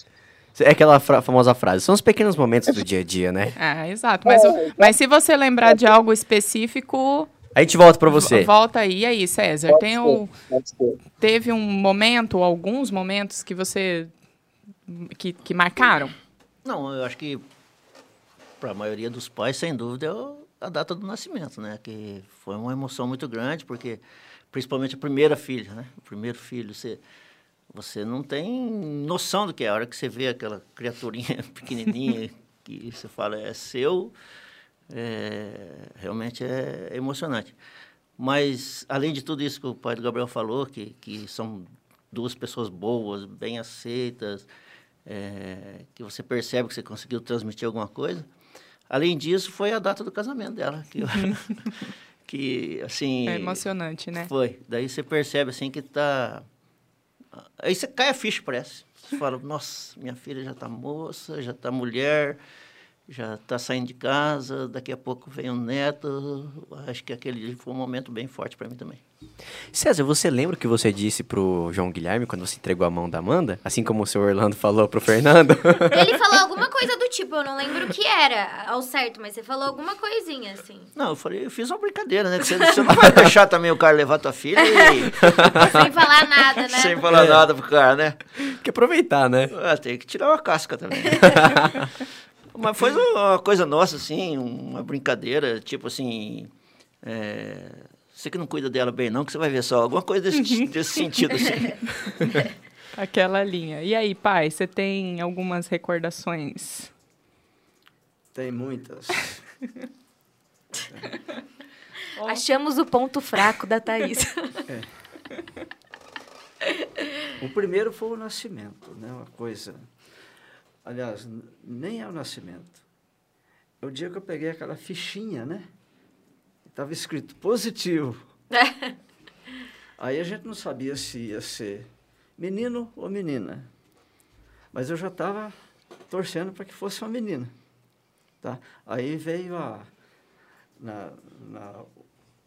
Speaker 3: É aquela fra- famosa frase. São os pequenos momentos do dia a dia, né?
Speaker 1: Ah, exato.
Speaker 6: É,
Speaker 1: Mas, o- mas se você lembrar de algo específico,
Speaker 3: A gente volta pra você.
Speaker 1: volta aí. E aí, César,
Speaker 6: Pode
Speaker 1: tem
Speaker 6: ser.
Speaker 1: um-
Speaker 6: Pode ser.
Speaker 1: teve um momento, alguns momentos que você... Que, que marcaram?
Speaker 5: Não, eu acho que para a maioria dos pais, sem dúvida, é o- a data do nascimento, né? Que foi uma emoção muito grande, porque principalmente a primeira filha, né? O primeiro filho, você você não tem noção do que é a hora que você vê aquela criaturinha pequenininha que você fala é seu, é, realmente é emocionante. Mas além de tudo isso que o pai do Gabriel falou, que que são duas pessoas boas, bem aceitas, é, que você percebe que você conseguiu transmitir alguma coisa. Além disso, foi a data do casamento dela, que, eu- que assim
Speaker 1: É emocionante, né?
Speaker 5: foi. Daí você percebe assim que tá. Aí você cai a ficha, parece. Você fala, nossa, minha filha já tá moça, já tá mulher, já tá saindo de casa, daqui a pouco vem um neto. Acho que aquele foi um momento bem forte para mim também.
Speaker 3: César, você lembra o que você disse pro João Guilherme quando você entregou a mão da Amanda? Assim como o seu Orlando falou pro Fernando?
Speaker 2: Ele falou alguma coisa do tipo, eu não lembro o que era ao certo, mas você falou alguma coisinha, assim.
Speaker 5: Não, eu falei, eu fiz uma brincadeira, né? Que Você, você não vai deixar também o cara levar tua filha e,
Speaker 2: Né? Sem falar nada, né?
Speaker 5: sem falar nada pro cara, né?
Speaker 3: Tem que aproveitar, né?
Speaker 5: Ah, tem que tirar uma casca também. Mas foi uma coisa nossa, assim, uma brincadeira, tipo assim. é, Você que não cuida dela bem, não, que você vai ver só alguma coisa desse, desse sentido, assim.
Speaker 1: Aquela linha. E aí, pai, você tem algumas recordações?
Speaker 4: Tem muitas.
Speaker 2: Achamos o ponto fraco da Thaís.
Speaker 4: É. O primeiro foi o nascimento, né? Uma coisa. Aliás, n- nem é o nascimento. É o dia que eu peguei aquela fichinha, né? Estava escrito positivo. Aí a gente não sabia se ia ser menino ou menina. Mas eu já estava torcendo para que fosse uma menina. Tá? Aí veio a. Na, na,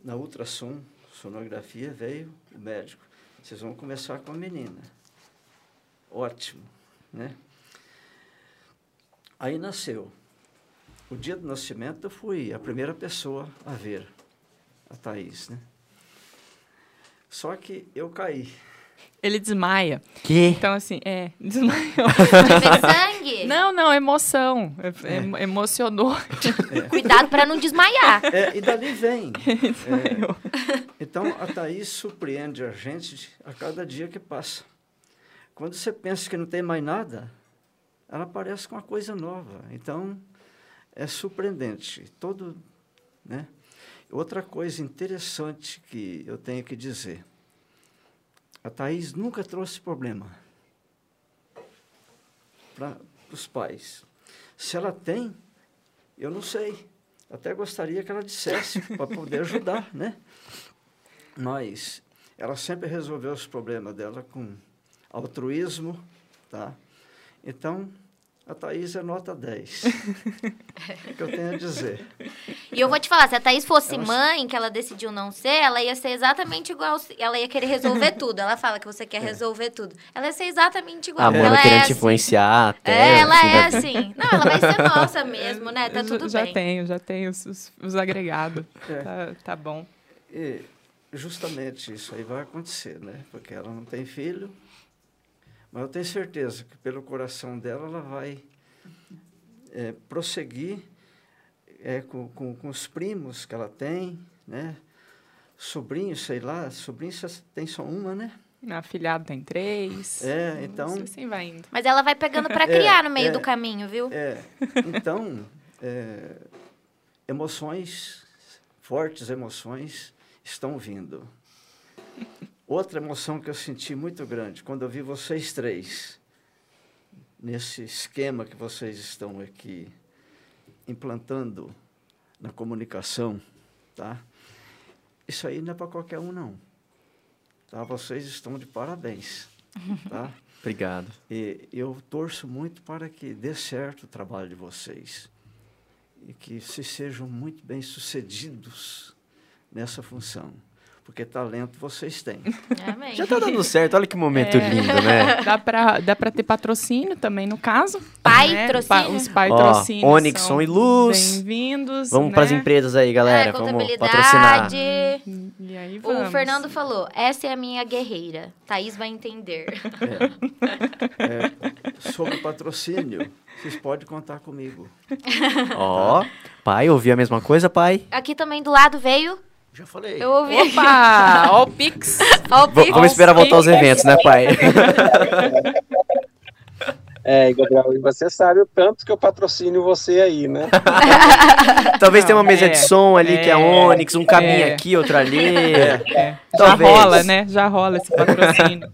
Speaker 4: na ultrassom, sonografia, veio o médico. Vocês vão começar com a menina. Ótimo, né? Aí nasceu. O dia do nascimento eu fui a primeira pessoa a ver a Thaís, né? Só que eu caí.
Speaker 1: Ele desmaia.
Speaker 3: Que?
Speaker 1: Então, assim, é, desmaiou.
Speaker 2: Vem sangue?
Speaker 1: Não, não, emoção. É- emo- emocionou.
Speaker 2: Cuidado pra não desmaiar.
Speaker 4: É, e dali vem. É.
Speaker 1: desmaiou.
Speaker 4: Então, a Thaís surpreende a gente a cada dia que passa. Quando você pensa que não tem mais nada, ela aparece com uma coisa nova. Então, é surpreendente. Todo, né? Outra coisa interessante que eu tenho que dizer. A Thaís nunca trouxe problema para os pais. Se ela tem, eu não sei. Até gostaria que ela dissesse para poder ajudar, né? mas ela sempre resolveu os problemas dela com altruísmo, tá? Então, a Thaís é nota 10. é o que eu tenho a dizer.
Speaker 2: E eu vou te falar, se a Thaís fosse
Speaker 4: Ela-
Speaker 2: mãe, que ela decidiu não ser, ela ia ser exatamente igual. Ela ia querer resolver tudo. Ela fala que você quer resolver tudo. Ela ia ser exatamente igual.
Speaker 3: A Mona
Speaker 2: ela
Speaker 3: Ah, querendo
Speaker 2: é
Speaker 3: te
Speaker 2: assim.
Speaker 3: influenciar até.
Speaker 2: É, ela
Speaker 3: assim,
Speaker 2: é
Speaker 3: né?
Speaker 2: assim. Não, ela vai ser nossa mesmo, né? Tá
Speaker 1: já,
Speaker 2: tudo
Speaker 1: já
Speaker 2: bem.
Speaker 1: tenho, já tenho os, os- os agregados.
Speaker 4: É.
Speaker 1: Tá, tá bom.
Speaker 4: E justamente isso aí vai acontecer, né? Porque ela não tem filho, mas eu tenho certeza que pelo coração dela ela vai eh, prosseguir eh, com, com, com os primos que ela tem, né? Sobrinhos, sei lá, sobrinhos só tem só uma, né?
Speaker 1: Minha afilhada tem três.
Speaker 4: É, então-
Speaker 1: Assim vai indo.
Speaker 2: Mas ela vai pegando pra criar no meio
Speaker 4: é.
Speaker 2: do caminho, viu?
Speaker 4: É, então, é, emoções, fortes emoções estão vindo. Outra emoção que eu senti muito grande, quando eu vi vocês três, nesse esquema que vocês estão aqui implantando na comunicação, tá? Isso aí não é para qualquer um, não. Tá? Vocês estão de parabéns, tá?
Speaker 3: Obrigado.
Speaker 4: E eu torço muito para que dê certo o trabalho de vocês e que vocês sejam muito bem sucedidos nessa função, porque talento vocês têm.
Speaker 2: Amém.
Speaker 3: Já tá dando certo, olha que momento lindo, né?
Speaker 1: Dá pra, dá pra ter patrocínio também, no caso.
Speaker 2: Pai
Speaker 1: né?
Speaker 2: trocínio.
Speaker 1: Pa- Os pai
Speaker 3: Ó,
Speaker 1: trocínios.
Speaker 3: Onyx, som e luz.
Speaker 1: Bem-vindos.
Speaker 3: Vamos
Speaker 1: né?
Speaker 3: pras empresas aí, galera.
Speaker 2: É,
Speaker 3: Vamos patrocinar.
Speaker 2: contabilidade.
Speaker 1: E aí vamos.
Speaker 2: O Fernando falou: essa é a minha guerreira. Thaís vai entender.
Speaker 4: É, sobre o patrocínio, vocês podem contar comigo.
Speaker 3: Ó, pai, ouviu a mesma coisa, pai?
Speaker 2: Aqui também do lado veio.
Speaker 5: Já falei.
Speaker 2: Eu ouvi.
Speaker 1: Opa! Ó o Pix.
Speaker 2: Ó, o
Speaker 3: V-
Speaker 2: Pix.
Speaker 3: vamos esperar voltar os eventos, né, pai?
Speaker 6: É, e, Gabriel, e você sabe o tanto que eu patrocino você aí, né?
Speaker 3: Talvez tenha uma
Speaker 1: Não,
Speaker 3: mesa
Speaker 1: é,
Speaker 3: de som ali, que é
Speaker 1: é,
Speaker 3: a Onix, um caminho
Speaker 1: é.
Speaker 3: aqui, outro ali.
Speaker 1: É. Já
Speaker 3: Talvez.
Speaker 1: rola, né? Já rola esse patrocínio.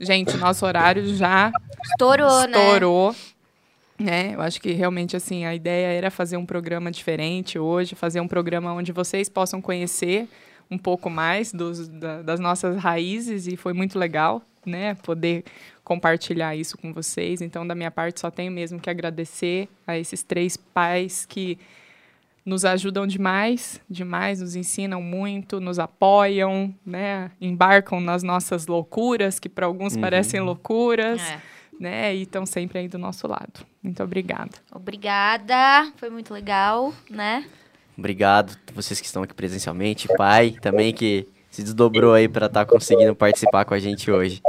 Speaker 1: Gente, nosso horário já
Speaker 2: Estourou, né?
Speaker 1: estourou. Né? Eu acho que realmente assim a ideia era fazer um programa diferente hoje, fazer um programa onde vocês possam conhecer um pouco mais dos- da- das nossas raízes e foi muito legal, né? Poder compartilhar isso com vocês. Então, da minha parte, só tenho mesmo que agradecer a esses três pais que nos ajudam demais, demais, nos ensinam muito, nos apoiam, né? Embarcam nas nossas loucuras que para alguns parecem loucuras
Speaker 2: É.
Speaker 1: né? E estão sempre aí do nosso lado. Muito obrigada.
Speaker 2: Obrigada, foi muito legal, né?
Speaker 3: Obrigado a vocês que estão aqui presencialmente, pai também que se desdobrou aí pra estar conseguindo participar com a gente hoje.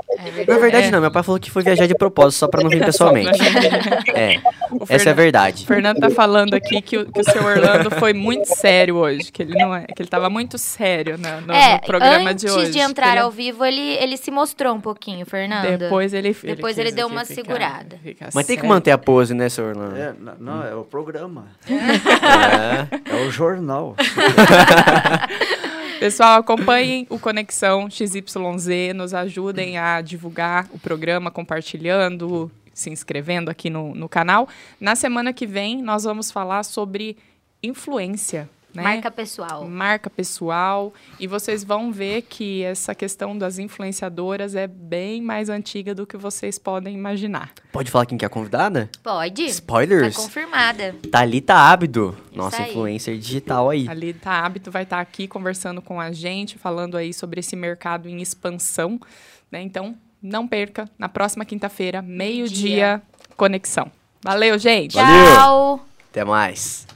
Speaker 3: Na verdade,
Speaker 1: É.
Speaker 3: não, meu pai falou que foi viajar de propósito só pra não vir pessoalmente. É,
Speaker 1: O
Speaker 3: essa é a
Speaker 1: Fernan-
Speaker 3: verdade.
Speaker 1: O Fernando tá falando aqui que o, que o seu Orlando foi muito sério hoje, que ele não é, que ele tava muito sério na- no,
Speaker 2: é,
Speaker 1: no programa
Speaker 2: antes
Speaker 1: de hoje.
Speaker 2: entrar
Speaker 1: Ele-
Speaker 2: ao vivo, ele, ele se mostrou um pouquinho, Fernando.
Speaker 1: depois ele
Speaker 2: Depois ele
Speaker 1: quis
Speaker 2: deu
Speaker 1: aqui
Speaker 2: uma
Speaker 1: ficar-
Speaker 2: segurada.
Speaker 1: ficar
Speaker 3: Mas tem que
Speaker 1: sério.
Speaker 3: manter a pose, né, seu Orlando?
Speaker 4: É, n- não, é o programa,
Speaker 3: É.
Speaker 4: é o jornal.
Speaker 1: Pessoal, acompanhem o Conexão XYZ, nos ajudem a divulgar o programa, compartilhando, se inscrevendo aqui no, no canal. Na semana que vem, nós vamos falar sobre influência. né?
Speaker 2: Marca pessoal.
Speaker 1: marca pessoal. E vocês vão ver que essa questão das influenciadoras é bem mais antiga do que vocês podem imaginar.
Speaker 3: Pode falar quem que é a convidada?
Speaker 2: Pode. Tá
Speaker 3: Spoilers?
Speaker 2: confirmada.
Speaker 3: Thalita Ábido, nossa
Speaker 2: aí.
Speaker 3: influencer digital aí.
Speaker 1: A Lita tá, Hábito vai estar aqui conversando com a gente, falando aí sobre esse mercado em expansão, né? Então, não perca, na próxima quinta-feira, meio-dia, conexão. Valeu, gente!
Speaker 3: Valeu.
Speaker 2: Tchau.
Speaker 3: Até mais.